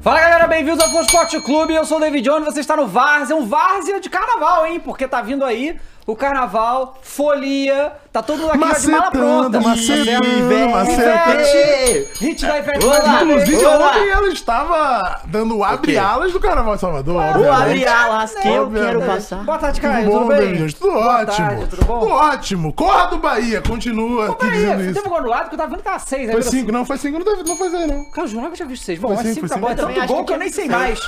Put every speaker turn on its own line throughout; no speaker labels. Fala galera, bem-vindos ao Esporte Clube. Eu sou o David Jones, você está no Várzea, um Várzea de carnaval, hein? Porque tá vindo aí o carnaval, folia, tá todo mundo aqui já de mala pronta. Tá
Macetando, macetando,
Ivete,
macetando.
Ivete, Hit da Ivete, vai lá.
Inclusive,
Olá.
ontem ela estava dando o abre-alas do Carnaval de Salvador.
O
obviamente.
abre-alas que eu
Obviamente.
quero passar.
né? Boa tarde,
Tudo
Caio,
bom,
tudo
David
bem?
Jones? Tudo
Boa
ótimo.
tarde, tudo bom?
ótimo. Corra do Bahia, continua aqui dizendo
Peraí,
isso.
teve um gol anulado que eu tava vendo que era seis. aí
Foi
virou
cinco, não, foi cinco, não teve, não foi zero, não.
Cara, eu jurava que eu tinha visto seis. Bom,
Foi
mas
cinco,
cinco
foi
tá
cinco.
bom. É tanto
Eu
também acho
gol
que
que eu
eu
nem
tinha
sei
visto
mais.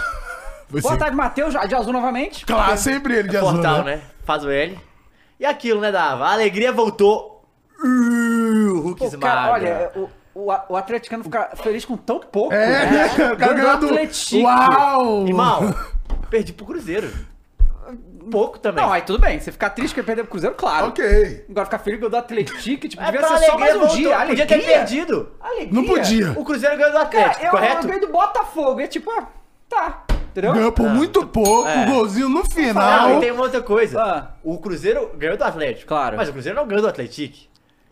Foi
Boa
cinco.
tarde, Matheus, de azul novamente.
Claro, sempre ele de azul,
Portal,
né?
né? Faz o L. E aquilo, né, Dava? A alegria voltou. Uh, Hulk
Pô, cara,
esmaga.
olha, o, o, o atleticano fica feliz com tão pouco.
É,
né?
o cara
Do
ganhou do...
Atlético.
Uau!
Irmão, perdi pro Cruzeiro. Pouco também.
Não, aí tudo bem. Você ficar triste que ele perdeu pro Cruzeiro, claro.
Ok.
Agora ficar feliz que eu dou Atlético, tipo,
é
devia
pra
ser só mais um
voltou.
dia.
Podia
Alegria?
ter perdido.
Alegria?
Não podia.
O Cruzeiro ganhou do
Cara,
Atlético,
eu, eu
correto?
ganhei do Botafogo. É tipo, ah, tá. Entendeu?
Ganhou por muito pouco,
É.
golzinho no
Não,
final.
e tem uma outra coisa.
Ah.
O Cruzeiro ganhou do Atlético.
Claro.
Mas o Cruzeiro não ganhou do Atlético.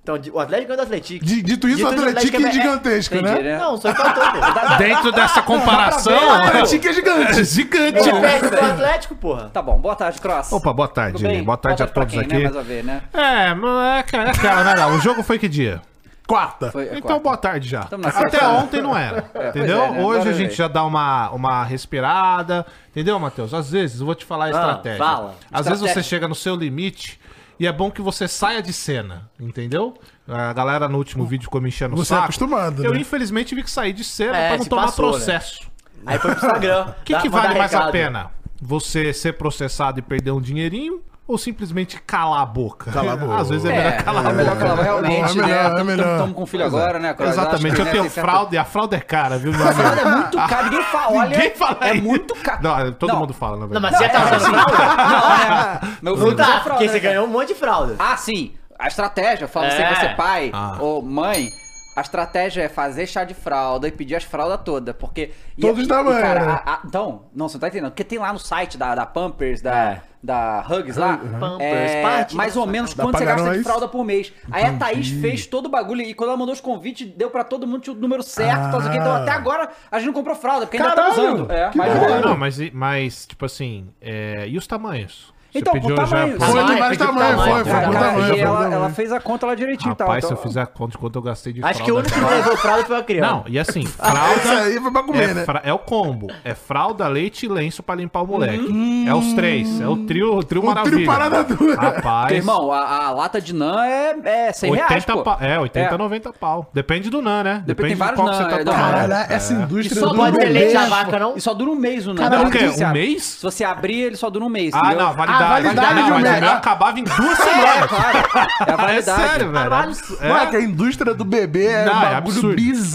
Então, di- o Atlético ganhou do Atlético.
D- Dito isso, o Atlético é gigantesco,
Entendi,
né?
né?
Não, só faltou. pô.
Dentro dessa comparação,
O Atlético é gigante.
é gigante.
Ele perde pro Atlético, porra.
Tá bom, boa tarde, Cross.
Opa, boa tarde.
Tudo bem?
Boa tarde a
pra
todos
quem,
aqui.
Né? Mais a ver, né?
É, mas é cara, é cara, né, Gal? O jogo foi que dia?
Quarta.
Foi, é
Então,
quarta.
boa tarde já.
Tamo na
Até
sexta.
ontem não era, entendeu?
pois é, né?
Hoje
Agora
a gente
veio.
já dá uma, uma respirada, entendeu, Matheus? Às vezes, eu vou te falar a estratégia.
fala.
Às vezes
Ah, Estratégia.
você chega no seu limite e é bom que você saia de cena, entendeu? A galera no último vídeo ficou me enchendo o
Você é
saco.
acostumado,
Eu
né?
infelizmente tive que sair de cena
É,
pra não
se
tomar
passou, né?
processo.
Aí foi pro Instagram.
O que, que vale mais a pena? Você ser processado e perder um dinheirinho ou simplesmente calar a boca?
Calar a boca.
Às vezes é melhor calar a
é melhor
boca.
calar realmente,
É melhor,
né?
é
Estamos-
melhor.
Estamos com filho agora, né? Cross?
Exatamente,
Acho
eu
que,
tenho
né, tem certa-
fralda e a fralda é cara, viu, meu amigo?
Fralda é muito cara, ninguém fala. Olha,
Ninguém fala
é
isso.
muito cara.
Não, todo
Não. assim,
mundo fala, na
Não,
verdade.
mas você tá usando fralda?
é. Não, é. Meu filho
Não
usa
tá,
fralda,
porque você
né, cara?
ganhou um monte de fralda.
Ah, sim. A estratégia, eu falo
É.
assim, você é pai
Ah.
ou mãe, a estratégia é fazer chá de fralda e pedir as fraldas todas, porque... e- e-
Todos os
e,
tamanhos,
cara,
né?
a- a- Então, não, você não tá entendendo, porque tem lá no site da, da Pampers, da...
É.
Da Hugs lá,
né?
Pampers,
é,
parte. né?
mais ou menos
Da
quanto você gasta de
Paganóis.
fralda por mês. Aí a Thaís fez todo o bagulho e quando ela mandou os convites, deu pra todo mundo o número certo. tal, não sei o quê. Então
Ah.
até agora a gente não comprou fralda, porque ainda tá
Caralho,
usando. É,
que
mas-
bom.
Não, mas, mas, tipo assim, é, e os tamanhos? Você um
Então, por tamanho-
Foi
já-
Tamanho,
de mais
tem que
tamanho, É,
tamanho,
foi, foi
cara.
por
Caraca,
tamanho.
e
foi por
tá ela,
tamanho.
ela fez a conta lá direitinho e tal.
Rapaz, se
então-
eu fizer a conta de quanto eu gastei de
Acho que o único que levou fralda foi a criança.
Não, e assim, fralda...
Isso aí foi pra comer,
é,
né?
fra- é o combo. É fralda, leite e lenço pra limpar o moleque. É os três. É o trio,
Hum.
o trio
O trio
maravilha.
parada dura.
Rapaz.
Porque, irmão, a, a lata de NAN é, é 100 reais, pô.
pau. É, 80,
É.
90 pau. Depende do NAN, né?
tem
Depende de
vários
qual que
NAN,
você
é,
tá
não,
Caralho,
tomando.
essa indústria
só
do
pode
Pode ser é leite
bebê. é
da vaca, não?
E só dura um mês o NAN.
Caralho,
Não,
o quê?
não sei se
Um
abre.
mês?
Se você abrir, ele só dura um mês,
Ah,
entendeu?
não, validade.
validade de um
mas
mês.
o meu acabava em duas
É,
semanas.
claro. É a
É
validade.
sério, velho.
Caralho.
Abs-
Mano,
É.
que a indústria do bebê é
Não,
um
é
bagulho
absurdo.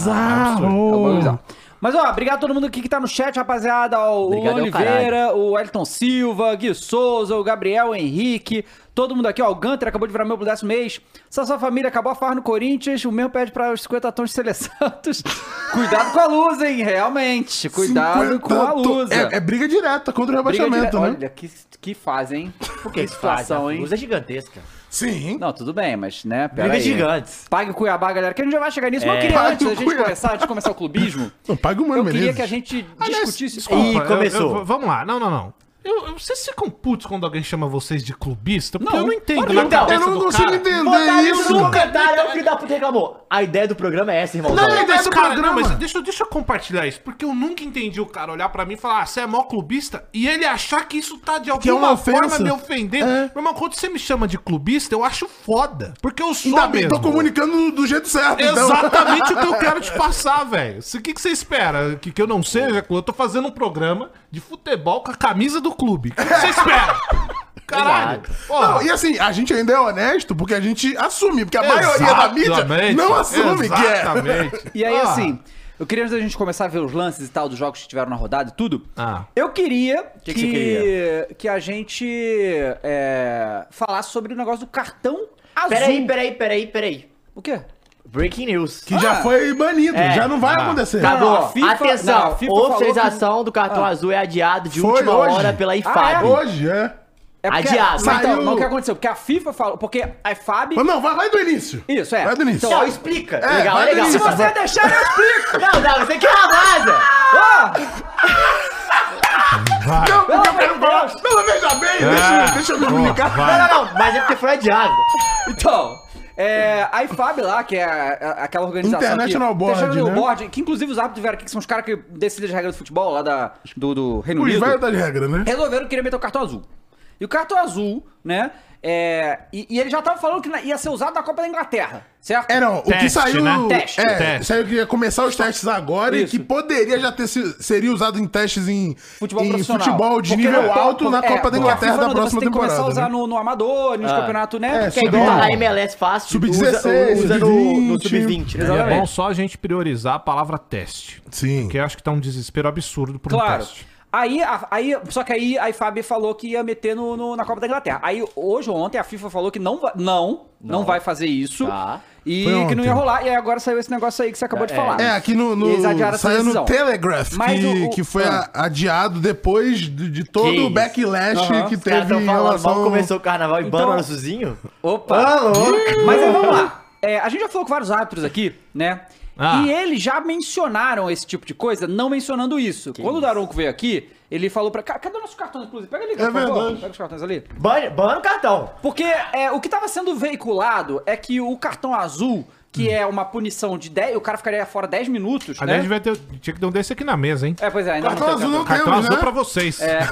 É
bizarro.
É
um bagulho bizarro. Mas, ó, obrigado a todo mundo aqui que tá no chat, rapaziada. O
Obrigado, é o
Oliveira, o Elton Silva, Gui Souza, o Gabriel Henrique, todo mundo aqui, ó. O Gunter acabou de virar meu pro décimo mês. Sassá Família acabou a farra no Corinthians. O meu pede para os 50 tons de Cele Santos. Cuidado com a luz, hein? Realmente. Cuidado com a
50 to-
luz.
É, é briga direta contra o
Briga
rebaixamento,
dire-
né?
Olha, que, que fazem, hein? Por
Que situação, hein? é gigantesca.
Sim.
Não, tudo bem, mas, né? Pera
Briga
aí.
gigantes.
Pague o Cuiabá, galera, que a gente já vai chegar nisso, mas eu
É.
queria,
Pague
antes da
o
gente
Cuiabá.
começar, antes de começar o clubismo,
Não, paga o Mano
eu queria
Menezes.
que a gente
Ah,
Aliás,
discutisse...
desculpa,
Ih,
eu-
começou.
eu- vamos lá, não, não, não. Eu, eu- vocês ficam putos quando alguém chama vocês de clubista? Porque
Não.
eu não entendo.
Olha,
na
então,
Eu
cabeça
não
do
consigo
cara.
entender
Botaram isso
isso.
no comentário, aí o filho da puta reclamou. A ideia do programa é essa, irmãozão.
Não,
Não,
mas,
do
cara,
programa.
não, mas deixa, eu- deixa eu compartilhar isso, porque eu nunca entendi o cara olhar pra mim e falar, ah, você é mó clubista, e ele achar que isso tá de
Que é
alguma
uma
forma
ofensa.
me ofendendo.
É.
Meu irmão, quando você me chama de clubista, eu acho foda, porque eu sou
Ainda bem,
mesmo.
tô comunicando do jeito certo, então.
Exatamente o que eu quero te passar, velho. O que, que você espera? Que, que eu não seja? Eu tô fazendo um programa de futebol com a camisa do clube. O que, que você espera? Caralho.
Exato.
Porra.
Não, e assim, a gente ainda é honesto porque a gente assume, porque a maioria da mídia
Exatamente.
não assume que é.
Exatamente.
E aí,
Ah.
assim, eu queria, antes da gente começar a ver os lances e tal dos jogos que tiveram na rodada e tudo,
Ah.
eu queria que,
que você queria?
que a gente é, falasse sobre o negócio do cartão azul.
Peraí, peraí, peraí, peraí.
O quê?
Breaking news.
Que já foi banido,
É.
já não vai
Ah.
acontecer.
Tá
Acabou.
Não, a FIFA- não,
Atenção,
a FIFA falou
oficialização do cartão azul é adiado de
Foi
última
hoje.
hora pela IFAB.
Ah, é?
Hoje é.
É porque-
Adiado.
Mas então,
Saiu-
mas o que aconteceu? Porque a FIFA falou. Porque a FAB.
Mas não, vai, vai do início.
Isso, é.
Vai do início.
Então,
Não,
ó,
explica.
É,
legal, é
vai
legal.
nisso,
Se você
vai.
deixar, eu explico!
Não, não, você que é uma brasa.
Ah! Pelo amor de Deus.
Não, porque eu quero falar. Não, mas veja bem, deixa, deixa eu me comunicar.
É. Vai.
Não, não, não, mas é porque foi adiado.
Então, é, a IFAB lá, que é a- a- aquela organização
International
que,
Board,
International
né?
Board, que inclusive os árbitros vieram aqui, que são os caras que decidem as regras do futebol lá da, do, do Reino
Os
Unido,
velhos das regras, né?
resolveram que queria meter o cartão azul. E o cartão azul, né, é, e, e ele já tava falando que na- ia ser usado na Copa da Inglaterra, certo?
É, não, o que
Teste,
saiu.
né?
Teste.
É,
Teste.
saiu que ia começar os testes agora
Isso.
e que poderia já ter se- seria usado em testes em
Futebol
em
profissional.
futebol de
Porque
nível
na Copa-
alto na
é,
Copa
porque
da
a
Inglaterra
FIFA
da
não,
próxima
você tem que começar a
temporada.
usar
né?
no, no amador, nos
Ah.
campeonatos, né?
É,
Porque aí
sub-
vai lá.
A MLS tá fácil
Sub-16,
usa, usa no, no
sub-20,
sub-20, né?
E é
Exatamente.
bom só a gente priorizar a palavra teste.
Sim.
Porque eu acho que tá um desespero absurdo por um
Claro.
teste.
Aí, a- aí, só que aí a IFAB falou que ia meter no, no- na Copa da Inglaterra. Aí hoje ou ontem a FIFA falou que não, va- não, não,
Não.
vai fazer isso.
Tá.
E
Foi
que não ia
ontem.
rolar. E aí agora saiu esse negócio aí que você acabou de
É.
falar.
É, aqui no, no-
E eles adiaram essa
saiu
decisão.
no Telegraph,
Mas
que,
o- o-
que foi
ah.
a- adiado depois de, de todo
Que
o
isso.
backlash
Aham.
que
Os
Os caras
teve
tão
em
falando mal
relação...
que começou o carnaval e
Então- Tá
bana o Suzinho.
Opa! Mas aí vamos lá. É, a gente já falou com vários árbitros aqui, né?
Ah.
E eles já mencionaram esse tipo de coisa, não mencionando isso. Quando o Daronco veio aqui, ele falou pra. Ca- Cadê o nosso cartão, inclusive? Pega ali, por favor.
É verdade.
Pega os cartões ali.
Bana, bana o cartão.
Porque é, o que tava sendo veiculado é que o cartão azul, que é uma punição de 10, o cara ficaria fora 10 minutos,
Aliás,
né?
devia ter, tinha que dar um desse aqui na mesa, hein?
É, pois é, ainda
Cartão
não sei
azul
o
não
que
Cartão
temos,
azul
né? um
pra vocês. É. 10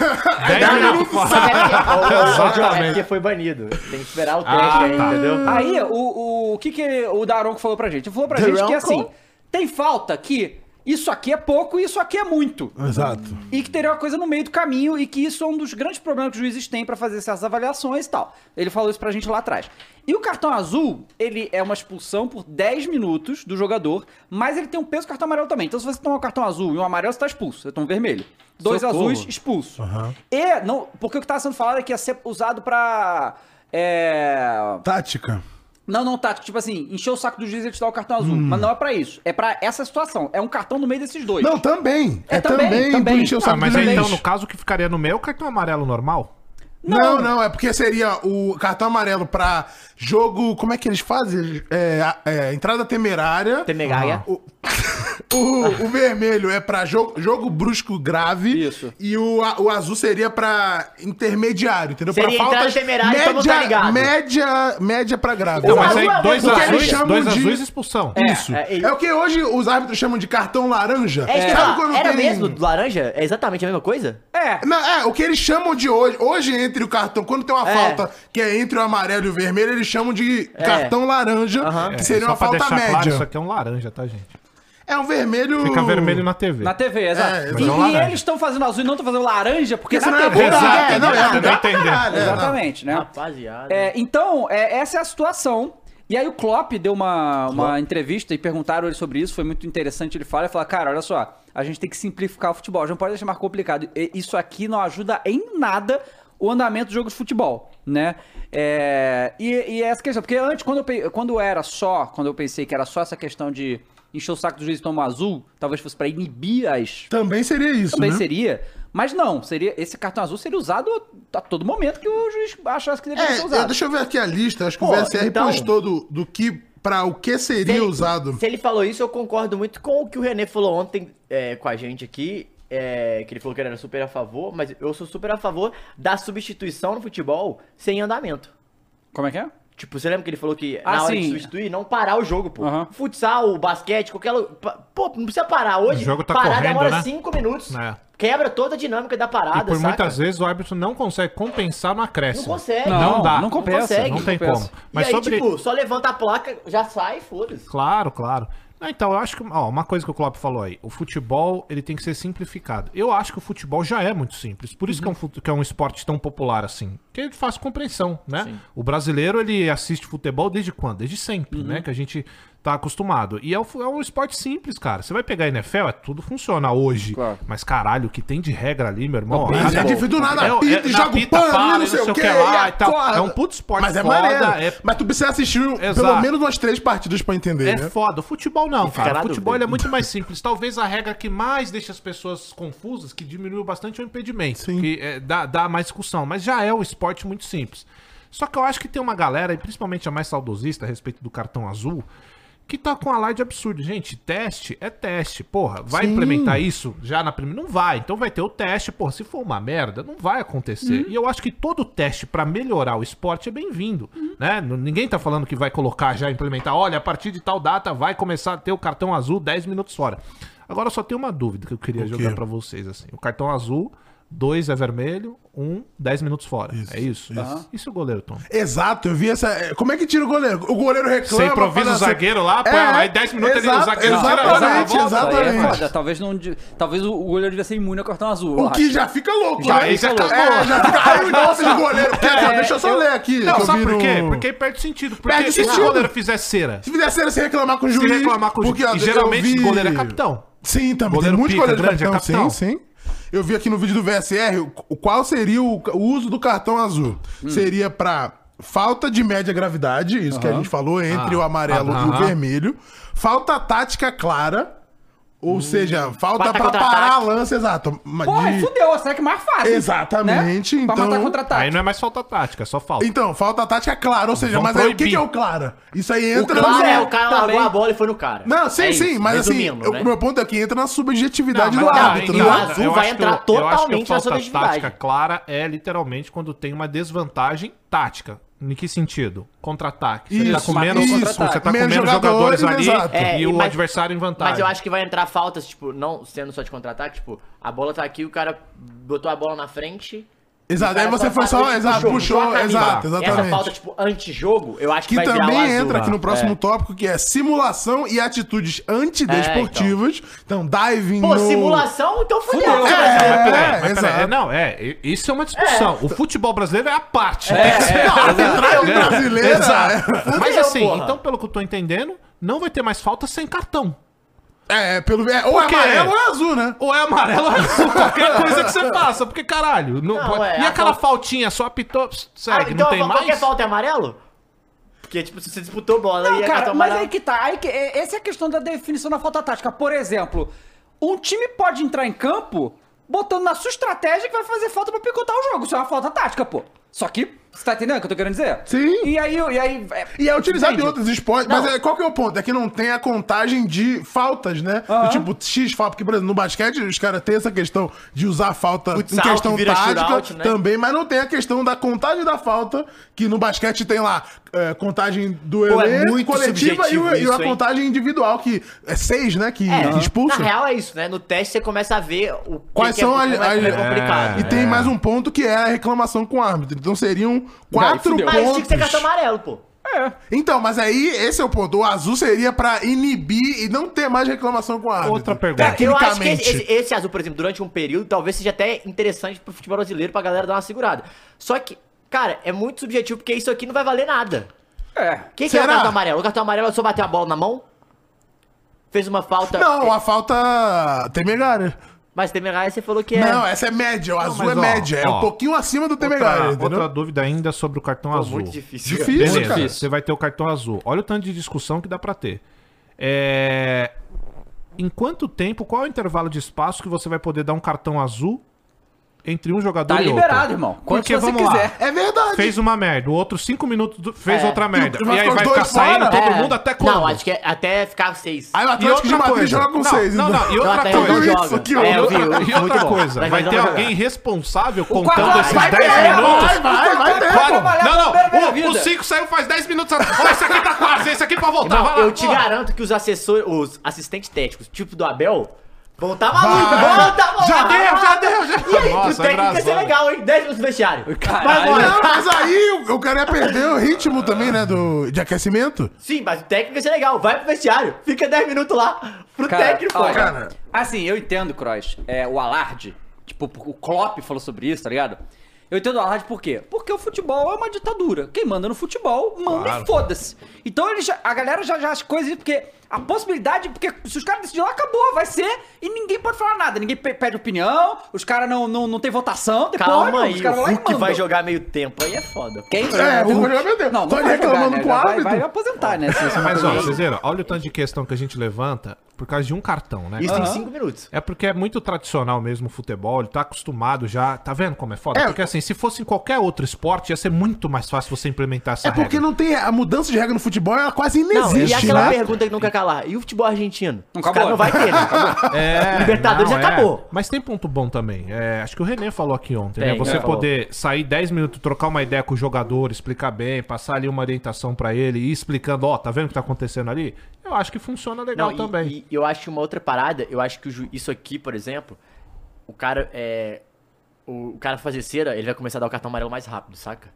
Dez
minutos
minutos
fora.
Só que é porque- Ô, ô, ô,
Exatamente.
é porque foi banido. Tem que esperar o teste
Ah,
aí,
tá.
entendeu?
é. Aí, o, o, o que, que o Daronco falou pra gente? Ele falou pra gente que
Daronco?
assim, tem falta que isso aqui é pouco e isso aqui é muito.
Exato.
E que teria uma coisa no meio do caminho e que isso é um dos grandes problemas que os juízes têm pra fazer essas avaliações e tal. Ele falou isso pra gente lá atrás. E o cartão azul, ele é uma expulsão por 10 minutos do jogador, mas ele tem um peso do cartão amarelo também. Então se você tomar um cartão azul e um amarelo, você tá expulso. Você toma um vermelho. Dois
Socorro.
azuis, expulso. E, não, porque o que tá sendo falado é que ia ser usado pra... É...
Tática.
Não, não, tático. Tipo assim, encher o saco do juiz e te dar o cartão azul. Mas não é pra isso. É pra essa situação. É um cartão no meio desses dois.
Não, também.
É,
É,
também,
também,
também.
por encher o
Ah,
saco
Ah, mas
do
aí,
juiz.
então, no caso, o que ficaria no meu é o cartão amarelo normal?
Não, não, é porque seria o cartão amarelo pra jogo. Como é que eles fazem? É, a- é, entrada temerária.
Temegaia.
O, o- o vermelho é pra jogo, jogo brusco grave.
Isso.
E o, a- o azul seria pra intermediário, entendeu?
Seria
pra
entrada temerária, todo mundo tá ligado.
média, média pra grave.
Não,
O
Então, mas
azul é
aí, dois
mesmo,
porque eles
azuis,
chamam
dois
de-
azuis expulsão.
Isso.
é,
É,
e-
o que hoje os árbitros chamam de cartão laranja.
É, isso que eu ia
Ah. Sabe
falar.
quando
Era
tem-
mesmo do laranja? É exatamente a mesma coisa?
É.
Não, é, o que eles chamam de hoje. Hoje, entre o cartão, quando tem uma
É.
falta que é entre o amarelo e o vermelho, eles chamam de cartão laranja,
É,
que seria
só
uma
pra
falta
deixar
média.
claro, isso aqui é um laranja, tá, gente?
É um vermelho.
Fica vermelho na TV.
Na TV, exato.
É,
E-
mas
e
é um laranja.
eles estão fazendo azul e não estão fazendo laranja, porque
Porque
na
senão é
TV.
burro,
dá.
Exato,
é, não, é
dá
burro
pra entender.
caralho, é, não.
Exatamente, né?
Rapaziada.
É, então, é, essa é a situação. E aí o Klopp deu uma, uma entrevista e perguntaram ele sobre isso, foi muito interessante ele fala, ele fala, cara, olha só, a gente tem que simplificar o futebol, a gente não pode deixar mais complicado. E- Isso aqui não ajuda em nada o andamento do jogo de futebol, né? É, e, e essa questão, porque antes, quando eu, pe- quando eu era só, quando eu pensei que era só essa questão de encher o saco do juiz e tomar azul, talvez fosse pra inibir as
Também seria isso,
também
né?
seria. Mas não, seria esse cartão azul seria usado a todo momento que o juiz achasse que deveria
É,
ser
eu-
usado.
deixa eu ver aqui a lista. Acho que
Pô,
o VSR
então-
postou do, do que pra o que seria usado.
Se ele falou isso, eu concordo muito com o que o René falou ontem é, com a gente aqui. é, que ele falou que ele era super a favor, mas eu sou super a favor da substituição no futebol sem andamento.
Como é que é?
Tipo, você lembra que ele falou que
Ah,
na hora
sim.
de substituir, não parar o jogo, pô.
Aham.
Futsal, basquete, qualquer. lu- pa- Pô, não precisa parar hoje.
O jogo tá
parar
correndo,
demora
né?
5 minutos.
É.
Quebra toda a dinâmica da
E
parada,
por
saca?
muitas vezes o árbitro não consegue compensar no acréscimo.
Não consegue.
Não,
Não,
dá.
não compensa,
Não,
não
tem
compensa.
como.
e
Mas
aí,
sobre.
tipo, só levanta a placa, já sai, foda-se.
Claro, claro. Não, então, eu acho que. Ó, uma coisa que o Klopp falou aí. O futebol, ele tem que ser simplificado. Eu acho que o futebol já é muito simples. Por isso
Uhum.
que, é um, fut- que é um esporte tão popular assim. Que ele
Uhum.
faz compreensão, né? O brasileiro, ele assiste futebol desde quando? Desde sempre, né? Que a gente tá acostumado. E é um, é um esporte simples, cara. Você vai pegar a NFL, é tudo funciona hoje.
Claro.
Mas caralho, o que tem de regra ali, meu irmão?
Mas é difícil do nada,
É, é,
pita,
na
joga o
pita,
pano,
para,
e não sei o que, lá
lá e tal. É um puto esporte
Mas é
foda,
maneiro.
é-
Mas tu precisa assistir pelo
Exato.
menos umas três partidas pra entender,
É
né?
foda. O futebol não,
fica
cara.
na
O futebol
dúvida.
ele é muito mais simples. Talvez a regra que mais deixa as pessoas confusas, que diminuiu bastante, é o impedimento.
Sim.
Que é, dá, dá mais discussão. Mas já é um esporte muito simples. Só que eu acho que tem uma galera, e principalmente a mais saudosista a respeito do cartão azul, que tá com a live de absurdo. Gente, teste é teste. Porra, vai
Sim.
implementar É isso já na primeira? Não vai. Então vai ter o teste. Porra, se for uma merda, não vai
Uhum.
acontecer. E eu acho que todo teste pra melhorar o esporte é bem-vindo.
Uhum.
Né? N- Ninguém tá falando que vai colocar já, implementar. Olha, a partir de tal data vai começar a ter o cartão azul 10 minutos fora. Agora eu só tenho uma dúvida que eu
O
queria
quê?
jogar pra vocês. assim. O cartão azul, dois é vermelho, um 10 minutos fora. é isso?
isso.
E se o goleiro, Tom?
Exato, eu vi essa. é, Como é que tira o goleiro? O goleiro reclama.
Você improvisa
fala
o zagueiro lá, põe lá, aí 10 minutos ele- o
exato,
zagueiro tira,
Exatamente,
dá a volta,
Isso aí é
exatamente.
foda. Talvez, não, de- talvez o o goleiro devia ser imune ao cartão azul. eu
o que
acho.
já fica louco,
Já-
né?
aí já acabou.
É, já fica. Ai, nossa, de goleiro. Quer dizer, deixa eu só ler aqui.
É, Não,
que eu
sabe
vi
por
no-
quê? Porque aí perde sentido. Porque
Perde
se o
sentido.
goleiro fizer cera,
Se fizer cera, se reclamar com o juiz.
se reclamar com o
porque, ó,
juiz, e
eu
geralmente
vi-
o goleiro é capitão.
Sim, também.
Goleiro
tem muito
pica,
goleiro de
grande, é
capitão.
capitão.
Sim, sim. Eu vi aqui no vídeo do VSR o- o qual seria o, o uso do cartão azul. Seria pra falta de média gravidade, isso que a gente falou, entre
Ah,
o amarelo
ah,
e o
ah.
vermelho. Falta tática clara, ou seja, falta
Ataque
pra
contra
parar a
ataque.
lança, exato. mas
Porra,
de-
aí fudeu, a SEC mais fácil.
Exatamente,
Né? Pra
então-
matar contra-ataque.
Aí não é mais falta tática, é só falta.
Então, falta tática clara, ou seja,
Vamos
mas aí o que
proibir.
que é o clara? Isso aí entra...
Claro,
na-
é, o cara
também.
largou a bola e foi no cara.
Não, sim,
É isso,
sim, mas assim,
resumindo,
o
né?
meu ponto é que entra na subjetividade
Não,
do
mas tá,
árbitro,
e
né?
o
outra,
azul
eu
vai
acho que
entrar
o- eu acho que o
totalmente na
falta
subjetividade.
tática clara é literalmente quando tem uma desvantagem tática. Em que sentido? Contra-ataque. Você tá
Isso,
com menos,
isso.
você tá
Menos
com menos
jogadores,
jogadores, ali
exato.
e
É,
o
mas-
adversário em vantagem.
Tá.
Mas eu acho que vai entrar faltas, tipo, não sendo só de contra-ataque, tipo, a bola tá aqui, o cara botou a bola na frente.
Exato,
o cara
aí você foi só,
bateu,
exato, puxou,
a camisa.
exato,
Essa falta,
exatamente.
tipo, anti-jogo, eu acho que,
Que
vai virar o
também
azul.
entra aqui no próximo
É.
tópico, que é simulação e atitudes antidesportivas. então. diving
É, Pô,
no-
simulação, então fudeu.
Fudeu,
cara. Ah,
É,
Mas peraí,
é,
mas peraí,
exato.
não, é, e- isso é uma discussão. O futebol brasileiro é a parte.
Arbitragem brasileira.
Mas
Fudeu,
assim,
porra.
então pelo que eu tô entendendo, não vai ter mais falta sem cartão.
É, é, pelo é, ou é
Por quê?
amarelo ou é azul, né?
Ou é amarelo ou é azul, qualquer coisa que você faça, porque caralho. não-
Não, é,
e
a
aquela
falta-
faltinha só apitou, pss,
Ah,
segue,
então
não tem
qualquer
mais?
falta é amarelo? Porque, tipo, se você disputou bola
Não,
e é
cara,
cartão
mas
amarelo.
aí que tá. Aí que, é- essa é a questão da definição da falta tática. Por exemplo, um time pode entrar em campo botando na sua estratégia que vai fazer falta pra picotar o jogo. Isso é uma falta tática, pô. Só que, você tá entendendo o que eu tô querendo dizer?
Sim.
E aí... E aí é-
E é utilizado em
Entende?
outros esportes,
Não.
mas é, qual que é o ponto? É que não tem a contagem de faltas, né? Do tipo, X falta, porque, por exemplo, no basquete os caras têm essa questão de usar falta
Futsal,
em questão
que vira
tática
shootout, né?
também, mas não tem a questão da contagem da falta, que no basquete tem lá é, contagem do
Pô, é
elenco,
muito
coletiva e, o-
subjetivo
e a
isso, hein?
contagem individual, que é seis, né? Que,
É,
que expulsa.
Na real é isso, né? No teste você começa a ver o que
Quais
que
são
é,
as-
como é, como é
as-
complicado.
E tem mais um ponto que é a reclamação com o árbitro. Então seriam quatro
fudeu.
Mas tinha que ser
pontos.
cartão amarelo, pô.
Então, mas aí esse é o ponto. O azul seria pra inibir e não ter mais reclamação com a árbitro.
Outra pergunta. Tá,
Eu acho que esse,
Tecnicamente.
esse- esse azul, por exemplo, durante um período, talvez seja até interessante pro futebol brasileiro, pra galera dar uma segurada. Só que, cara, é muito subjetivo, porque isso aqui não vai valer nada.
É.
O que, que é o
Será?
cartão amarelo? O cartão amarelo é só bater a bola na mão? Fez uma falta. É,
Não, a falta temerária.
Mas Temerária você falou que é.
Não, essa é média. O azul
mas
é
ó,
média. é
ó.
um pouquinho acima do temerária,
Outra,
entendeu?
outra dúvida ainda sobre o cartão
Pô,
azul.
muito difícil.
Difícil,
Beleza,
cara.
você vai ter o cartão azul. Olha o tanto de discussão que dá pra ter. É... Em quanto tempo, qual é o intervalo de espaço que você vai poder dar um cartão azul entre um jogador
Tá
e outro?
liberado, irmão. Quanto
Porque,
você
vamos
quiser.
lá,
É verdade.
fez uma merda, o outro cinco minutos do- fez
É.
outra merda.
E vai
E aí
ficar os
vai
dois
ficar saindo
fora?
todo
É.
mundo até quando?
Não, acho que é até ficar seis.
Aí o
E
Atlético de
outra
Madrid
coisa.
joga com
Não,
seis.
não,
então.
não, e
Então,
outra
até
coisa.
resolve
isso,
joga.
que
É, eu vi, eu vi,
E outra
muito bom.
coisa, vai,
resolve
ter
jogar.
alguém responsável
Quatro-
contando esses
vai
É,
10
ter,
minutos?
vai, vai, vai
né?
ter,
Claro.
pô, valeu,
Não,
pelo menos
não,
vida.
o- o 5 saiu faz 10 minutos. atrás. Ó, esse aqui tá quase, esse aqui pra voltar.
Não,
vai lá,
eu te
porra.
garanto que os assessores, os assistentes técnicos, tipo do Abel, vão tá malucos, vão tá malucos.
Já deu, já deu, já
E aí, pro
Nossa, é
técnico ia ser
engraçado.
legal, hein? 10 minutos no vestiário.
Caralho.
Vai
Não,
embora.
mas aí o- o cara ia perder o ritmo também, né? Do, de aquecimento.
Sim, mas o técnico ia ser legal, vai pro vestiário, fica 10 minutos lá pro
Cara,
técnico.
olha,
Cara.
cara.
Assim, eu entendo, Cross, é, o alarde. Tipo, o Klopp falou sobre isso, tá ligado? Eu entendo a rádio por quê? Porque o futebol é uma ditadura. Quem manda no futebol, manda
Claro.
e foda-se. Então eles já- a galera já, já as coisas, porque a possibilidade, porque se os caras decidirem lá, acabou, vai ser, e ninguém pode falar nada. Ninguém pe- pede opinião, os caras não, não, não tem votação, tem porra
Calma
nenhuma,
aí,
os
o
caras vão lá e
Hulk vai
mandam.
jogar meio tempo, aí é foda.
Quem
É, o Hulk vai jogar meio tempo.
Não, não
Só
vai
reclamando
jogar, né?
com o
Já vai,
árbitro.
vai aposentar, né? se- se-
Mas, ó, vocês viram? Olha o tanto de questão que a gente levanta por causa de um cartão, né?
Isso em
Aham.
5 minutos.
É porque é muito tradicional mesmo o futebol, ele tá acostumado já. Tá vendo como é foda?
É.
Porque assim, se fosse em qualquer outro esporte, ia ser muito mais fácil você implementar essa
É porque
regra.
não tem. A mudança de regra no futebol ela quase
Não,
inexiste.
e aquela
né?
pergunta que não quer calar. E o futebol argentino?
Não
Os caras
acabou.
não vai ter, né? Acabou.
É,
Libertadores
não, é.
acabou.
Mas tem ponto bom também. É, acho que o René falou aqui ontem,
Tem,
né? Você
é.
poder sair 10 minutos, trocar uma ideia com o jogador, explicar bem, passar ali uma orientação pra ele, e ir explicando, ó, tá vendo o que tá acontecendo ali? Eu acho que funciona legal
Não, e-
também.
E, eu acho que uma outra parada, eu acho que o ju- isso aqui, por exemplo, o cara é. O, o cara fazer cera, ele vai começar a dar o cartão amarelo mais rápido, saca?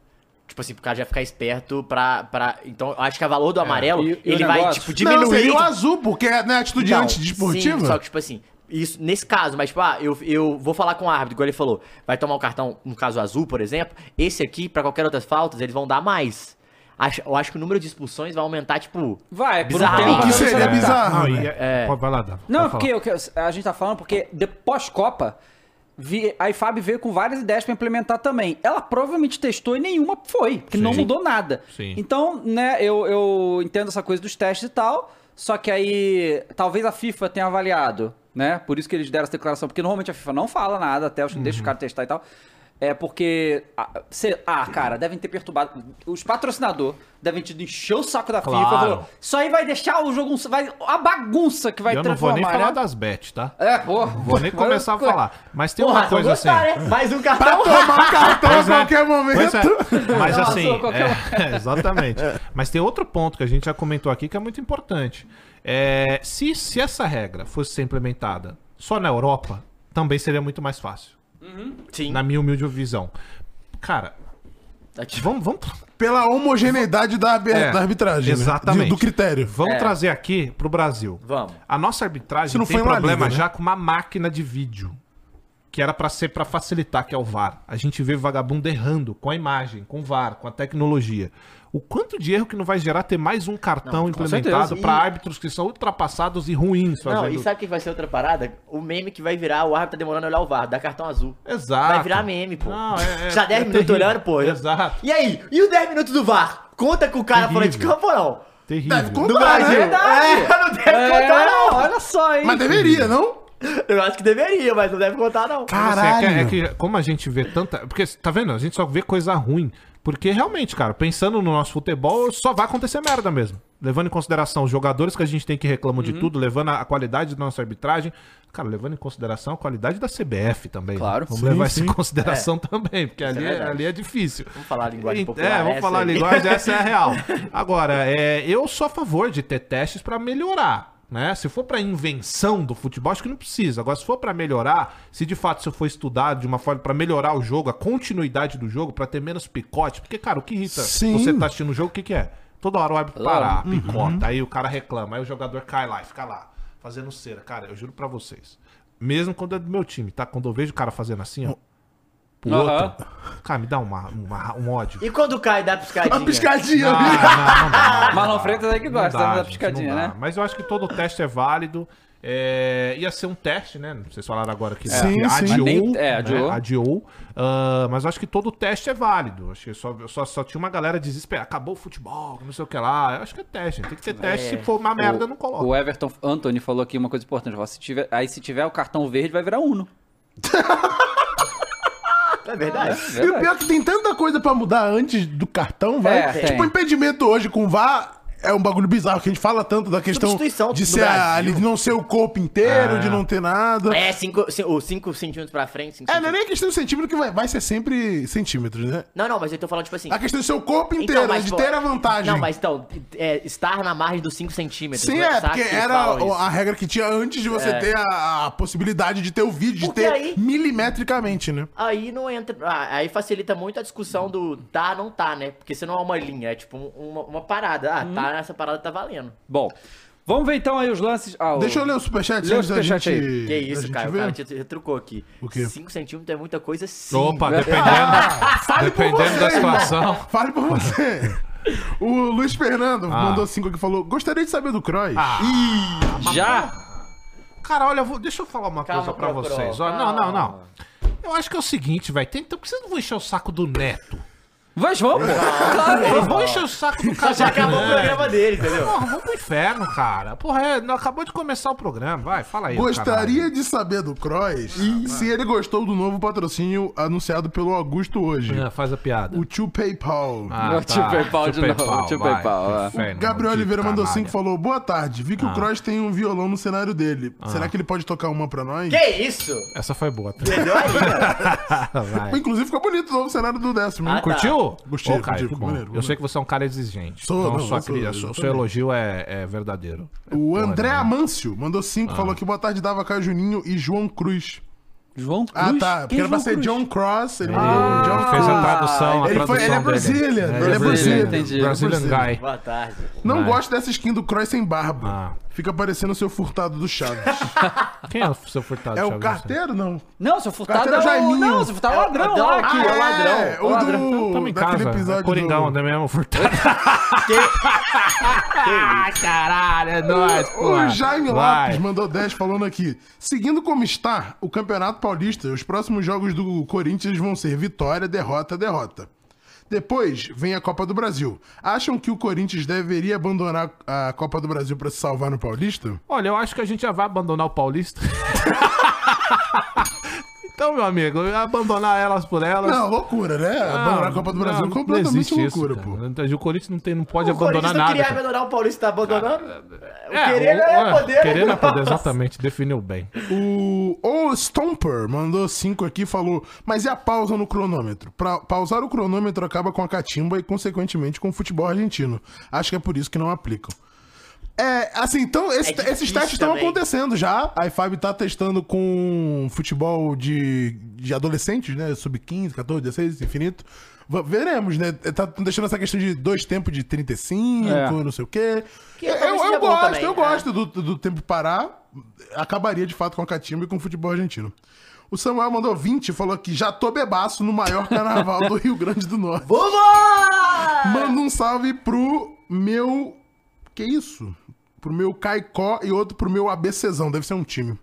Tipo assim, pro cara já ficar esperto pra. pra então, eu acho que o valor do amarelo,
E- e o
ele vai,
negócio?
tipo,
Não,
diminuir.
seria o azul, porque é né, atitude
Então,
antidesportiva.
Sim, só que, tipo assim, isso, nesse caso, mas, tipo, ah, eu, eu vou falar com o árbitro, igual ele falou, vai tomar o cartão, no caso azul, por exemplo, esse aqui, pra qualquer outras faltas, eles vão dar mais. Acho, eu acho que o número de expulsões vai aumentar, tipo.
Vai, por um
Bizarro.
tempo,
O que
né?
seria
Vai-
bizarro,
Não,
né?
e é- pode- vai lá, Dan,
Não, é
pode
porque
falar.
o que a gente tá falando porque de- pós-Copa, vi- a IFAB veio com várias ideias pra implementar também. Ela provavelmente testou e nenhuma foi, porque não
Sim.
mudou nada.
Sim.
Então, né, eu, eu entendo essa coisa dos testes e tal, só que aí talvez a FIFA tenha avaliado, né? Por isso que eles deram essa declaração, porque normalmente a FIFA não fala nada, até os,
Uhum.
deixa os caras testar e tal. É porque. Ah, cê- ah, cara, devem ter perturbado. Os patrocinadores devem ter encher o saco da
Claro.
FIFA. falou, Isso aí vai deixar o jogo. um- Vai, a bagunça que vai
Eu não vou
transformar.
nem falar
né?
das bet, tá?
É, porra.
Vou nem começar a falar. Mas tem uma
Porra,
coisa
é
vou
assim.
gostar, né? Mais um
Pra
cartão.
tomar cartão
Pois
Então, a
é.
qualquer momento.
Pois é. Mas
Não,
assim,
sou qualquer
é, exatamente. Mas tem outro ponto que a gente já comentou aqui que é muito importante. É, se, se essa regra fosse ser implementada só na Europa, também seria muito mais fácil.
Sim.
Na minha humilde visão. Cara, vamos, vamos, tra-
Pela homogeneidade da, arbi-
É,
da arbitragem. né?
exatamente.
Do, do critério.
vamos
É.
trazer aqui pro Brasil.
Vamos.
A nossa arbitragem
Se não
tem
foi uma
problema
liga, né?
já com uma máquina de vídeo. Que era pra ser pra facilitar, que é o VAR. A gente vê vagabundo errando com a imagem, com o VAR, com a tecnologia. O quanto de erro que não vai gerar ter mais um cartão implementado
certeza.
pra
E-
árbitros que são ultrapassados e ruins fazendo.
Não, e sabe o que vai ser outra parada? O meme que vai virar, o árbitro tá demorando a olhar o VAR, dá cartão azul.
Exato.
Vai virar meme, pô.
Não, é- é-
Já 10
é
minutos
terrível.
olhando, pô.
Exato.
E aí? E os 10 minutos do VAR? Conta com o cara fora de
Terrível.
campo ou não?
Terrível.
Deve
No
Não,
Brasil.
é
verdade.
É, não deve contar,
É,
não.
olha só, hein?
Mas deveria, não?
Eu acho que deveria, mas não deve contar, não.
Assim,
Caralho.
é, que, é que como a gente vê tanta. Porque, tá vendo? A gente só vê coisa ruim. Porque realmente, cara, pensando no nosso futebol, só vai acontecer merda mesmo. Levando em consideração os jogadores que a gente tem que reclamam
Uhum.
de tudo, levando a a qualidade da nossa arbitragem. Cara, levando em consideração a qualidade da CBF também. né?
Claro.
Vamos
Sim,
levar isso em consideração também, porque ali é,
verdade.
ali é difícil.
Vamos falar a linguagem
E-
popular, né?
É, vamos
essa
falar a
aí.
linguagem, essa é a real. Agora, é, eu sou a favor de ter testes pra melhorar. Né? Se for pra invenção do futebol, acho que não precisa. Agora, se for pra melhorar, se de fato isso for estudado de uma forma pra melhorar o jogo, a continuidade do jogo, pra ter menos picote, porque, cara, o que irrita
Sim.
você tá assistindo o jogo, o que, que é? Toda hora o árbitro
Claro.
parar, picota, aí o cara reclama, aí o jogador cai lá e fica lá, fazendo cera. Cara, eu juro pra vocês. Mesmo quando é do meu time, tá? Quando eu vejo o cara fazendo assim, ó, pro
Aham.
outro, cara, me dá uma, uma- um ódio.
E quando cai, dá piscadinha.
A piscadinha.
Ah, não, não dá, não
Marlon
dá.
Freitas é que
Não
gosta, né, da
gente,
piscadinha,
não dá.
né?
Mas eu acho que todo teste é válido. É, ia ser um teste, né? Vocês falaram agora que
Sim,
que
sim.
É. Mas
adiou.
nem- é,
né?
adiou.
Adiou. Ah, mas eu acho que todo teste é válido. Acho que só, só, só tinha uma galera desesperada. Acabou o futebol, não sei o que lá. Eu acho que é teste. Tem que ter teste. Se for uma merda, não coloca.
É. O Everton Anthony falou aqui uma coisa importante. falou, se tiver- aí se tiver o cartão verde, vai virar Uno.
É verdade.
E o pior é que tem tanta coisa pra mudar antes do cartão, vai.
É,
tipo,
tem.
impedimento hoje com VAR é um bagulho bizarro, que a gente fala tanto da questão
Substituição
de
do
ser a-
Brasil.
de não ser o corpo inteiro, de não ter nada. É,
É, 5 centímetros pra frente. cinco
não é
centímetros.
nem a questão de centímetro que vai, vai ser sempre centímetros, né?
Não, não, mas eu tô falando, tipo assim.
A questão de ser o corpo inteiro, é de
pô,
ter a vantagem.
Não, mas então, é, estar na margem dos 5 centímetros.
Sim,
né?
é,
Saca
porque
que
era
falam isso.
a regra que tinha antes de você
É.
ter a, a possibilidade de ter o vídeo, de
Porque
ter
aí-
milimetricamente, né?
Aí não entra. ah, Aí facilita muito a discussão do tá, não tá, né? Porque você não é uma linha, é tipo um- uma, uma parada. Ah, tá, essa parada tá valendo.
Bom, Vamos ver então aí os lances. Ah, o-
Deixa eu ler o superchat
Lê o
antes da
superchat
gente.
Que é
da
isso,
gente
cara. O
ver.
cara te, te trucou aqui.
O quê?
5 centímetros é muita coisa, sim.
Opa,
Né?
dependendo, dependendo da
você, irmão.
situação.
Fale por você. O Luiz Fernando
Ah.
mandou cinco aqui e falou: Gostaria de saber do Croy.
Ah.
Já?
Cara, olha, eu vou- deixa eu falar uma
Calma,
coisa pra
Procro,
vocês. ó. Não,
calma.
não, não. Eu acho que é o seguinte, vai. Tem, então por que vocês não vão encher o saco do Neto?
Mas vamos, pô.
Não vão encher o saco do
Já
Casagrande.
acabou o programa dele, entendeu?
Porra, vamos pro inferno, cara. Porra, é, não, acabou de começar o programa. Vai, fala aí.
Gostaria de saber do Croy se ele gostou do novo patrocínio anunciado pelo Augusto hoje.
caralho. Ah, Faz a piada. tá.
O tio PayPal.
Eu te PayPal de novo, eu te
vai,
PayPal, é.
pro Ah, inferno,
Gabriel
maldito
Oliveira mandou
canalha.
5 e falou: Boa tarde, vi que o Cross tem um violão no cenário dele. Será que ele pode tocar uma pra nós?
Que isso?
Essa foi boa. tá?
Melhor ainda.
Vai.
Inclusive ficou bonito o novo cenário do décimo. hein?
Ah, tá.
Curtiu?
Gostei,
Ô, cara,
curti,
que
ficou
bom.
maneiro,
Eu
maneiro.
sei que você é um cara exigente.
Sou,
então
não,
sua
eu sou,
cri-
eu
seu,
sou
seu
também.
elogio é, é verdadeiro.
O
Porra,
André
né?
Amâncio mandou
Ah.
5 falou que boa tarde dava Caio Juninho e João Cruz.
João Cruz?
Ah, tá. Porque
Quem é
era pra
João
ser
Cruz?
John Cross. Ele
Ele,
mandou John
ele Ah, fez a
Cruz.
tradução, a
Ele, foi, ele é
tradução dele.
Brazilian. Ele
Ele
é
é Brazilian,
Brazilian.
entendi.
Brazilian
Brazilian.
Guy.
Boa tarde.
Não
Vai.
gosto dessa skin do Cross sem barba.
Ah.
Fica parecendo o seu furtado do Chaves.
Quem é o seu furtado?
é o
Chaves?
carteiro, não?
Não, seu furtado é
Carteiro
o...
Jaiminho.
Não, seu furtado é o ladrão
É o
lá.
ladrão.
que-
Ah, é o ladrão,
É,
o
o
ladrão.
do.
Tamo em
daquele
casa. É
episódio.
Coringão,
do...
né mesmo? Furtado. Ah, caralho, é nóis, pô.
O Jaime
Vai.
Lopes mandou 10 falando aqui. Seguindo como está o Campeonato Paulista, os próximos jogos do Corinthians vão ser vitória, derrota, derrota. Depois vem a Copa do Brasil. Acham que o Corinthians deveria abandonar a Copa do Brasil para se salvar no Paulista?
Olha, eu acho que a gente já vai abandonar o Paulista. então, meu amigo, abandonar elas por elas.
Não, loucura, né? Abandonar a Copa do Brasil é
não, não
completamente
existe
loucura,
isso,
pô.
cara. Não- O Corinthians não, tem, não pode
O Corinthians
abandonar
não
nada.
queria
cara.
abandonar o Paulista, tá abandonando? O
É,
querer
o-
é
é,
poder.
Querer é poder,
Nossa.
exatamente. Definiu bem.
O, o Stomper mandou 5 aqui e falou: Mas e a pausa no cronômetro? Pra, pausar o cronômetro acaba com a catimba e, consequentemente, com o futebol argentino. Acho que é por isso que não aplicam. É, assim, então, esse-
É difícil
esses testes estão
também.
acontecendo já. A IFAB tá testando com futebol de, de adolescentes, né? Sub-15, 14, 16, infinito. V- Veremos, né? Tá deixando essa questão de dois tempos de 35,
É.
não sei o quê.
Que
eu
talvez
eu
seja bom
gosto,
também,
eu
é.
gosto do, do tempo parar, acabaria de fato com a catimba e com o futebol argentino. O Samuel mandou 20 e falou que já tô bebaço no maior carnaval do Rio Grande do Norte.
Vamos!
Manda um salve pro meu. Que isso? Pro meu Caicó e outro pro meu ABCzão. Deve ser um time.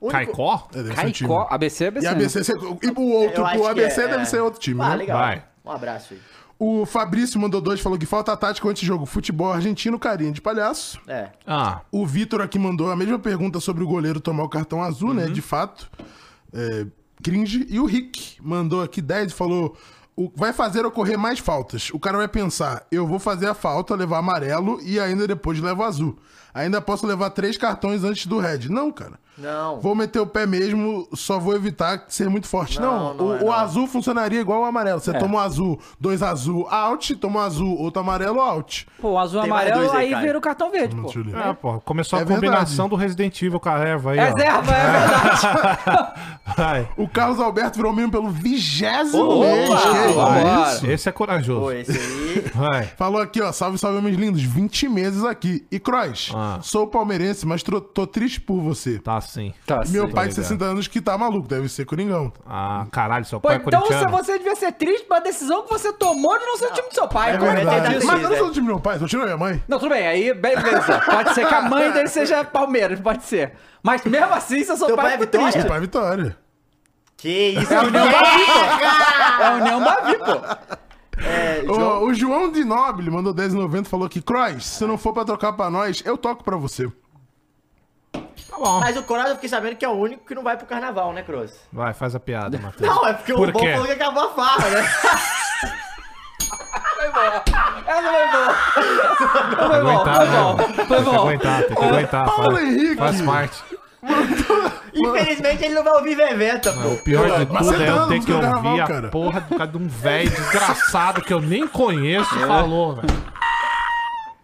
Único-
Caicó?
É, deve ser um time.
Caicó, ABC, ABC.
E
né?
ABC, e o outro
Eu acho
pro
que
ABC
é,
deve
é.
ser outro time,
Ah,
né?
legal.
Vai.
Um abraço aí.
O Fabrício mandou dois, falou que falta tática antes de jogo. Futebol argentino, carinha de palhaço.
É.
Ah,
O Vitor aqui mandou a mesma pergunta sobre o goleiro tomar o cartão azul, né?
Uhum.
De fato. É, cringe. E o Rick mandou aqui 10 e falou: o- vai fazer ocorrer mais faltas. O cara vai pensar: eu vou fazer a falta, levar amarelo e ainda depois levo azul. Ainda posso levar três cartões antes do red. Não, cara.
Não.
Vou meter o pé mesmo, só vou evitar ser muito forte. Não,
Não, não
o,
é,
o
não. É.
azul funcionaria igual o amarelo. Você toma um azul, dois azul, out, toma um azul, outro amarelo, out.
Pô, azul
Tem mais
amarelo,
dois aí,
aí
cara.
vira o cartão verde, pô.
Deixa eu ler.
é, pô, começou
É
a combinação do Resident Evil com a erva aí.
É
ó.
zerba, é verdade.
Vai.
O Carlos Alberto virou meme pelo vigésimo
Opa!
mês. Que
Vambora.
isso?
Esse é corajoso.
Pô, esse aí.
Vai.
Falou aqui, ó. Salve, salve, meus lindos. 20 meses aqui. E Cross,
Ah.
sou palmeirense, mas tro- tô, triste por você.
Tá sim.
Tá,
Meu
sim.
pai de
ligado.
60 anos que tá maluco, deve ser Coringão.
Ah, caralho, seu
Pô,
pai é
então se
corintiano.
você devia ser triste pela decisão que você tomou de não ser o time do seu pai.
É
Como que
verdade.
tem disso?
Mas eu
isso,
não sou
velho.
do time do meu pai, sou do time da minha mãe.
Não, tudo bem, aí beleza. Pode ser que a mãe dele seja Palmeiras, pode ser. Mas mesmo assim, se eu sou
Teu
pai,
pai é
ficou triste.
Meu pai é Vitória.
Que isso?
É o União Bavi, pô. É a União Bavi, pô.
É,
Ô,
João.
o João de Noble mandou 10,90 e falou que, Cross, se não for pra tocar pra nós, eu toco pra você.
Tá bom.
Mas o Cross eu fiquei sabendo que é o único que não vai pro carnaval, né, Cross?
Vai, faz a piada, Matheus.
Não, é porque
Por
o Bob
quê?
falou que acabou a farra, né?
Essa foi boa. Foi é bom, foi
aguentar, né?
bom,
Tem
foi
que
bom.
aguentar, tem que aguentar.
Paulo
faz-
Henrique.
Faz parte.
Infelizmente ele não vai ouvir Veveta, pô.
O pior de
Mas
tá
tudo
você
é eu
dando
ter
música
que
do
ouvir
carnaval,
a
cara.
porra do cara de um
É.
velho desgraçado que eu nem conheço falou, velho.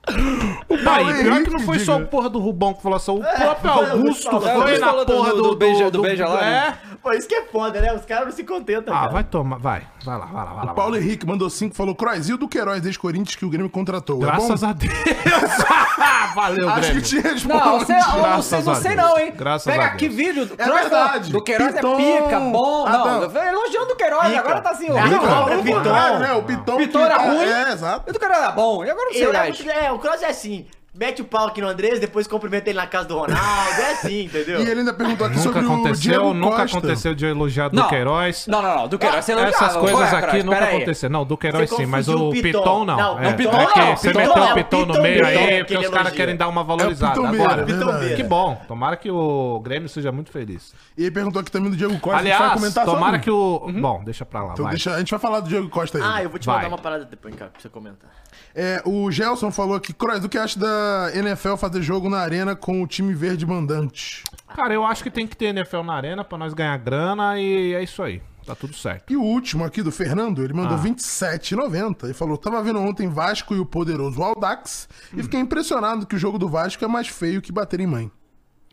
O
Não, e Tá pior que
Henrique
não foi só o
diga.
porra do Rubão que falou só. O
É,
próprio
falou,
Augusto
falou,
foi
Augusto
na
falou do-
porra
do-
do...
do beija- do beija lá, né?
É.
Pô, isso que é foda, né? Os caras não se contentam,
Ah,
cara.
vai tomar. Vai. Vai lá, vai lá, vai lá.
Paulo Henrique mandou cinco, falou Croiz e o Duqueiroz ex-Corinthians que o Grêmio contratou.
Graças
é bom?
a Deus. Valeu,
Acho
Grêmio.
que te responde.
Não, você, eu não sei,
Graças a
não sei
Deus.
não, hein?
Graças
Pega
a
aqui
Deus.
vídeo do
É
verdade.
Do Queiroz
Piton.
é pica, bom.
Ah,
não,
não.
eu elogiando o Queiroz,
Pica.
agora tá assim, ó.
Pica.
Não,
Não,
não,
é
O
não.
Piton.
contrário, né? O Piton.
Piton era
que-
ruim.
É, exato.
E do Queiroz era bom. E agora eu não sei
Eu
mais.
lembro, é, o Cross é assim. Mete o pau aqui no Andrés, depois cumprimenta ele na casa do Ronaldo. É assim, entendeu?
E ele ainda perguntou aqui
Nunca
sobre o Diego
aconteceu, nunca
Costa.
aconteceu de eu elogiar
Não.
do Queiroz. Ah,
Não, não, não. Do Queiroz você elogiava.
Essas coisas
Qual é,
aqui
Queiroz?
nunca
Pera aí.
aconteceram. Não, do Queiroz
Você
sim, mas
confundiu
o
o Piton.
Piton não.
Não,
é,
o Piton
é que
não, o
Você
Piton
meteu
não,
o Piton no meio
Piton Beira
aí,
que
porque os
ele
caras
elogia.
querem dar uma valorizada.
É Piton
Agora,
Beira, verdade.
que bom. Tomara que o Grêmio seja muito feliz.
E ele perguntou aqui também do Diego Costa. a gente vai
Aliás,
comentar sobre.
tomara que o... Bom, deixa pra lá,
Então
vai.
deixa, a gente vai falar do Diego Costa aí.
Ah, eu vou te
Vai.
mandar uma parada depois, cara, pra você comentar.
É, o Gelson falou aqui, Croix, o que acha da NFL fazer jogo na arena com o time verde mandante?
Cara, eu acho que tem que ter NFL na arena pra nós ganhar grana e é isso aí. Tá tudo certo.
E o último aqui do Fernando, ele
Ah.
mandou 27,90 e falou: tava vendo ontem Vasco e o poderoso Aldax
Hum.
e fiquei impressionado que o jogo do Vasco é mais feio que bater em mãe.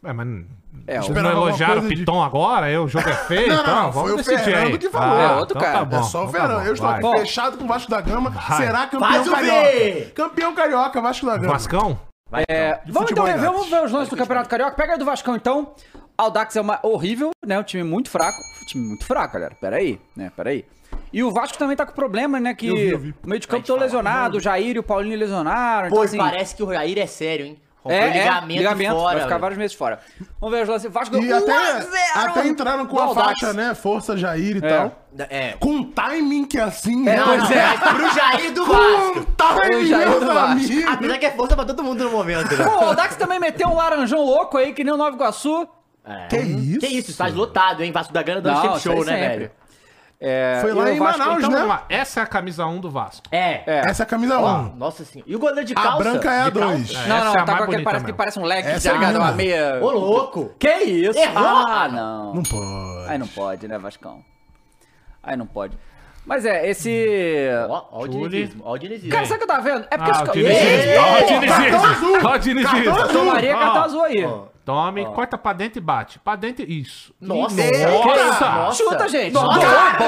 É, mas n-
É, o-
vocês não
Esperava alguma
elogiaram o
coisa de-
Piton agora? É, o jogo é feio?
Não, não,
então,
não,
vamos
foi o
decidir
Fernando
aí.
que falou.
É, outro cara.
Tá bom,
é só o
então tá
Fernando.
bom,
eu estou
vai.
aqui
Bom.
fechado com o Vasco da Gama.
Vai.
Será campeão
Faz o
carioca?
ver!
Campeão carioca, Vasco da Gama.
Vascão?
É, vamos então
futebol
ver,
grátis.
vamos ver os lances do Campeonato Carioca. Pega aí do Vascão então. Aldax é uma horrível, né? Um time muito fraco. Um time muito fraco, galera. Pera aí, né? Pera aí. E o Vasco também tá com problema, né? Que
Eu vi, eu vi.
o meio de campo todo lesionado, o Jair e o Paulinho lesionaram.
Pô,
então, assim,
parece que o Jair é sério, hein? Rompeu
é,
ligamento,
é, ligamento
fora.
vai ficar
velho.
vários meses fora. Vamos ver os lances. Vasco
E
ganhou 1 a
até,
0.
até entraram com
do
a
Aldax.
faixa, né? Força Jair e
É.
tal.
É.
Com um timing que assim.
É,
né?
Não,
Pois
não,
é.
mas pro Jair do
Com
Vasco.
um timing,
O Jair
meus
do Vasco.
amigos.
Apesar que é força pra todo mundo no momento,
Pô,
né?
o Aldax também meteu um laranjão louco aí, que nem o Nova Iguaçu.
É.
Que isso?
Que isso, estádio lotado, hein? Vasco da Gana dando
Não,
sempre
isso aí
show, né,
sempre.
velho?
É,
Foi
e
lá
o
em
Vasco,
Manaus,
Então,
né?
vamos lá. Essa é a camisa 1 do Vasco.
É.
Essa é a camisa 1.
Nossa senhora. E o goleiro de
A
calça?
branca é a
De calça?
2.
É,
Não,
essa
não,
é
tá
a mais
com aquele
bonita
parece
mesmo.
que parece um leque,
Essa é
tá ligado?
linda.
Uma meia...
Ô, louco.
Que isso?
Errou!
Ah, não.
Não pode.
Aí não pode, né, Vascão? Aí não pode. Mas é, esse.
Ó, ó o
Júlio.
dinizismo, ó o dinizismo.
Cara, sabe o que eu tava vendo? É porque
Ah,
os
o
ca-
dinizismo.
Ê,
Ó, o
Cartão
dinizismo.
azul.
Ó, o dinizismo.
Cartão azul.
Tomaria
Ó,
cartão azul aí.
Tome, corta pra dentro e bate. Pra dentro e... Isso.
Nossa!
Nossa!
Nossa!
Chuta, gente.
Nossa!
Boa,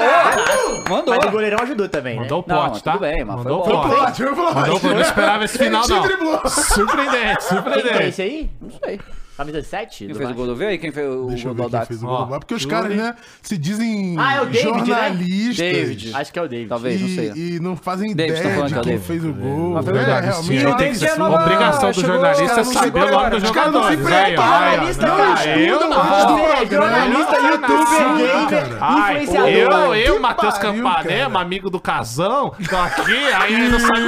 boa. Mandou.
Mas o goleirão ajudou também,
Mandou o
né?
Não,
pote,
mas
tá?
tudo bem, mas foi
Mandou o
bom.
Foi
pote.
forte, eu vou
Mandou o pote. Não esperava esse final,
Ele te driblou.
não. Surpreendente,
Quem que é
surpreendente.
esse aí?
Não sei.
Camisa 7?
Quem fez o gol do V aí? Quem fez o
Deixa
gol
eu
do
ver quem
Aldax?
fez o
Ó,
gol do VAR, Porque os
Júlio.
caras, né, se dizem
Ah, é o David, né?
jornalistas.
David.
Acho que é o David.
Talvez, não sei.
E, e não fazem
David, tô
ideia
falando
de
que é o
quem
David.
fez o gol.
Mas foi o
É,
David.
realmente,
Sim,
Aí tem que
Tem que
ser
ser nova-
obrigação do
chegou- os
jornalista
caras não
saber o
preparam,
nome do
os caras
não se
jogador. Aí, ó,
preparam,
aí, ó.
jornalista,
Não,
cara.
eu não
Antes do
vou.
programa.
Jornalista,
Não, não,
youtuber,
não,
gamer,
Ai,
influenciador.
eu, eu,
Que
Matheus
pariu,
Campanema,
cara.
amigo do casão, tô aqui, aí ele não sabe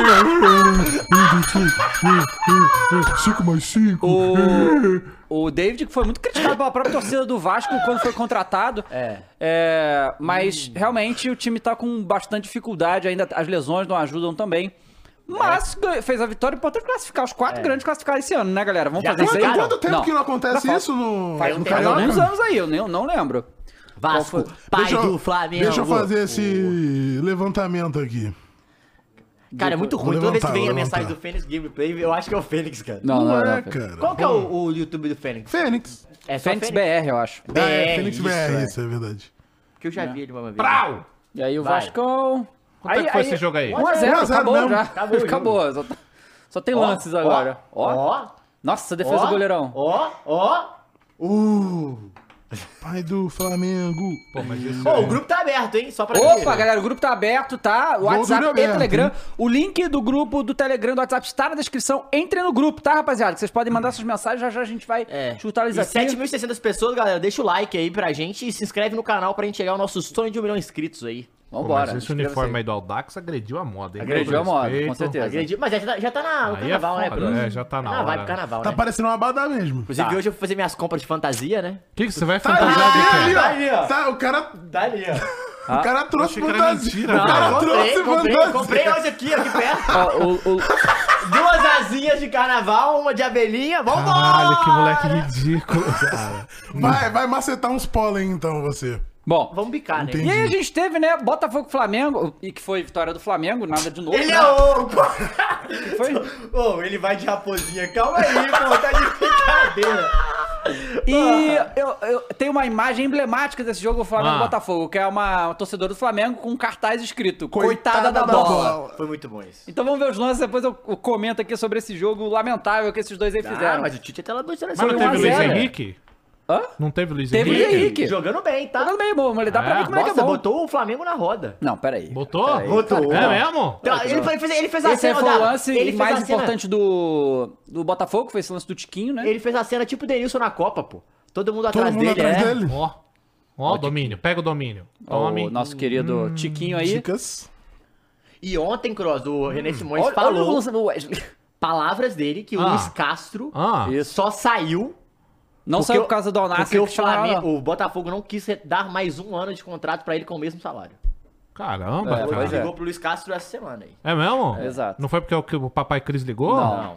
o
5 mais 5.
O, o David, que foi muito criticado pela própria torcida do Vasco quando foi contratado.
É.
É, mas realmente o time tá com bastante dificuldade ainda. As lesões não ajudam também. Mas
É.
ganha- fez a vitória importante classificar. Os quatro grandes classificaram esse ano, né, galera? Vamos
Já
fazer isso aí.
classificaram?
Quanto tempo
Não.
que não acontece isso no,
Faz
no
um- faz
Carioca?
alguns anos aí, eu nem- não lembro.
Vasco,
Qual foi?
pai
Deixa eu-
do Flamengo.
Deixa eu fazer esse levantamento aqui.
Cara, é muito
Vou
ruim. Toda vez que
levantar,
vem
vou
a mensagem
levantar.
do Fênix Gameplay, eu acho que é o Fênix, cara.
Não, não,
Não
não.
é,
não.
cara.
Qual que é o, o YouTube do Fênix?
Fênix.
É só
Fênix BR, eu acho.
Ah, É,
BR,
Fênix
isso,
BR,
é.
isso é verdade.
Que eu já vi ele uma vez.
Prau!
E aí o
Vai.
Vascão.
Quanto é que foi esse jogo aí?
1x0,
1 a 0
acabou
mesmo.
já.
Acabou o
Acabou.
jogo.
Só, tá- só tem
Ó,
lances agora. Ó.
Ó.
Nossa, defesa
ó,
do goleirão.
Ó, ó. Uh.
Pai do Flamengo.
Pô, mas isso
Pô, o grupo tá aberto, hein? Só pra
Opa, galera, o grupo tá aberto, tá? O WhatsApp
Júlio
e
aberto,
Telegram.
hein?
O link do grupo do Telegram do WhatsApp está na descrição. Entrem no grupo, tá, rapaziada? Que Vocês podem mandar suas mensagens, já já a gente vai
É.
chutar eles
E
aqui.
7.600 pessoas, galera, deixa o like aí pra gente e se inscreve no canal pra gente chegar ao nosso sonho de um milhão de inscritos aí.
Pô,
Vambora.
mas esse
inscreva-se
uniforme é
aí.
aí do Aldax agrediu a moda, hein?
Agrediu
Todo
a moda,
respeito.
com certeza.
Acredito. Mas já tá, já tá na, no
Aí é
carnaval, né,
foda,
Bruno?
é, já tá na
Tá
hora,
vai pro
né?
carnaval,
Tá
né?
parecendo uma badá mesmo.
Tá.
Inclusive, hoje eu fui fazer minhas compras de fantasia, né?
O que, que você vai
Tá ali,
fantasiar de quê?
ali, ó.
Tá ali, ó.
Tá, o cara,
Tá ali, ó.
o cara trouxe
Ah, achei que era
fantasia.
mentira,
o cara
cara.
trouxe
Comprei, comprei,
fantasia.
comprei hoje aqui, aqui perto.
Ó, o- o-
Duas asinhas de carnaval, uma de abelhinha. Vambora!
Caralho, que moleque ridículo.
Vai, vai macetar uns pólen então, você.
Bom.
Vamos bicar, né?
E
Entendi.
aí a gente teve, né, Botafogo e Flamengo, e que foi vitória do Flamengo, nada de novo.
Ele
né?
é o...
Foi?
Ô, ele vai de raposinha. Calma aí, pô, tá de brincadeira.
E eu, eu tenho uma imagem emblemática desse jogo do Flamengo
Ah.
Botafogo, que é uma torcedora do Flamengo com um cartaz escrito Coitada,
Coitada
da,
da
bola.
bola.
Foi muito bom isso.
Então vamos ver os lances, depois eu eu comento aqui sobre esse jogo lamentável que esses dois aí
Ah,
fizeram.
mas o Tite até lá dois seleções.
Mas não
Foi
teve
um a
Luiz
zero.
Henrique?
Hã?
Não teve Luiz
Teve Luiz
Henrique?
Henrique.
Jogando bem, tá?
Tá bem bom, mas dá pra
É?
ver como é que
Nossa,
é bom.
botou o Flamengo na roda.
Não, peraí.
Botou?
Peraí.
Botou.
É mesmo?
Tá, ele, foi- ele fez, ele fez a
Esse aí
cena,
foi o
Dado.
lance
ele fez
mais
a cena-
importante do, do Botafogo, foi esse lance do Tiquinho, né?
Ele fez a cena tipo o Denilson na Copa, pô. Todo mundo
Todo
atrás
mundo
dele,
atrás
é.
dele.
Ó. Ó, o domínio. Pega o domínio. Tome.
O nosso querido
Hum,
Tiquinho aí.
Dicas.
E ontem, Cross, Hum. o René Simões
Olha, olha o
falou
lance do Wesley.
palavras dele que o
Ah.
Luiz Castro
Ah.
Isso.
só saiu
Não
porque
saiu
o-
por causa do Alnasser.
porque o,
que tinha-
Flamengo, o Botafogo não quis dar mais um ano de contrato pra ele com o mesmo salário.
Caramba,
É,
cara.
pois
Ele
é.
ligou pro Luiz Castro essa semana aí.
É mesmo?
Exato.
Não foi porque o, que o papai Cris ligou?
Não.
Não.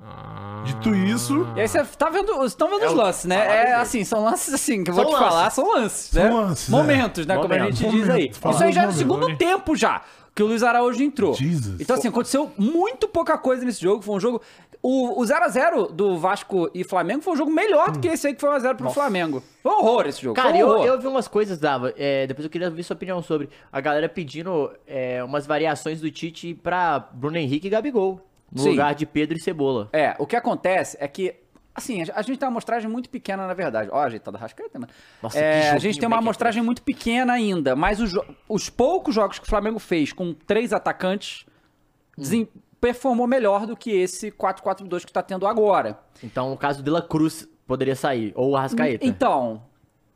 Ah.
Dito isso,
E aí você tá vendo, estão vendo
É
os
o-
lances, né?
salário
É
dele.
assim, são lances assim, que eu
São
vou te
lances.
falar, são lances,
São
né?
lances, é.
momentos, né, como a
Momentos.
gente diz aí.
Momentos, fala.
Isso aí já é no
Momentos.
segundo tempo já, que o Luiz Araújo entrou.
Jesus.
Então assim, aconteceu muito pouca coisa nesse jogo, foi um jogo... O o 0x0 do Vasco e Flamengo foi um jogo melhor
Hum.
do que esse aí que foi 1x0 pro Flamengo. Foi um horror esse jogo,
Cara,
foi um horror.
eu, eu vi umas coisas, Dava. é, depois eu queria ouvir sua opinião sobre a galera pedindo é, umas variações do Tite pra Bruno Henrique e Gabigol. No
Sim.
lugar de Pedro e Cebola.
É, o que acontece é que. Assim, a gente tem uma amostragem muito pequena, na verdade. Ó, a gente tá da rascaeta, mano.
Nossa,
É,
que
a
joguinho
gente tem uma
mequetrefe.
amostragem muito pequena ainda, mas os, jo- os poucos jogos que o Flamengo fez com três atacantes
Hum.
desem- performou melhor do que esse 4-4-2 que tá tendo agora.
Então, o caso de La Cruz poderia sair. Ou o Arrascaeta.
Então,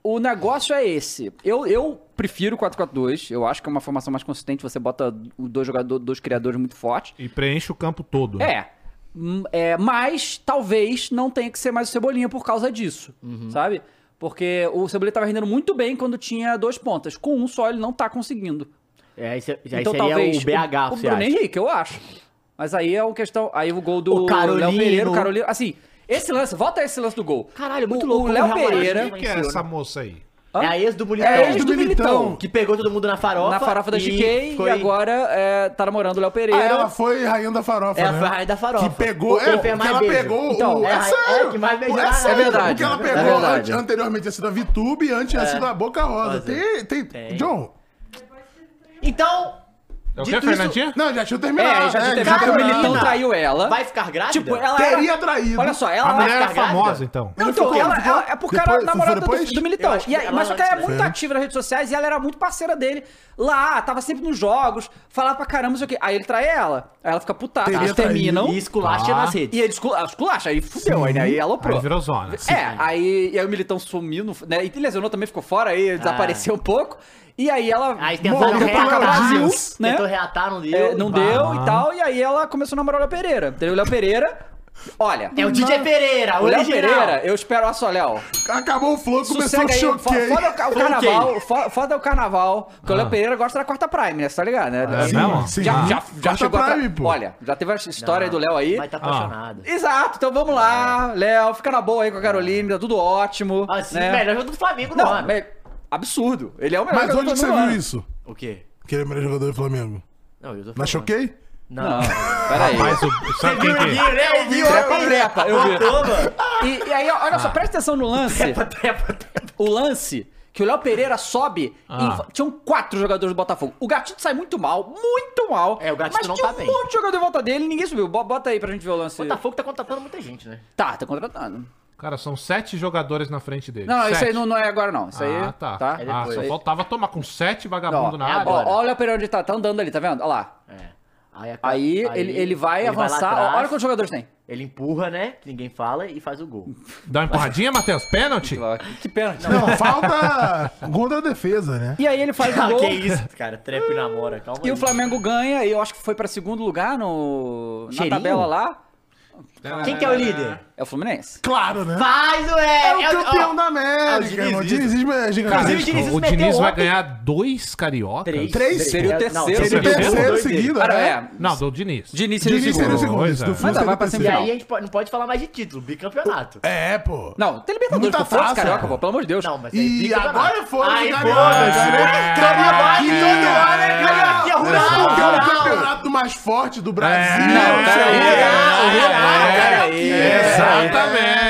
o negócio é esse. Eu, eu prefiro 4-4-2. Eu acho que é uma formação mais consistente. Você bota dois jogadores, dois criadores muito fortes.
E preenche o campo todo. né?
É. Hum, é, Mas talvez não tenha que ser mais o Cebolinha por causa disso,
Uhum.
sabe? Porque o Cebolinha tava rendendo muito bem quando tinha dois pontas. Com um só ele não tá conseguindo.
É, aí se- aí
então
seria
talvez
o BH,
o, o
você
Bruno
acha?
Henrique, eu acho. Mas aí é uma questão... Aí o gol do
O Carolino.
Léo Pereira, o Carolino... Assim, esse lance... Volta a esse lance do gol.
Caralho, é
O-
muito louco.
O Léo
como Real Madrid
Pereira...
O que é
venceu,
essa
né?
moça aí?
Hã?
É a ex do Bonitão.
É a ex do
do Militão.
Militão.
Que pegou todo mundo na farofa.
Na farofa da
e
GK
foi-
e agora é, tá namorando o Léo
Ah,
Pereira.
ela foi rainha da farofa,
Ela
Uhum.
né?
foi a rainha da farofa.
Que pegou.
Foi
É,
quem
que
fez mais
ela
beijo.
pegou.
Então,
o,
é
a- é
sério,
que mais beijo.
É, sério,
É verdade,
Porque ela
é
pegou
verdade.
an- anteriormente tinha sido a Vitube e antes tinha sido a Boca Rosa. Tem, tem, John.
Então,
É o
Dito
que,
isso-
Fernandinha?
Não, já tinha terminado.
É, já tinha terminado que o
cara,
Militão traiu ela.
vai ficar grávida?
Tipo, ela
Teria
era-
traído.
Olha só, ela
A mulher
ficar
era famosa,
grávida?
então.
Não,
Ele
então,
ficou,
ela,
ele ficou?
ela- é porque ela era
Depois-
namorada
foi
do,
depois? é
do Militão.
Eu acho que
E aí-
ela
mas só que ela era
antes,
muito
né?
ativa nas redes sociais e ela era muito parceira dele. Lá, tava sempre nos jogos, falava pra caramba, não sei o quê. Aí ele trai ela. Aí ela fica putada,
Teria
eles terminam.
E
E,
esculacha
Tá.
nas redes.
ele escula- esculacha, aí fudeu, aí, né? aí ela
Aí
oprou.
virou zona.
É, aí, e aí o Militão sumiu, no- né? E lesionou também, ficou fora, aí desapareceu um pouco. E aí ela
Aí tentou
Bom,
voltou pra cá,
reatar,
Brasil,
dias.
né?
Tentou reatar, não deu.
É, não
Bah.
deu e tal, e aí ela começou a namorar o Léo Pereira. Entendeu? O Léo Pereira, olha...
É o DJ Pereira,
O
o
Léo
original. Ah.
Pereira, eu espero... Olha só, Léo...
Acabou o flow, começou o
Sossega aí, fo-
choquei.
foda o ca- o
Choquei.
carnaval, fo- foda o carnaval, porque o Léo
Ah.
Pereira gosta da quarta prime, né? Você tá ligado, né?
É mesmo?
Sim,
Já, já,
sim.
já
Quarta
chegou a tra-
prime, pô.
Olha, já teve a história
Ah,
do Léo aí.
Vai tá
Ah.
apaixonado.
Exato, então vamos lá, Léo, fica na boa aí com a Caroline, tá tudo ótimo.
Assim,
né?
melhor jogo do Flamengo no
Não,
ano.
é absurdo. Ele é o melhor
Mas
jogador
onde que
do
você
ano.
viu isso?
O quê?
Que ele é o melhor jogador do Flamengo.
Não, eu tô
Na
falando.
choquei?
Não,
Não.
peraí.
Mas o. Sabe quem que. é?
né? Viu?
Trepa, trepa, eu vi.
Matou, mano.
E, e aí, ó, olha só,
Ah.
presta atenção no lance.
Trepa, trepa, trepa.
o lance que o Léo Pereira sobe
Ah.
e tinham quatro jogadores do Botafogo. O Gatito sai muito mal, muito mal.
É, o Gatito
mas
não
tinha
tá
um
bem.
monte de jogador em volta dele, ninguém subiu. Bo- Bota aí pra gente ver o lance.
Botafogo tá contratando muita gente, né?
Tá, tá contratando.
Cara, são sete jogadores na frente dele.
Não, não, isso
Sete.
aí não, não é agora não. Isso aí,
Ah, tá.
tá?
É
Ah,
depois.
só
Aí-
faltava tomar com sete
Ó,
vagabundos na
é
área.
ó,
agora.
ó, o Léo Pereira onde tá, tá andando ali, tá vendo? Olha lá.
É. Aí, a-
Aí, ele, ele vai
lá
avançar.
atrás,
ó, olha quantos jogadores tem.
Ele empurra, né? Que ninguém fala e faz o gol.
Dá uma empurradinha, Matheus? Pênalti?
Que pênalti.
Não, falta gol da defesa, né?
E aí ele faz o
Ah,
gol.
que isso, cara. Trap e namora, calma
E
aí.
o Flamengo ganha, e eu acho que foi pra segundo lugar no, na
Cheirinho?
tabela lá.
Quem que é o líder?
É o Fluminense.
Claro, né?
Faz, ué!
É o campeão
ó,
da América,
Diniz,
irmão. O
isso.
Diniz é
Inclusive,
gigantesco.
o Diniz
o
meteu
Diniz vai
ontem.
ganhar dois cariocas?
Três.
Três?
Seria o
é, Não,
terceiro
Ele
seria o
segundo.
terceiro
dois
seguido,
Cara,
né?
é.
Não, do Diniz.
Diniz seria o
Diniz seria o
segundo.
segundo.
Pois
isso,
é.
Do Flu
Mas dá,
seria
vai
o
pra
E
terceiro.
semifinal.
aí a gente pode- não pode falar mais de título, bicampeonato.
É, pô.
Não, tem Libertadores,
Muita
pô, foda-se,
taça,
carioca,
cara.
pô, pelo amor de Deus.
Não, mas é
E agora foi
Aí
o Carioca,
foi,
né?
é.
Carioquinha.
né? Carioquinha rural,
Porque é o
rural.
campeonato mais forte do
Não,
Brasil. sei
peraí,
lá.
peraí,
Carioca,
peraí,
Carioquinha.
Exatamente.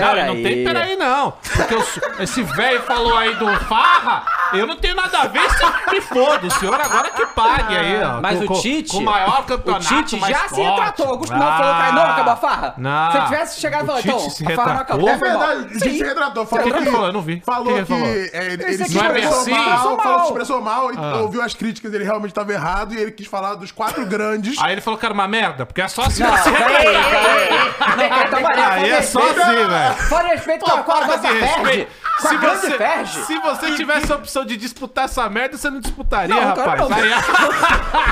Não, não
Peraí.
tem peraí, não. Porque eu sou- esse velho falou aí do farra, eu não tenho nada a ver, se eu me foda. O senhor agora que pague aí, ó.
Mas
com-
o
com-
Tite.
Com o maior campeonato.
O Tite
mais
já se
forte. Ah,
retratou. Augusto Melo falou que não, acabou a farra.
Não.
Se ele tivesse chegado e
O
falado, então,
Tite se
a farra não acabou.
retratou?
É verdade, o Diniz se retratou. Falou
O que
que,
que ele falou? Eu não vi.
Falou
O que
que,
que ele falou?
é, ele,
Esse
ele
aqui
se
não é bem
expressou
assim.
mal,
Expressou
falou que
mal.
se expressou mal, ele
Ah.
ouviu as críticas, ele realmente estava errado e ele quis falar dos quatro grandes.
Aí ele falou que era uma merda, porque é só assim.
Não,
você-
peraí, peraí. Não, calma aí,
Aí é só assim, velho.
Fora respeito com a com a
Falta de
nossa Ferdi.
respeito.
Com a
Se
grande
você-
Ferdi.
Se você tivesse a opção de disputar essa merda, você não disputaria,
Não, claro
rapaz.
não.
Aí, é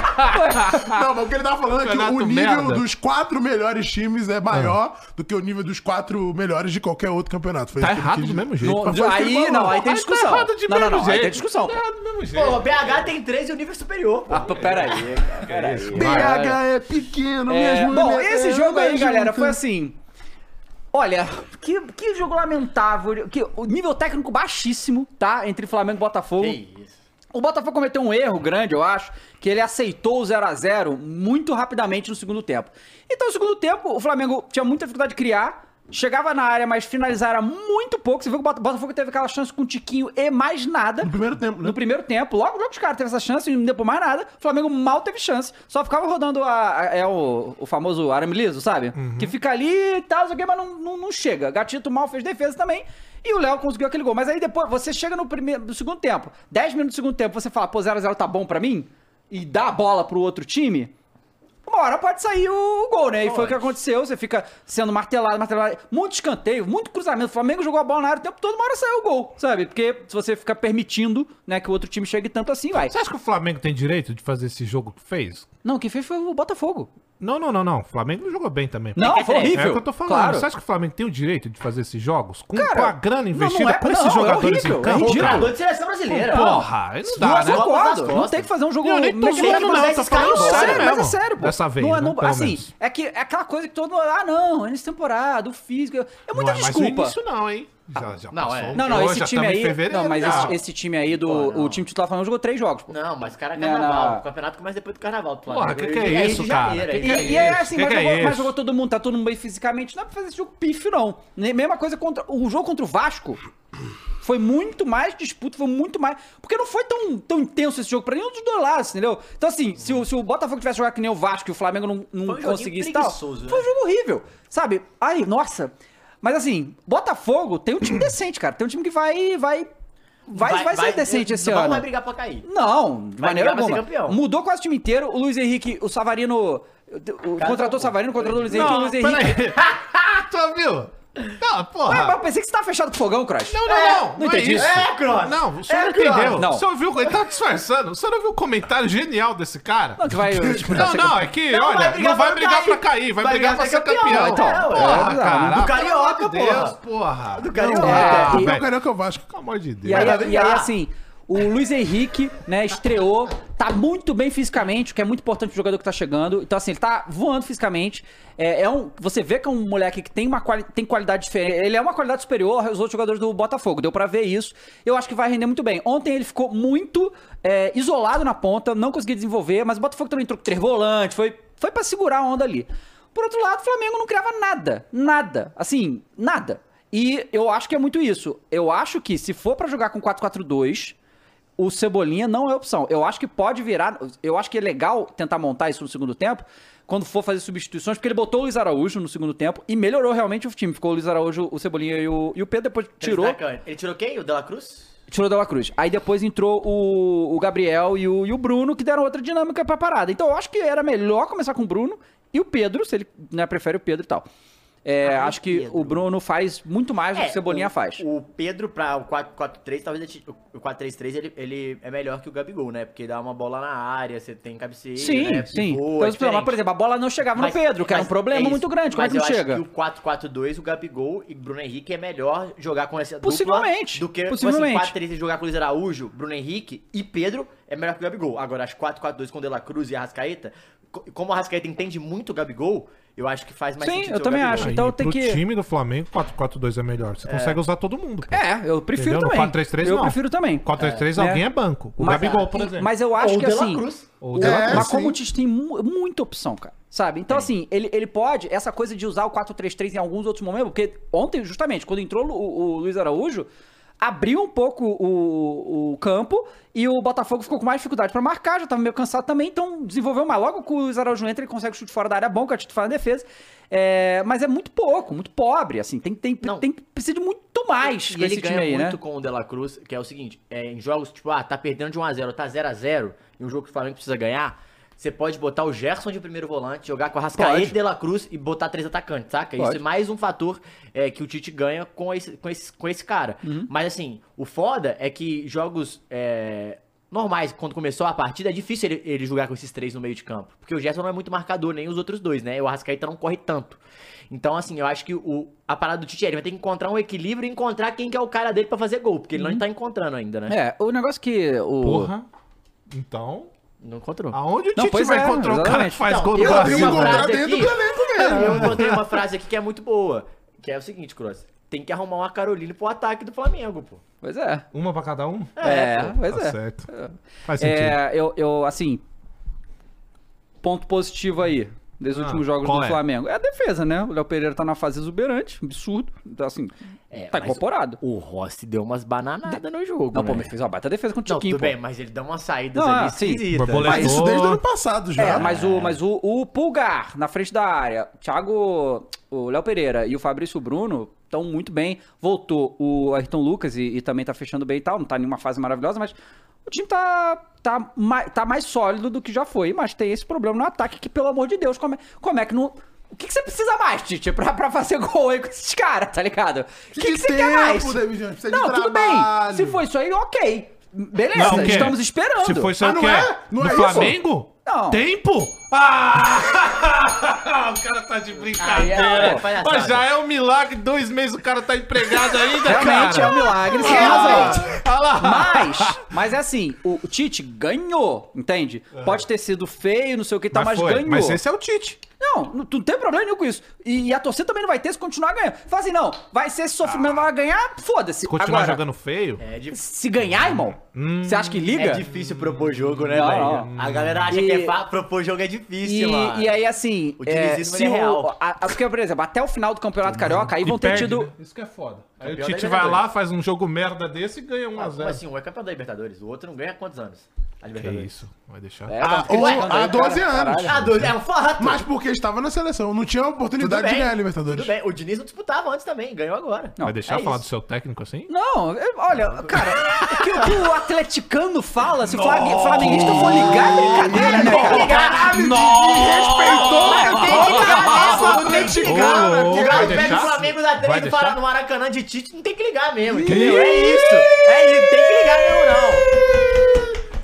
Não, mas o que ele tava falando é que o nível
Campeonato merda. Ah.
dos quatro melhores times é maior do que o nível dos quatro melhores de qualquer outro campeonato. Foi
tá
isso que ele
errado
quis
do
dizer.
mesmo jeito.
Não,
Foi isso que ele
Aí
falou.
não, aí tem
Mas
discussão.
Tá errado de
Não, não, não,
mesmo
aí
jeito.
tem discussão.
Tá
pô.
errado do mesmo jeito.
Pô, o BH tem três e o nível é superior, pô.
Ah, pô, Peraí, peraí.
BH é pequeno
É,
mesmo.
bom,
né?
esse
É,
jogo aí,
mas
galera,
junto.
foi assim. Olha, que, que jogo lamentável. Que, o nível técnico baixíssimo, tá? Entre Flamengo e Botafogo.
Que isso.
O Botafogo cometeu um erro grande, eu acho, que ele aceitou o 0 a 0 muito rapidamente no segundo tempo. Então, no segundo tempo, o Flamengo tinha muita dificuldade de criar, chegava na área, mas finalizar era muito pouco. Você viu que o Bota- Botafogo teve aquela chance com o Tiquinho e mais nada.
No primeiro tempo, né?
No primeiro tempo, logo, logo os caras teve essa chance e não deu por mais nada. O Flamengo mal teve chance. Só ficava rodando a, a- é o, o famoso arame liso, sabe? Que fica ali e tal, o mas não, não, não chega. Gatito mal fez defesa também. E o Léo conseguiu aquele gol. Mas aí depois, você chega no primeiro, no segundo tempo. 10 minutos do segundo tempo, você fala, pô, 0x0 tá bom pra mim? E dá a bola pro outro time? Uma hora pode sair o gol, né? E foi o que aconteceu. Você fica sendo martelado, martelado. Muito escanteio, muito cruzamento. O Flamengo jogou a bola na área o tempo todo, uma hora saiu o gol, sabe? Porque se você ficar permitindo, né, que o outro time chegue tanto assim, vai.
Você acha que o Flamengo tem direito de fazer esse jogo que fez?
Não, quem fez foi o Botafogo.
Não, não, não, não. O Flamengo não jogou bem também.
Não, foi
É
horrível.
o que eu tô falando.
Claro.
Você acha que o Flamengo tem o direito de fazer esses jogos? Com,
Cara,
com a grana
não, não
investida,
é-
com
não,
esses
é
jogadores
horrível,
em
é
campo?
ridículo.
cara?
Jogador de seleção brasileira.
Porra, aí não dá,
Nossa,
né?
eu concordo.
Costas.
Não tem que fazer um jogo
Eu nem tô
mecânico.
zoando,
mas
não.
é
Tô falando
Não,
escalão,
sério
sério, mas
mesmo.
é sério, pô.
Dessa vez,
não, é-
né?
não-
Pelo
assim,
menos.
é que é aquela coisa que todo mundo, ah, não, nesse temporada, o físico. É muita
não é mais o
desculpa.
início não, hein? Já, já
Não, é.
passou.
Ah,
um
Não, não,
Hoje
esse
já
time
estamos em
aí.
fevereiro, é
Não, mas
já.
esse, esse time aí do.
Pô, não.
o time titular do Flamengo jogou três jogos, pô.
Não, mas cara, é
Não,
carnaval.
não.
O campeonato começa depois do carnaval. do
Porra,
Flamengo.
que que é
Ele de
isso, cara?
janeiro,
Que
aí.
que
E,
é
e é
isso?
assim,
Que
mas,
que é
jogou, mas
isso?
jogou todo mundo, tá todo mundo bem fisicamente. Não é pra fazer esse jogo pífio, não. Nem- Mesma coisa contra. O jogo contra o Vasco foi muito mais disputa, foi muito mais. Porque não foi tão, tão intenso esse jogo pra nenhum dos dois lados, entendeu? Então, assim, se o, se o Botafogo tivesse jogado que nem o Vasco e o Flamengo não, não
Foi um joguinho
conseguisse e tal. Foi um
preguiçoso, né?
jogo horrível, sabe? Ai, nossa. Mas assim, Botafogo tem um time decente, cara. Tem um time que vai. Vai, vai, vai, ser decente esse
não
ano.
Vai brigar pra cair.
Não, de
Vai
maneira
brigar pra ser
alguma.
campeão.
Mudou quase o time inteiro. O Luiz Henrique, o Savarino. o- contratou o Savarino, contratou o Luiz Henrique. o
Não,
Luiz Henrique.
peraí. tu viu? Não, porra.
Ah, mas eu pensei que você tava fechado com o fogão, Crash.
Não, não,
É,
não.
não entendi
isso.
isso.
É, Cross.
Não, o senhor
É,
não entendeu.
Cross.
Não.
O senhor viu, ele tava disfarçando. O senhor não viu o comentário genial desse cara?
Não, que vai. tipo,
Não,
ser
não,
campeão.
é que,
Não
olha,
vai brigar
não vai
pra
brigar
cair.
pra cair, vai,
Vai brigar
brigar pra ser
pra ser
campeão.
campeão, então.
porra,
É,
cara.
do
Carioca,
pelo amor de Deus,
porra.
porra.
Do Carioca.
É,
Ah,
e-
Não,
velho.
Carioca é o Vasco.
Pelo amor de Deus.
E aí,
Vai
e aí,
brigar.
assim, o Luiz Henrique, né, estreou, tá muito bem fisicamente, o que é muito importante pro jogador que tá chegando. Então, assim, ele tá voando fisicamente. É, é um, você vê que é um moleque que tem uma quali- tem qualidade diferente. Ele é uma qualidade superior aos outros jogadores do Botafogo. Deu pra ver isso. Eu acho que vai render muito bem. Ontem ele ficou muito é, isolado na ponta, não conseguiu desenvolver, mas o Botafogo também entrou com três volantes, foi, foi pra segurar a onda ali. Por outro lado, o Flamengo não criava nada. Nada. Assim, nada. E eu acho que é muito isso. Eu acho que se for pra jogar com 4-4-2, o Cebolinha não é opção. Eu acho que pode virar. Eu acho que é legal tentar montar isso no segundo tempo, quando for fazer substituições, porque ele botou o Luiz Araújo no segundo tempo e melhorou realmente o time. Ficou o Luiz Araújo, o Cebolinha e o, e o Pedro, depois tirou,
Ele tirou quem? O Dela Cruz?
tirou o Dela Cruz. Aí depois entrou o, o Gabriel e o, e o Bruno, que deram outra dinâmica pra parada. Então eu acho que era melhor começar com o Bruno e o Pedro, se ele né, prefere o Pedro e tal. É,
Ah,
acho que
Pedro. É,
o Bruno faz muito mais do que o Cebolinha
o,
faz.
O Pedro pra o 4-4-3, talvez ele- o 4-3-3 ele, ele é melhor que o Gabigol, né? Porque dá uma bola na área, você tem cabeceio,
sim,
né?
sim. Então,
Pivô, é
os problemas-
diferente.
por exemplo, a bola não chegava
Mas-
no Pedro, que era um
mas
problema
é isso.
muito grande. Como é
Mas
que não
eu acho
chega?
que o 4-4-2, o Gabigol e Bruno Henrique é melhor jogar com essa dupla
Possivelmente,
do que
possivelmente.
Assim, 4-3 e jogar com o Luiz Araújo, Bruno Henrique e Pedro é melhor que o Gabigol. Agora, acho que 4-4-2 com o De La Cruz e a Rascaeta, como a Rascaeta entende muito o Gabigol, eu acho que faz mais
Sim,
sentido
eu
ter o
também
Gabigol.
acho. Então
Aí,
tem
pro
que-
time do Flamengo, 4-4-2 é melhor. Você consegue usar todo mundo. pô.
É, eu prefiro
Entendeu? No
também.
4-3-3
eu
não.
prefiro também.
4-3-3
É.
alguém é banco. O
Mas-
Gabigol, por exemplo.
Mas eu acho
Ou o
que
De La
assim.
Cruz.
Ou o De La
É,
mas
sim.
como o Tite tem mu- muita opção, cara. Sabe? Então, assim, ele, ele pode, essa coisa de usar o 4-3-3 em alguns outros momentos, porque ontem, justamente, quando entrou o, o Luiz Araújo, abriu um pouco o, o campo e o Botafogo ficou com mais dificuldade pra marcar, já tava meio cansado também, então desenvolveu mais. Logo que o Luiz Araújo entra, ele consegue chute fora da área é bom, que a Tite faz na defesa. É, mas é muito pouco, muito pobre, assim. Tem, tem,
Não.
tem, precisa de muito mais
E
pra
ele
esse
ganha
time aí,
muito
né?
com o De La Cruz, que é o seguinte, é, em jogos, tipo, ah, tá perdendo de 1x0, tá 0x0, e um jogo que o Flamengo precisa ganhar, você pode botar o Gerson de primeiro volante, jogar com a Rascaeta
Pode.
e De La Cruz e botar três atacantes, saca? Isso
Pode.
é mais um fator é, que o Tite ganha com esse, com esse, com esse cara.
Uhum.
Mas assim, o foda é que jogos é, normais, quando começou a partida, é difícil ele, ele jogar com esses três no meio de campo. Porque o Gerson não é muito marcador, nem os outros dois, né? O Arrascaeta não corre tanto. Então, assim, eu acho que o, a parada do Tite é ele vai ter que encontrar um equilíbrio e encontrar quem que é o cara dele pra fazer gol. Porque ele não tá encontrando ainda, né?
Uhum. É, o negócio que o.
Porra. Então,
Não encontrou.
aonde o
Não,
Tite
pois
vai
é,
encontrar o cara
exatamente.
que faz
Então,
gol do
eu
Tem
Brasil?
que
uma
encontrar
frase
dentro
aqui.
do elenco mesmo.
Eu encontrei uma frase aqui que é muito boa. Que é o seguinte, Cross. Tem que arrumar uma Carolina pro ataque do Flamengo, pô.
Pois é.
Uma pra cada um?
É,
pô.
pois
tá
é.
certo. Faz sentido.
É, eu, eu, assim. Ponto positivo aí. Desses
Ah,
últimos jogos
qual
do
é?
Flamengo. É a defesa, né? O Léo Pereira tá na fase exuberante, absurdo. Então, assim,
É,
tá
mas
incorporado.
O Rossi deu umas bananadas no jogo.
Não,
né?
pô, mas fez uma baita defesa com o
Não,
Tiquinho,
tudo
pô.
bem, mas ele dá umas saídas
Não,
ali
ah, sim.
esquisitas.
Borboleta.
Mas isso
Pô.
desde o ano passado já.
É, mas, o, mas o, o Pulgar, na frente da área, Thiago, o Léo Pereira e o Fabrício Bruno estão muito bem. Voltou o Ayrton Lucas e, e também tá fechando bem e tal. Não tá nenhuma fase maravilhosa, mas o time tá, tá, ma- tá mais sólido do que já foi. Mas tem esse problema no ataque que, pelo amor de Deus, como é, como é que não... O que, que você precisa mais, Tite, pra, pra fazer gol aí com esses caras, tá ligado? O que,
de
que você quer
tempo,
mais?
David Jones, precisa de
não, tudo bem.
trabalho.
Se foi isso aí, ok. Beleza,
Não, o quê?
É, estamos esperando.
Se foi só
Ah,
o
não
quê?
é? Não é
do
isso?
Flamengo?
Não.
Tempo? Ah! o cara tá de brincadeira.
Aí é palhaçada.
Mas já é um milagre. Dois meses o cara tá
é
empregado ainda,
né,
Realmente é um
cara.
milagre, você tem razão.
Ah, Olha lá.
Mas, mas é assim, o o Tite ganhou, entende? Pode ter sido feio, não sei o que e tal, mas,
foi,
ganhou.
É. mas esse é o Tite.
Não, não, tu não tem problema nenhum com isso. E, e a torcida também não vai ter se continuar ganhando. Fala assim, não, vai ser esse sofrimento, vai ganhar, foda-se.
Continuar
Agora,
Ah. jogando Hum, feio?
É, dif-
se ganhar, irmão, você acha que liga?
é difícil propor jogo, né,
Não,
velho?
não.
A galera acha
E-
que é fa... propor jogo é difícil, mano.
E, e aí, assim,
O
é,
dinizismo,
se
ele é
o-
real.
a- a- porque, por exemplo, até o final do Campeonato Carioca, aí
E
vão ter
perde,
tido...
né? Isso Uhum. que é foda. Aí o
Campeão
Tite
da
vai lá,
Libertadores.
faz um jogo merda desse e ganha 1 a
Ah, como
0
assim? Um é campeão da Libertadores, o outro não ganha há quantos anos? A
Que
Libertadores.
isso? Vai deixar?
É, tá
Ah,
criticando
ou-
aí,
há
cara,
12 anos.
caralho. né?
Ah, dois, é um fato.
Mas porque estava na seleção, não tinha
Tudo
oportunidade
bem.
de ganhar a Libertadores.
Tudo bem, o Diniz não disputava antes também, ganhou agora.
Não,
né, Vai deixar
é
eu falar
isso.
do seu técnico assim?
Não, eu- olha,
Ah.
cara, o que, o que o atleticano fala, se o flam- flamenguista for ligar, é brincadeira, né, cara?
Caralho, respeitou
né,
Não tem que ligar,
Ô,
mano.
louco,
O
vai
Galo pega
deixar?
o Flamengo da
Vai
3
deixar?
no Maracanã de Tite, não tem que ligar mesmo, entendeu? É isso. É isso, não tem que ligar mesmo, não.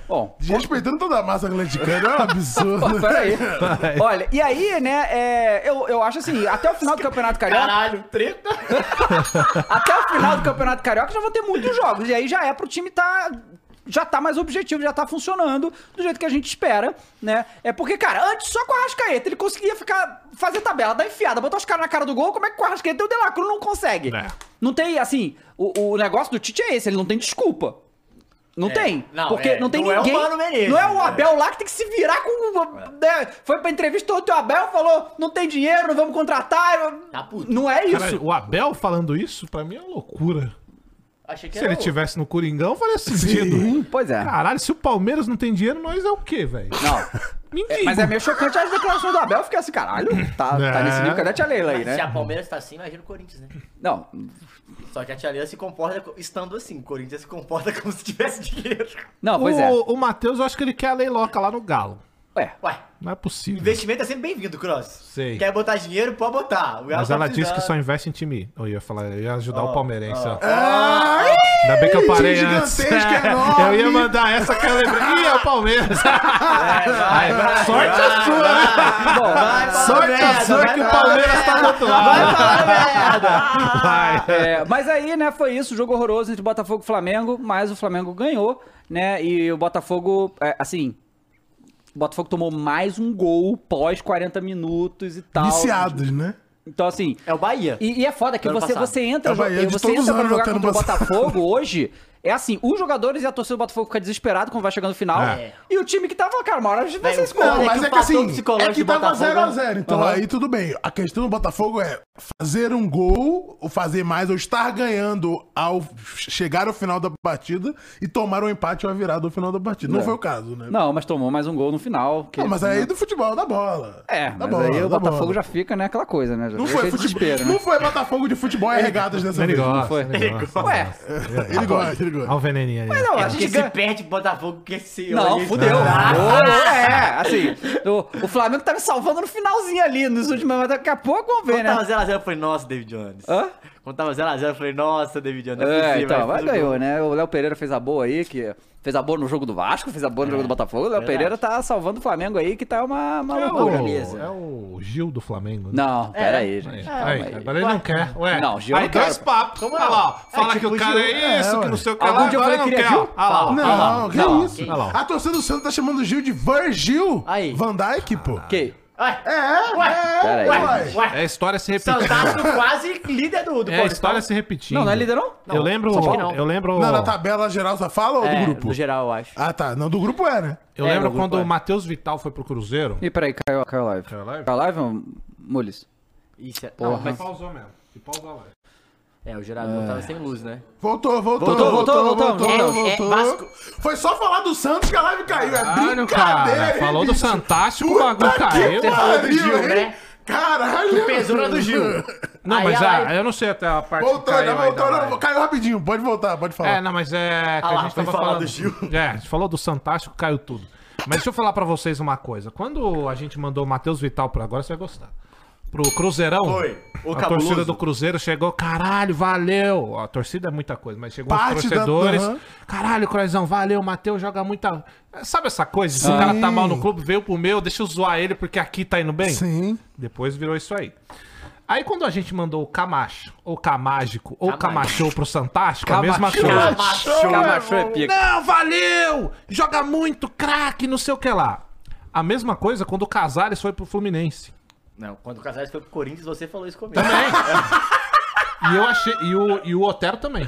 Bom,
Desrespeitando toda a massa atleticana, é um absurdo.
peraí. Olha, e aí, né, é, eu, eu acho assim, até o final do Campeonato Carioca,
Caralho, treta.
até o final do Campeonato Carioca já vão ter muitos jogos, e aí já é pro time tá... Já tá mais objetivo, já tá funcionando do jeito que a gente espera, né? É porque, cara, antes só com a Rascaeta ele conseguia ficar, fazer tabela, dar enfiada, botar os caras na cara do gol, como é que com a Rascaeta e o Delacru não consegue?
É.
Não tem, assim, o, o negócio do Tite é esse, ele não tem desculpa. Não tem.
não,
porque
é,
não tem
não é o
ninguém.
Mano Menezes,
não é o
né?
Abel lá que tem que se virar com. o- né? Foi pra entrevista ontem, o Abel falou: não tem dinheiro, não vamos contratar. eu-
Tá puto.
Não é isso.
Cara, o Abel falando isso, pra mim é uma loucura.
Achei que
Se ele
o-
tivesse no Coringão, faria sentido.
Pois é.
Caralho, se o Palmeiras não tem dinheiro, nós é o quê, velho?
Não.
Me
É,
diga.
mas é meio chocante as declarações do Abel. Eu fiquei assim, caralho, tá, tá
É.
nesse nível. Cadê a tia Leila aí,
Mas Se a
né?
Palmeiras tá assim, imagina o Corinthians, né?
Não.
Só que a Tia Leila se comporta co- estando assim. O Corinthians se comporta como se tivesse dinheiro.
Não, pois
o,
é.
o Matheus, eu acho que ele quer a Leiloca lá no Galo.
Ué,
Ué,
Não é possível.
investimento é sempre bem-vindo, Cross.
Sei.
Quer botar dinheiro, pode botar. O Galo
Mas
tá
ela disse que
precisando.
só investe em time. Eu ia falar, eu ia ajudar o palmeirense, ó.
Ah,
Ainda bem que eu parei
time
antes.
gigantesco, enorme.
Eu ia mandar essa que eu lembrei. Ih, é o Palmeiras. Aí, sorte a sua, né?
bom,
Sorte a sua que o Palmeiras tá do outro lado. Vai.
É, mas aí, né, foi isso, jogo horroroso entre Botafogo e Flamengo, mas o Flamengo ganhou, né, e o Botafogo, é, assim, o Botafogo tomou mais um gol pós 40 minutos e tal.
Viciados, né?
Então, assim,
É o Bahia.
e, e é foda que
Ano
você,
passado.
você entra,
É o
jo-
Bahia de
você
todos os
entra pra
anos
jogar
até
contra o
ano passado.
Botafogo hoje, é assim, os jogadores e a torcida do Botafogo fica desesperado quando vai chegando no final,
É.
e o time que tava, cara, uma hora vai ser
Velho,
esse
Não,
Não,
gol.
é
mas
que
é
o
que
fator
assim,
psicológico
é que
do
tava
Botafogo-
0x0, então
Aham.
aí tudo bem. A questão do Botafogo é fazer um gol, ou fazer mais, ou estar ganhando ao chegar ao final da partida e tomar um empate ou a virada ao final da partida. Não
É.
foi o caso, né?
Não, mas tomou mais um gol no final. que-
Não, mas aí Tá é do futebol, da bola.
É,
da
mas
bola,
aí o
da
Botafogo
bola.
já fica, né, aquela coisa, né? Já
Não
fica
foi,
cheio de
futebol,
desespero, né?
não foi Botafogo de futebol e regatas dessa
Ele
vez. não
gosta,
foi.
ele gosta.
Ué.
Ele gosta, ele
Olha
gosta.
o veneninho ali.
Não, é a
É Porque
gente
se
ganha...
perde pro Botafogo, que se
Não,
olha-
fudeu.
Ah,
Ô, é, assim, o, o Flamengo tá me salvando no finalzinho ali, nos últimos, mas daqui a pouco vamos ver,
Quando tava
né?
0x0, eu falei, nossa, David Jones.
Hã?
Quando tava 0x0, eu falei, nossa, David Jones, não é,
É,
possível.
então,
aí
mas
fez o
ganhou,
gol.
né? O Léo Pereira fez a boa aí, que fez a boa no jogo do Vasco, fez a boa no jogo do Botafogo. O Léo
verdade.
Pereira tá salvando o Flamengo aí, que tá uma, uma
É
loucura.
o, é o Gil do Flamengo. né?
Não, pera
É,
aí,
Aí,
gente.
aí, tá,
calma aí.
agora ele não quer. Ué,
Não, Gil
aí
não quero.
dois papos. Olha lá, ó. fala
É, tipo
que o cara
Gil.
é isso,
É,
que
ué.
não sei o que
Algum
lá,
dia eu
agora
falei que ele
não
é
quer.
Gil?
Olha Ah lá, ó.
Não,
Olha lá, ó.
que
não,
isso?
que isso.
A torcida do Santos tá chamando o Gil de Virgil
Aí.
Van Dyke, pô.
Ok.
Ué,
É,
Pera
ué,
aí,
ué.
Ah.
ué,
É a história se
um
repetindo.
Fantástico quase líder do, do
É a história se repetindo.
Não, não é líder, não?
Eu lembro,
acho que não.
eu lembro,
Não, tá. na tabela geral você fala ou do grupo?
Então, é, No geral, eu acho.
Ah, tá. Não, do grupo é, né?
eu
É,
lembro
no grupo,
quando
é.
o Matheus Vital foi pro Cruzeiro.
Ih, peraí, caiu, caiu a live.
Caiu a live?
Caiu a live, ô, Mules?
Isso é...
Porra.
Não, mas...
pausou mesmo. E pausou lá.
É, o gerador tava sem luz, né?
Voltou, voltou,
Voltou,
voltou,
voltou,
voltou, voltou,
voltou.
É, é, Vasco.
Foi só falar do Santos que a live caiu. É
Caralho,
brincadeira,
Ah, cara.
hein,
Falou do
bicho?
Fantástico, o
Puta
bagulho
que
caiu.
pariu,
Do Gil,
hein?
né?
Caralho.
Pesura do Gil.
Não,
Aí
mas
a
ah,
live-
eu não sei até a parte que
Voltou,
caiu
não,
aí
voltou, né?
da
não.
live.
Caiu rapidinho. Pode voltar, pode falar.
É, não, mas é que
Ah lá,
a gente
foi
tava
falar
falando.
do Gil.
É, a gente falou do Santástico, caiu tudo. Mas deixa eu falar pra vocês uma coisa. Quando a gente mandou o Matheus Vital pra agora, você vai gostar. Pro Cruzeirão,
Foi. O
a
cabuloso.
torcida do Cruzeiro chegou, caralho, valeu. A torcida é muita coisa, mas chegou
Parte
os
da-
torcedores.
Aham.
Caralho, Croizão, valeu, Matheus joga muita. É, Sabe essa coisa? Se o cara tá mal no clube, veio pro meu, deixa eu zoar ele porque aqui tá indo bem?
Sim.
Depois virou isso aí. Aí quando a gente mandou o Camacho, ou Camágico, ou
Camacho.
Camachou pro Santástico, a mesma
Camacho.
coisa.
Camacho.
Camacho é pica.
Não, valeu! Joga muito, craque, não sei o que lá. A mesma coisa quando o Casares foi pro Fluminense.
Não, quando o Casares foi pro Corinthians, você falou isso comigo.
E eu achei. E o, e o Otero também.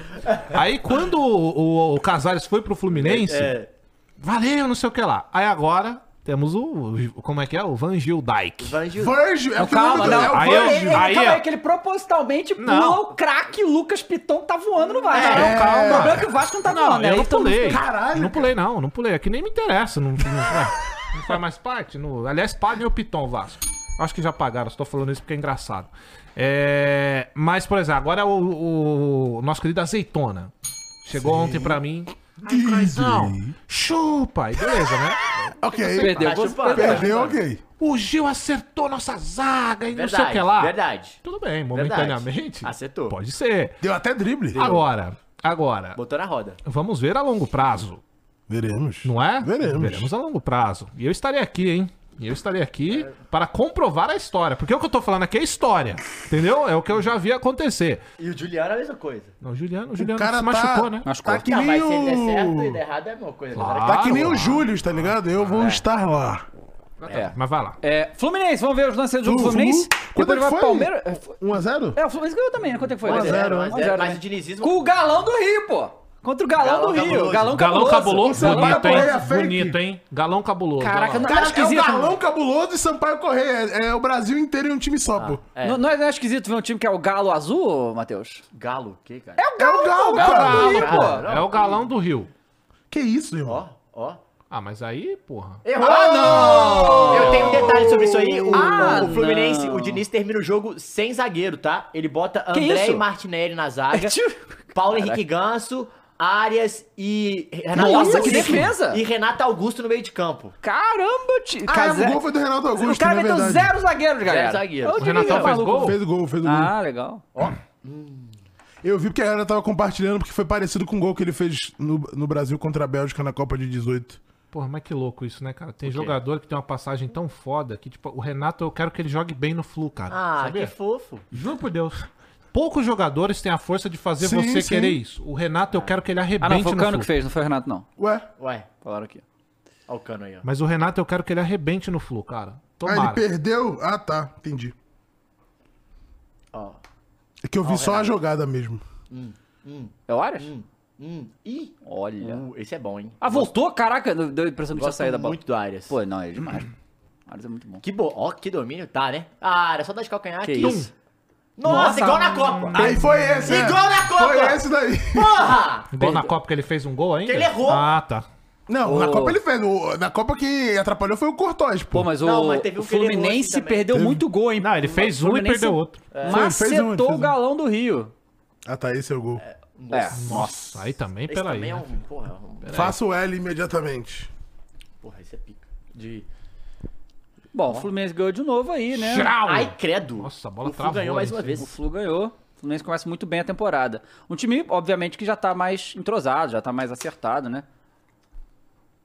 Aí quando o, o, o Casares foi pro Fluminense,
É.
valeu, não sei o que lá. Aí agora temos o. o- Como é que é? O Van Dyke.
Van Gil.
Virgil. É o
Calma,
nome do-
não.
é o
Aí eu-
ele, ele,
aí,
calma
ó.
aí, que ele propositalmente pula
Não.
o craque Lucas Piton tá voando no Vasco.
É,
Não,
calma.
O problema é que o Vasco não tá
Não,
voando. né?
Ah, eu não
Aí todo mundo
pulei.
Caralho,
Não pulei, não, não pulei. Aqui nem me interessa. Não, não, é, não faz mais parte. No, aliás, paguem o Piton Vasco. Acho que já pagaram, só tô falando isso porque é engraçado. É, mas, por exemplo, agora o, o nosso querido Azeitona. Chegou ontem pra mim. Ai, Croizão, chupa! E beleza, né?
Ok.
Perdeu,
Tá
você
chupado.
perdeu.
Perdeu, ok.
O Gil acertou nossa zaga e não sei o
Verdade,
que é lá.
verdade.
Tudo bem,
Verdade.
momentaneamente.
Acertou.
Pode ser.
Deu até drible.
Agora, agora,
Botou na roda.
vamos ver a longo prazo.
Veremos.
Não é?
Veremos.
Veremos a longo prazo. E eu estarei aqui, hein? E eu estarei aqui para comprovar a história. Porque o que eu tô falando aqui é história. Entendeu? É o que eu já vi acontecer.
E o Juliano é a mesma coisa.
Não, o Juliano, o
O
Juliano
cara
se machucou,
tá,
né?
Machucou.
tá que
Não,
nem
mas se ele der certo e
o...
der errado é a mesma coisa.
Claro.
Tá que nem
Ah,
o Júlio, tá ligado? Eu vou estar lá.
É.
Mas vai lá.
É, Fluminense, vamos ver os lances do jogo do
Flu-
Fluminense.
Flu-
Depois
Quanto Uh, é
ele
que
vai pro
foi?
Palmeiras.
1x0?
É, o Fluminense ganhou também, né? Quanto é que foi?
1 a
1
0,
a
1 a 0,
0,
mas
né?
o dinizismo-
Com o galão do Rio, pô. Contra o galão,
Galão
do Rio.
cabuloso.
Galão
Galão
cabuloso. é
cabuloso,
Galão
bonito, hein?
Correia, fake.
Bonito, hein? Galão cabuloso.
Caraca,
galão.
não,
Cara,
não é
é o
esquisito.
Galão Cabuloso e Sampaio Correia. É, é o Brasil inteiro em um time só, pô.
É.
Não, não é, não é esquisito ver um time que é o Galo Azul, Matheus?
Galo, o que, cara? É
É o Galo, cara.
Galo. Ah.
Galão,
Rio,
pô.
pô.
É o galão do Rio.
Que isso, irmão?
Ó, ó.
Ah, mas aí, porra.
Errou! não! Eu tenho um detalhe sobre isso aí. O,
Ah,
o Fluminense,
não.
o Diniz termina o jogo sem zagueiro, tá? Ele bota
Que
André
isso?
e Martinelli na zaga,
Tio-
Paulo Henrique Ganso, Arias e. Renato
Nossa, que
Augusto-
defesa!
E Renato Augusto no meio de campo.
Caramba, tio.
Ah, é, o gol foi do Renato Augusto,
O cara
na
meteu
verdade.
zero zagueiros, galera.
zagueiros.
Eu
O
diria
Renatão
que é
fez
maluco.
gol?
Fez o gol, fez o gol.
Ah, legal.
Eu vi porque a galera tava compartilhando porque foi parecido com o gol que ele fez no, no Brasil contra a Bélgica na Copa de 18.
Porra, mas que louco isso, né, cara? Tem jogador que tem uma passagem tão foda que, tipo, o Renato, eu quero que ele jogue bem no flu, cara.
Ah,
sabia?
que fofo.
Juro por Deus. Poucos jogadores têm a força de fazer
Sim,
você
sim.
querer isso. O Renato, eu quero que ele
Ah,
arrebente
não, foi o
no
Cano
flu.
que fez, não foi o Renato, não.
Ué,
Ué,
Falaram aqui.
olha o cano aí, ó.
Mas o Renato, eu quero que ele arrebente no flu, cara.
ah, ele
Tomara.
perdeu? Ah, tá, entendi.
Ó.
É que eu vi só a jogada mesmo.
É o Arias?
Hum, hum. Ih.
Olha.
Uh, esse é bom, hein?
Ah, voltou? Caraca, deu a impressão que tinha
Gosto
saído da bola.
muito do Arias.
Pô, não, é demais. Arias é muito bom.
Que bo... Ó, que domínio tá, né? Ah, era só dar de calcanhar
Que
aqui.
isso.
Nossa,
Nossa.
igual na Copa.
Aí foi esse, é.
Igual na Copa!
Foi esse daí.
Porra!
Igual na
Perdeu.
Copa que ele fez um gol ainda?
Que ele errou.
Ah, tá.
Não,
Ô.
na Copa ele fez. O- Na Copa que atrapalhou foi o Cortóis, pô.
Pô, mas o,
Não, mas teve
o
um que ele errou
Fluminense
assim também.
perdeu muito gol, hein?
Não, ele fez
O
um e
Fluminense
perdeu outro.
Foi, fez um,
Macetou
fez
o
um.
galão do Rio.
Ah, tá, esse é o gol.
É.
Nossa, aí também,
Esse
peraí.
também é
né?
um. Porra, um-
Faça o L imediatamente.
porra, esse é pica. De.
Bom, o Fluminense ganhou de novo aí, né?
Tchau!
Ai, credo!
Nossa, a bola
o Flu
travou
ganhou mais
aí,
uma
sim.
vez.
O Flu ganhou. O Fluminense começa muito bem a temporada. Um time, obviamente, que já tá mais entrosado, já tá mais acertado, né?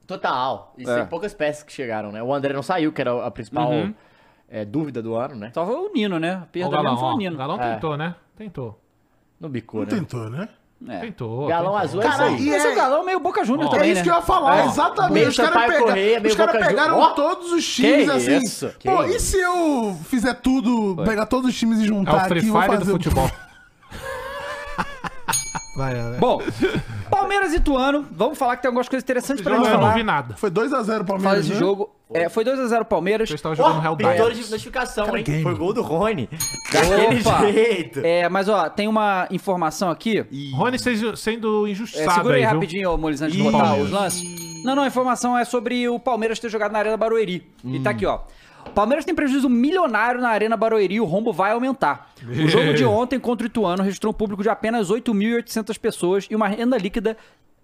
Total. E
É.
tem poucas peças que chegaram, né? O André não saiu, que era a principal
Uhum.
é, dúvida do ano, né?
Só foi o Nino, né? A
Ó, o
perda
Galão,
mesmo foi
ó.
o
O
Nino.
Galão
É.
tentou, né? Tentou.
No bico,
Não
né?
tentou, né?
É.
Tentou.
Galão
tentou.
azul é isso
Cara,
aí.
e-
Mas
é-
o Galão é meio Boca Júnior
Ó,
também,
É isso
né?
que eu ia falar,
Ó,
exatamente.
meio
Os caras
Sampaio
pega-
Correia, meio
os caras
Boca Ju-
pegaram
Ó,
todos os times,
que
assim.
isso, que
Pô, e
isso.
se eu fizer tudo, pegar todos os times e
É o
tá
juntar
Free
aqui e vou
Fire do
um
fazer...
futebol. Vai, vai.
Bom, Palmeiras e Ituano. Vamos falar que tem algumas coisas interessantes pra
Eu
gente
não
falar.
vi nada.
Foi 2x0
Fala
Palmeiras,
desse
né?
jogo. É, foi 2x0 Palmeiras.
Eu estava jogando
Ó, pintor de
Helldive.
notificação, hein?
game.
Foi gol do Rony. Daquele
Opa.
jeito.
É, mas ó, tem uma informação aqui.
Rony seis- sendo
É,
injustiçado
segura aí,
aí, viu?
rapidinho, ô, Molis, antes de
Ih.
botar os
Palmeiras.
lances. Não, não, a informação é sobre o Palmeiras ter jogado na Arena Barueri. E tá aqui, ó. O Palmeiras tem prejuízo milionário na Arena Barueri o rombo vai aumentar. O jogo de ontem contra o Ituano registrou um público de apenas 8.800 pessoas e uma renda líquida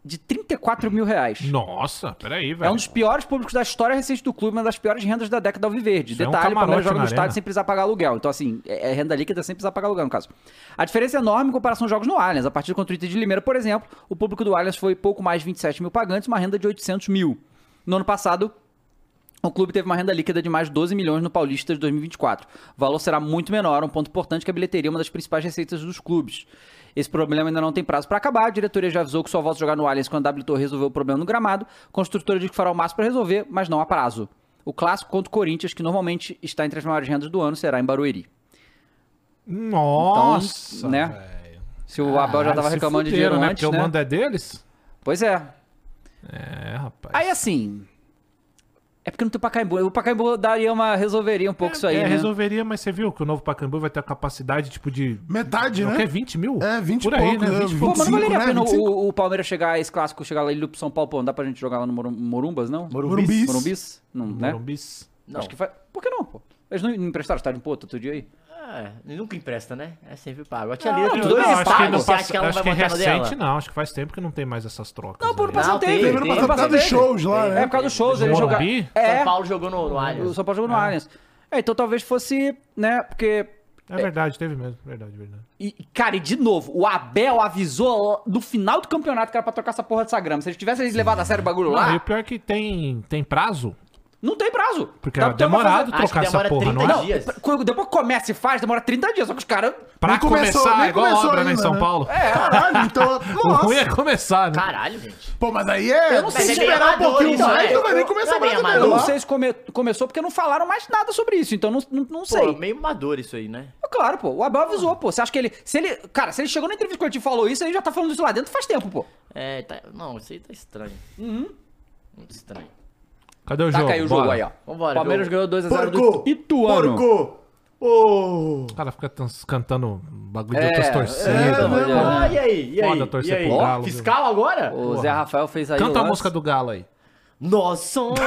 de 34 mil reais.
Nossa, peraí,
É
velho.
um dos piores públicos da história recente do clube, uma das piores rendas da década alviverde.
Isso é um
Detalhe, o Palmeiras
camarote
joga
na
no
arena.
estádio sem precisar pagar aluguel. Então, assim, é é renda líquida sem precisar pagar aluguel, no caso. A diferença é enorme em comparação aos jogos no Allianz. A partida contra o Inter de Limeira, por exemplo, o público do Allianz foi pouco mais de 27 mil pagantes, uma renda de 800 mil. No ano passado, o clube teve uma renda líquida de mais 12 milhões no Paulista de 2024. O valor será muito menor, um ponto importante que a bilheteria é uma das principais receitas dos clubes. Esse problema ainda não tem prazo para acabar. A diretoria já avisou que só volta a jogar no Allianz quando a W Torre resolver o problema no gramado. A construtora diz que fará o máximo para resolver, mas não há prazo. O clássico contra o Corinthians, que normalmente está entre as maiores rendas do ano, será em Barueri.
Nossa,
Então, né?
velho.
Se o Abel já
Caralho,
estava
Ah, se
reclamando de
fuderam,
dinheiro
né?
antes,
Porque
né?
o mando é deles?
Pois é.
É, rapaz.
Aí assim, é porque não tem o Pacaembu. O Pacaembu daria uma resolveria um pouco isso aí,
é,
né?
resolveria, mas você viu que o novo Pacaembu vai ter a capacidade, tipo, de...
Metade,
Não
né?
quer 20 mil?
É, 20
Por aí,
e poucos,
né?
né?
20
Pô, mas não
25,
valeria a
né?
pena
25?
o, o Palmeiras chegar esse clássico, chegar lá e ir pro São Paulo, pô, não dá pra gente jogar lá no Morum- Morumbas, não?
Morumbis.
Morumbis? Não, né?
Morumbis.
Não.
Acho que faz... Por que não, pô? Eles não emprestaram o estádio pro outro dia aí?
Ah, nunca empresta, né? É sempre pago. A tia
Ah,
Não,
Lira tem
não,
dois
não, acho que
empagos.
não
Você acha que ela não
acho que
vai botar no dela?
recente, não. Acho que faz tempo que não tem mais essas trocas.
Não, pô, no
aí.
passado
Não, teve,
teve.
teve
Teve
no
no
Tem,
passado por causa dos
teve.
shows lá,
É
né?
por causa dos shows, eles jogaram.
Morumbi?
É,
São Paulo jogou no, no Allianz.
o São Paulo jogou
Ah.
no Allianz. É, então talvez fosse, né, porque...
É verdade, teve mesmo. Verdade, verdade.
E, cara, e de novo, o Abel avisou no final do campeonato que era pra trocar essa porra dessa grama. Se eles tivessem levado a sério o bagulho
Não, e o
lá,
pior é que tem, tem prazo,
não tem prazo.
porque
Dá-
é
dá pra
demorado
fazer-
Acho que
trocar essa
demora
porra, não
30
é?
Não,
dias.
quando- depois que começa e faz, demora 30 dias. Só que os caras
Pra
Nem começou-
começar,
nem
é igual a
começou
obra, né, em
ainda,
São
né?
Paulo.
É,
É,
Caralho, então...
O ruim é
Nossa.
começar, né?
Caralho, gente.
Pô, mas aí é...
Eu não sei
se
se
esperar
é amador
um pouquinho
isso,
mais,
né?
não vai nem
Eu-
começar
não é
mais
bem
também,
Eu
amador.
não
ó.
sei se come- começou porque não falaram mais nada sobre isso, então não, não, não
Pô,
sei. Ah,
meio maduro isso aí, né?
Claro, pô. O Abel avisou, pô. Você acha que ele. Se ele. Cara, se ele chegou na entrevista coletiva e falou isso, ele já tá falando isso lá dentro faz tempo, pô.
É, tá... Não, isso aí tá estranho. Uhum. Muito estranho.
Cadê o jogo?
Taca aí Tá, o jogo
Bora.
aí, ó.
Vambora,
Palmeiras
jogo.
ganhou 2x0
Porco!
do Ituano.
Porco! Ô!
O cara fica tans- cantando bagulho
É,
de outras
é,
torcidas.
não,
né?
não.
Ah, e aí? E aí?
Foda torcer
e aí?
pro
Ó,
Galo, viu?
Fiscal agora?
O Zé Rafael fez aí. o
Canta a
lance.
música do Galo aí.
Nós somos do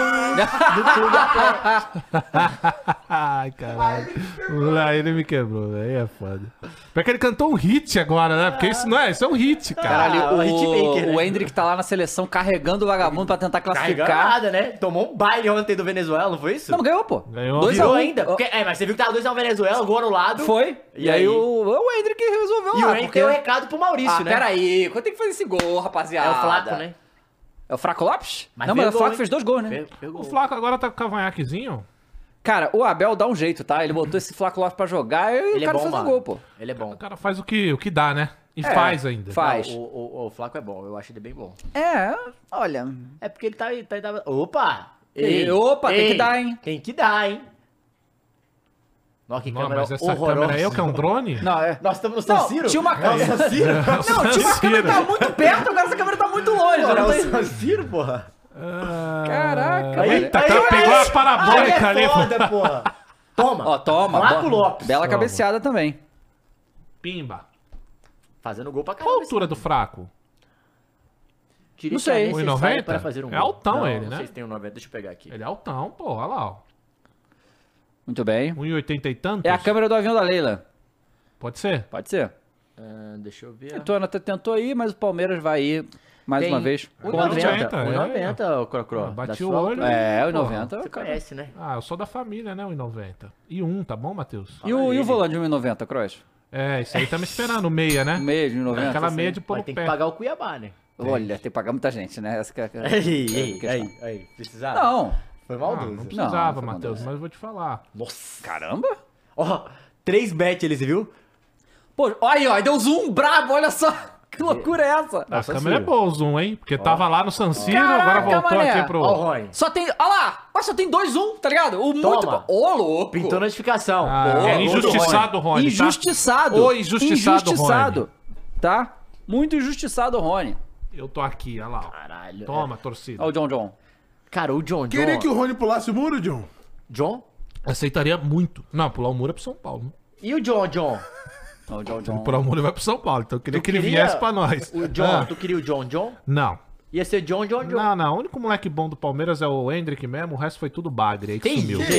Clube Atlético.
Ai, caralho. Lá ele me quebrou, velho. Aí é foda. Pior que ele cantou um hit agora, né? Porque isso não é, isso é um hit, cara.
Caralho,
Ah,
o,
o hitmaker, né?
o Hendrick tá lá na seleção carregando o vagabundo pra tentar
Carregando
classificar.
nada, né? Tomou um baile ontem do Venezuela, não foi isso?
Não, ganhou, pô.
Ganhou.
Dois a
Virou
um.
ainda. Porque, é, mas você viu que tava 2x1 Venezuela, gol anulado.
Foi. E,
E
aí,
aí?
o, o Hendrick resolveu
E
lá.
o Henrique
porque...
deu um recado pro Maurício,
Ah,
né?
peraí. Quando tem que fazer esse gol, rapaziada?
É o Flaco, né?
É o Fraco Lopes?
Mas
não,
fez
mas o
gol,
Fraco
hein?
fez dois gols, né?
Pe- pegou.
O Flaco agora tá com o cavanhaquezinho.
Cara, o Abel dá um jeito, tá? Ele botou esse Flaco Lopes pra jogar e
Ele
o
é
cara
bom,
fez um
mano.
gol, pô.
Ele é bom.
O cara faz o que, o que dá, né? E
É,
faz ainda.
faz. Rapaz.
O, o, o Flaco é bom, eu acho ele bem bom.
É, olha.
É porque ele tá... Ele tá ele tá- Opa!
Ei, opa, tem que dar, hein?
Tem que dar, hein? Nossa, que
Não,
câmera
mas essa
horrorosa.
câmera aí é o que é um drone?
Não, é.
Nós estamos no San
Não,
Siro?
tinha uma
É o
câmera.
San Siro?
Não, tinha uma câmera que tá muito perto, agora essa câmera tá muito longe.
Não,
eu
é
não
o
tô-
San Siro, porra.
Ah,
Caraca,
aí
velho.
tá- tá- pegou a parabólica
Aí
ali.
é foda, porra. Toma.
Ó, toma.
Marco
bo-
Lopes.
Bela
Toma.
cabeceada também.
Pimba.
Fazendo gol pra caramba.
Qual a altura do fraco?
Diria
Não
que é
sei.
necessário
1,90?
Para fazer um
É
gol.
altão
Não,
ele,
não
né?
sei se tem 1,90. Deixa eu pegar aqui.
Ele é altão, pô. Olha lá, ó.
Muito bem.
1,80 e tantos?
É a câmera do avião da Leila.
Pode ser?
Pode ser.
Ah, deixa eu
É,
ver.
Tentou, até tentou ir, mas o Palmeiras vai ir mais
Tem
uma vez.
Um
contra-
90,
90, é.
1,90 o Crocro.
Bati
Da
o
sua
olho.
altura.
É, o
Pô,
90.
Você
cara.
conhece, né?
Ah, eu sou da família, né? 1,90. E um, tá bom, Matheus?
E o, e
ele.
o volante de 1,90, Croix?
É, isso aí tá me esperando, meia, né?
Meio de 1,90.
Aquela
tá
assim.
meia de pôr
Mas
no
tem que
pé.
pagar o Cuiabá, né?
Olha, tem que pagar muita gente, né? Essa que é- que é a
Ei, ei,
questão.
aí, aí. Precisava?
Não.
Foi
Ah, não
maldoso.
precisava,
foi maldoso.
Matheus, mas eu vou te falar.
Nossa.
Caramba.
Ó, três bet eles, viu?
Pô, olha aí, ó, aí deu zoom brabo, olha só. Que loucura é essa?
A
San
câmera é
Siro.
boa o zoom, hein? Porque tava lá no San Siro, agora
Caraca,
voltou
mané.
aqui pro...
Ó, o Rony.
Só tem. Olha lá! Olha, só tem dois zoom, tá ligado? O muito.
Toma.
Ô, louco!
Pintou notificação.
Ah,
Boa,
é
gol do
injustiçado, Rony, tá?
Injustiçado.
Ô, injustiçado,
Injustiçado. Tá? Muito injustiçado, Rony.
Eu tô aqui, olha lá. ó.
Caralho.
Toma, torcida.
Olha o John John.
Cara, o John John.
Queria que o Rony pulasse o muro, John?
John?
Aceitaria muito. Não, pular o muro é pro São Paulo. né?
E o John John?
Olha o John John.
Pular o muro ele vai pro São Paulo, então eu queria
Tu
que ele
queria
viesse pra nós.
O John,
Ah,
tu queria o John John?
Não.
Ia ser John John John.
Não, não. O único moleque bom do Palmeiras é o Hendrick mesmo, o resto foi tudo bagre aí que
Que
sumiu.
isso,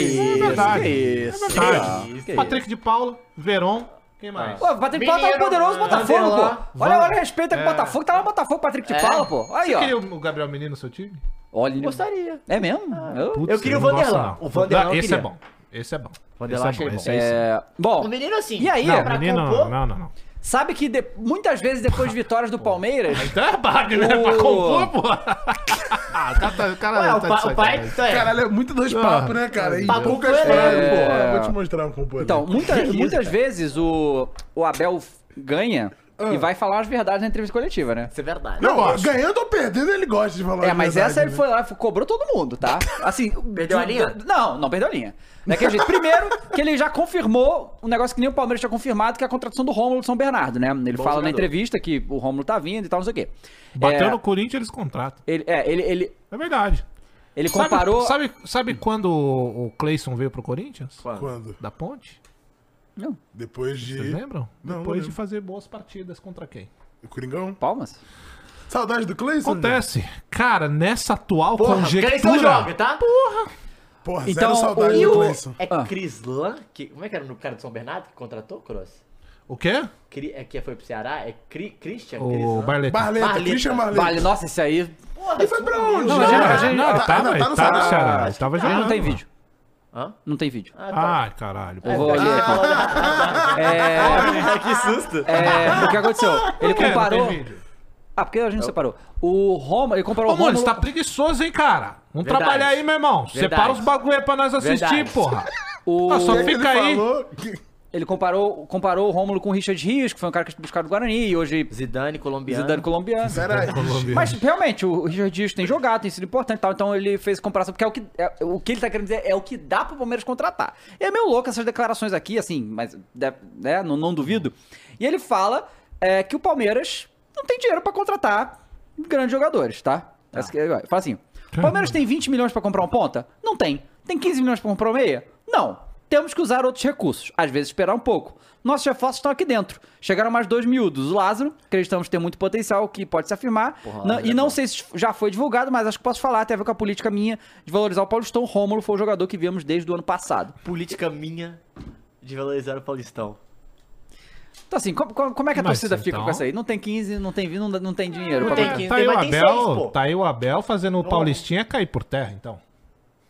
é verdade.
que isso,
é verdade.
que isso, que
Patrick de Paula, Veron, quem mais?
Pô, Patrick de Paula tá no
Mineiro, né?
poderoso Botafogo,
Vanderlan,
pô. Olha,
Van-
olha, respeita com o Botafogo. Tá lá no Botafogo, Patrick de Paula, pô. Aí,
É. Você
ó.
queria o Gabriel Menino no seu time?
Olha,
Gostaria.
É mesmo? Eu-
Putz,
Eu queria o
não gosto,
Vanderlan.
não.
O Vanderlan
Não,
eu
Esse é
queria.
bom. Esse é bom.
Vanderlan
esse é bom.
achei
Esse aí sim.
É, bom,
O menino assim.
e aí?
Não,
pra
menino,
compor-
não, não, não.
sabe que de- muitas vezes depois de vitórias do Palmeiras,
Então é bagre, né? Pra
Ô.
compor, pô. ah, tá, tá, o cara
Ué,
tá
o,
de
pa- o pai...
sacanagem.
então é.
Caralho, é muito dois papos, né, cara? E
Papo
poucas
foi, né?
frases,
Ah, É.
pô. Eu vou te mostrar um companheiro.
Então, muita-
Que isso,
muitas
cara?
vezes o, o Abel f- ganha
Ah.
e vai falar as verdades na entrevista coletiva, né?
Isso é verdade.
não, ganhando ou perdendo, ele gosta de falar
É,
a
mas
verdade,
essa ele
né?
foi lá, cobrou todo mundo, tá? Assim.
Perdeu a
de-
linha?
de- Não, não perdeu a linha. Daquele jeito. Primeiro, que ele já confirmou um negócio que nem o Palmeiras tinha confirmado, que é a contratação do Rômulo do São Bernardo, né? Ele fala na
jogador.
entrevista que o Rômulo tá vindo e tal, não sei o quê.
Bateu
É,
no Corinthians, eles contratam.
Ele, é, ele, ele,
É verdade.
ele
Sabe-
comparou.
Sabe, sabe, quando o o Cleison veio pro Corinthians?
Quando?
Da ponte?
Não,
Depois de.
Vocês lembram?
Não, não
Depois de
lembro.
fazer boas partidas contra quem?
Coringão?
palmas?
Saudade do Cleison?
Acontece. Cara, nessa atual
Porra, porque
conjectura...
eles não jogam, tá?
né? Porra,
Então,
zero saudade
e
do
o-
Cleison.
É
Ah.
Crislan, que... Como é que era o cara do São Bernardo que contratou, Cross?
O quê?
Cri... É que foi pro Ceará? É Cri... Christian?
O
Crislan?
Barleta.
Barleta,
Barleta.
Christian Barleta.
Vale, nossa, esse aí.
Porra,
Foi pra onde?
Não, a
já?
gente- a gente-
Não,
Tá-
ele tava,
ainda
ele tava no Ceará. Ele tava
Ah,
jogando.
não tem
mano.
vídeo.
Hã?
Não tem vídeo.
Ah, tá.
Ai, caralho.
É
pô.
Eu vou ali. É,
que susto.
é, o que aconteceu? Ele
Por quê? Não
comparou.
tem vídeo?
Ah, porque a gente não separou. O Roma, ele comparou
Ô,
o Roma.
mano, você tá preguiçoso, hein, cara? Vamos
Verdade.
trabalhar aí, meu irmão.
Verdade.
Separa os bagulho aí pra nós assistir,
Verdade.
porra.
o...
Ah, só
é Ele
fica aí.
falou que-
Ele comparou, comparou o Rômulo com o Richard Rios, que foi um cara que foi buscado do Guarani, e hoje
Zidane, colombiano.
Zidane colombiano.
Peraí.
Mas realmente, o Richard Rios tem jogado, tem sido importante e tal, então ele fez comparação, porque é o que, é- o que ele tá querendo dizer é o que dá pro Palmeiras contratar. E é meio louco essas declarações aqui, assim, mas de- né, não, não duvido. E ele fala é, que o Palmeiras não tem dinheiro pra contratar grandes jogadores, tá? Essa que- Fala assim, o Palmeiras tem 20 milhões pra comprar um ponta? Não tem. Tem 15 milhões pra comprar um meia? Não. Temos que usar outros recursos, às vezes esperar um pouco. Nossos reforços estão aqui dentro. Chegaram mais dois miúdos. O Lázaro, acreditamos ter muito potencial, que pode se afirmar.
Lázaro
Não-
é
e não sei se já foi divulgado, mas acho que posso falar, tem a ver com a política minha de valorizar o Paulistão. Rômulo foi o jogador que vimos desde o ano passado.
Política minha de valorizar o Paulistão.
Então, assim, como, como- como é que a
Mas,
torcida fica
então-
com essa aí? Não tem 15, não tem 20, não, não tem dinheiro.
Não
pra
tem
bancar.
quinze,
tá, aí o
mas tem seis,
Abel,
pô.
tá aí o Abel fazendo o Paulistinha cair por terra, então.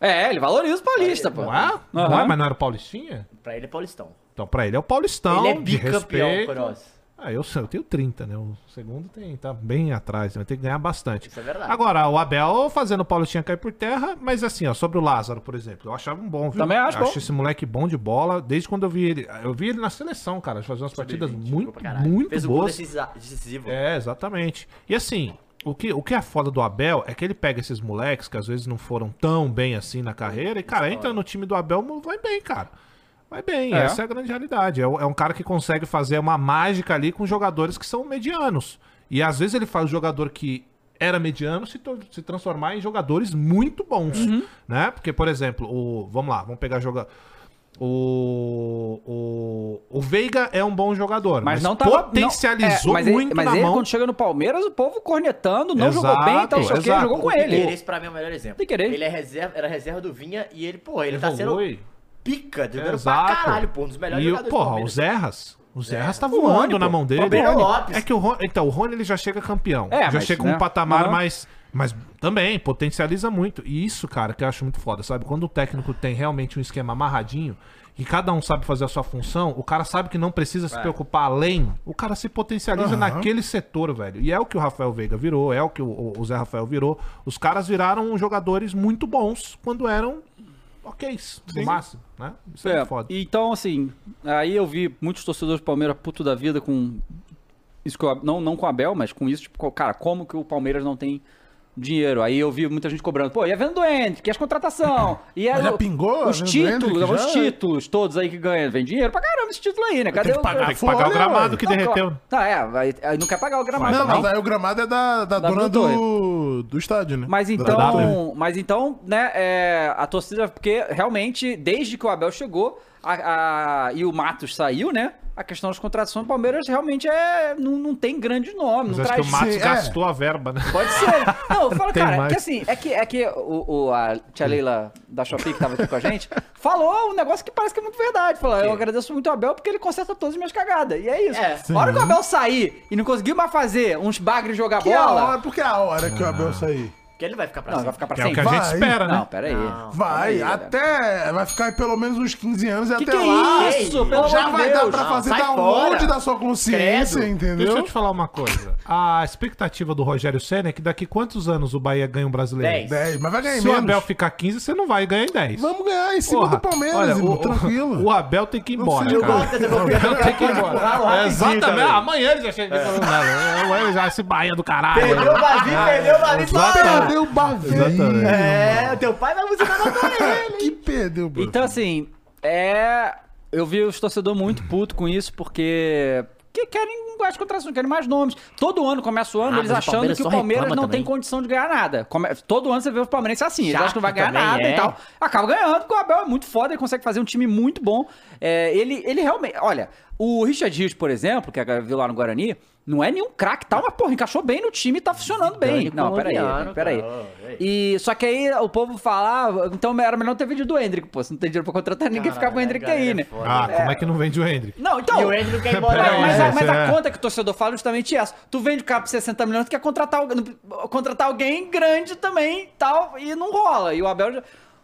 É, ele valoriza o Paulista, pô.
Não é? Não é,
Aham.
mas não era o Paulistinha?
Pra ele é Paulistão.
Então, pra ele é o Paulistão.
ele é
de
bicampeão,
respeito.
Coroz.
Ah, eu, sei, eu tenho 30, né? O segundo tem, tá bem atrás, vai ter que ganhar bastante.
Isso é verdade.
Agora, o Abel fazendo o Paulistinha cair por terra, mas assim, ó, sobre o Lázaro, por exemplo, eu achava um bom, viu?
Também acho
eu
bom.
acho esse moleque bom de bola, desde quando eu vi ele. Eu vi ele na seleção, cara, fazer umas partidas muito, muito
Tipo, Fez o gol
boas.
decisa- decisivo.
É, exatamente. E assim, o que, o que é foda do Abel é que ele pega esses moleques que às vezes não foram tão bem assim na carreira e, cara, entra no time do Abel, mu- vai bem, cara. Vai bem,
É.
essa é a grande realidade. É, o- é um cara que consegue fazer uma mágica ali com jogadores que são medianos. E às vezes ele faz o jogador que era mediano se, tor- se transformar em jogadores muito bons, né? Porque, por exemplo, o... Vamos lá, vamos pegar jogador... O, o, o Veiga é um bom jogador,
Mas,
mas,
não tava, não-
potencializou
é, mas ele-
muito
mas
na
ele,
mão.
quando chega no Palmeiras, o povo cornetando, não jogou
Exato,
bem, então não sei o que,
exato.
jogou com
O
ele.
Piqueires, pra mim, é o melhor exemplo.
Tem que querer.
Ele é reserva, era reserva do Vinha e ele, porra, ele tá sendo
Evolui.
pica, tá jogando
Exato.
É, pra caralho, pô. Um dos melhores
E o,
jogadores
porra,
do
o
Palmeiras. É,
Zerras. O Zerras tá
O
voando
Rony,
na
pô.
mão dele.
Gabriel Lopes.
É que o Rony, então, o Rony ele já chega campeão.
É,
já
mas,
chega
né?
um patamar
Uhum.
mais. Mas também potencializa muito. E isso, cara, que eu acho muito foda, sabe? Quando o técnico tem realmente um esquema amarradinho e cada um sabe fazer a sua função, o cara sabe que não precisa
É.
se preocupar além. O cara se potencializa
Aham.
naquele setor, velho. E é o que o Rafael Veiga virou, é o que o- o, o Zé Rafael virou. Os caras viraram jogadores muito bons quando eram ok, no máximo, né? Isso é,
É,
muito foda.
então, assim, aí eu vi muitos torcedores do Palmeiras puto da vida com. Isso que eu- não, não com o Abel, mas com isso, tipo, cara, como que o Palmeiras não tem dinheiro? Aí eu vi muita gente cobrando, pô, e a venda do Hendrick, e as contratação, e é
Mas já
o-
pingou a
os
venda do
títulos,
Hendrick,
os
já?
títulos todos aí que ganham, vem dinheiro pra caramba esse título aí, né? Cadê
que
o...
pagar
Tem que pagar
Folha,
o gramado
ué.
que
Não,
derreteu.
Tá, é, aí- aí não quer pagar o gramado.
Não,
né?
mas aí o gramado é da, da,
Da
dona
produtora.
do, do estádio, né?
Mas
Da- da-
então, mas então, né, é, a torcida, porque realmente, desde que o Abel chegou a- a- e o Matos saiu, né, a questão das contratações do Palmeiras realmente é, não, não tem grande nome,
Mas
não
acho que
traz...
o Matos
Sim, é.
gastou a verba, né?
Pode ser. Não, eu falo,
Tem
cara,
mais.
que assim, é que, é que o, o- a tia Leila da Shopee que tava aqui com a gente, falou um negócio que parece que é muito verdade. Falou, eu agradeço muito ao Abel porque ele conserta todas as minhas cagadas. E é isso.
É.
a hora que o Abel sair e não conseguir mais fazer uns bagres jogar
Que a
bola...
hora, porque é a hora que o Abel sair.
Porque ele não vai ficar pra
Não,
cima.
vai ficar pra
Que é o
sempre.
que a
Vai.
gente espera,
Não,
né?
peraí.
Não.
Vai,
Calma aí,
até. Vai ficar aí pelo menos uns 15 anos e
Que
até
que
lá.
é isso? Pelo
já
amor de
vai dar
Deus.
pra
Não,
fazer
sai
download
fora.
da sua consciência,
Credo.
entendeu?
Deixa eu te falar uma coisa. A expectativa do Rogério Senna é que daqui quantos anos o Bahia ganha um brasileiro?
Dez.
10, mas vai ganhar em
Se o
menos.
Abel ficar 15, você não vai ganhar em 10.
Vamos ganhar em cima
Porra,
do Palmeiras,
olha,
irmão,
o- o-
tranquilo.
O Abel tem que ir embora,
Eu
cara.
gosto
dessa confiança.
né?
Tem que ir embora.
Vai
É, Exatamente.
rapidinho também.
Amanhã ele já chega aqui falando nada. Eu- eu já esse Bahia do caralho. né?"
Perdeu o Bavi, perdeu o Bavi.
Exatamente.
Perdeu o Bavi.
Exatamente.
É, teu pai vai buzinar na tua
Que perdeu, bro.
Então, assim, é. Eu vi os torcedores muito puto com isso, porque. Que querem mais contratações, querem mais nomes. Todo ano começa o ano,
Ah,
eles
mas o
achando
Palmeiras
que o
só
Palmeiras não
reclama
tem
também.
condição de ganhar nada. Come- Todo ano você vê o Palmeirense assim, eles
Chato
acham que não vai ganhar
também,
nada e
é.
tal. Acaba ganhando, porque o Abel é muito foda, ele consegue fazer um time muito bom. É, ele, ele realmente. Olha, o Richard Rios, por exemplo, que a galera viu lá no Guarani, não é nenhum craque e tal, mas, porra, encaixou bem no time e tá funcionando bem.
Zidane
Não, peraí,
colombiano,
peraí.
cara. Oh, ei.
E só que aí o povo fala, ah, então era melhor ter vendido do Hendrick, pô. Se não tem dinheiro pra contratar ninguém, ficar com o Hendrick aí, né?
Ah, como é que não vende o Hendrick?
Não, então.
E o Hendrick não quer ir embora.
Mas,
Peraí,
mas
não.
a, mas a
é.
conta que o torcedor fala é justamente essa. Tu vende o cara por 60 milhões, tu quer contratar, algu- contratar alguém grande também e tal, e não rola. E o Abel, já-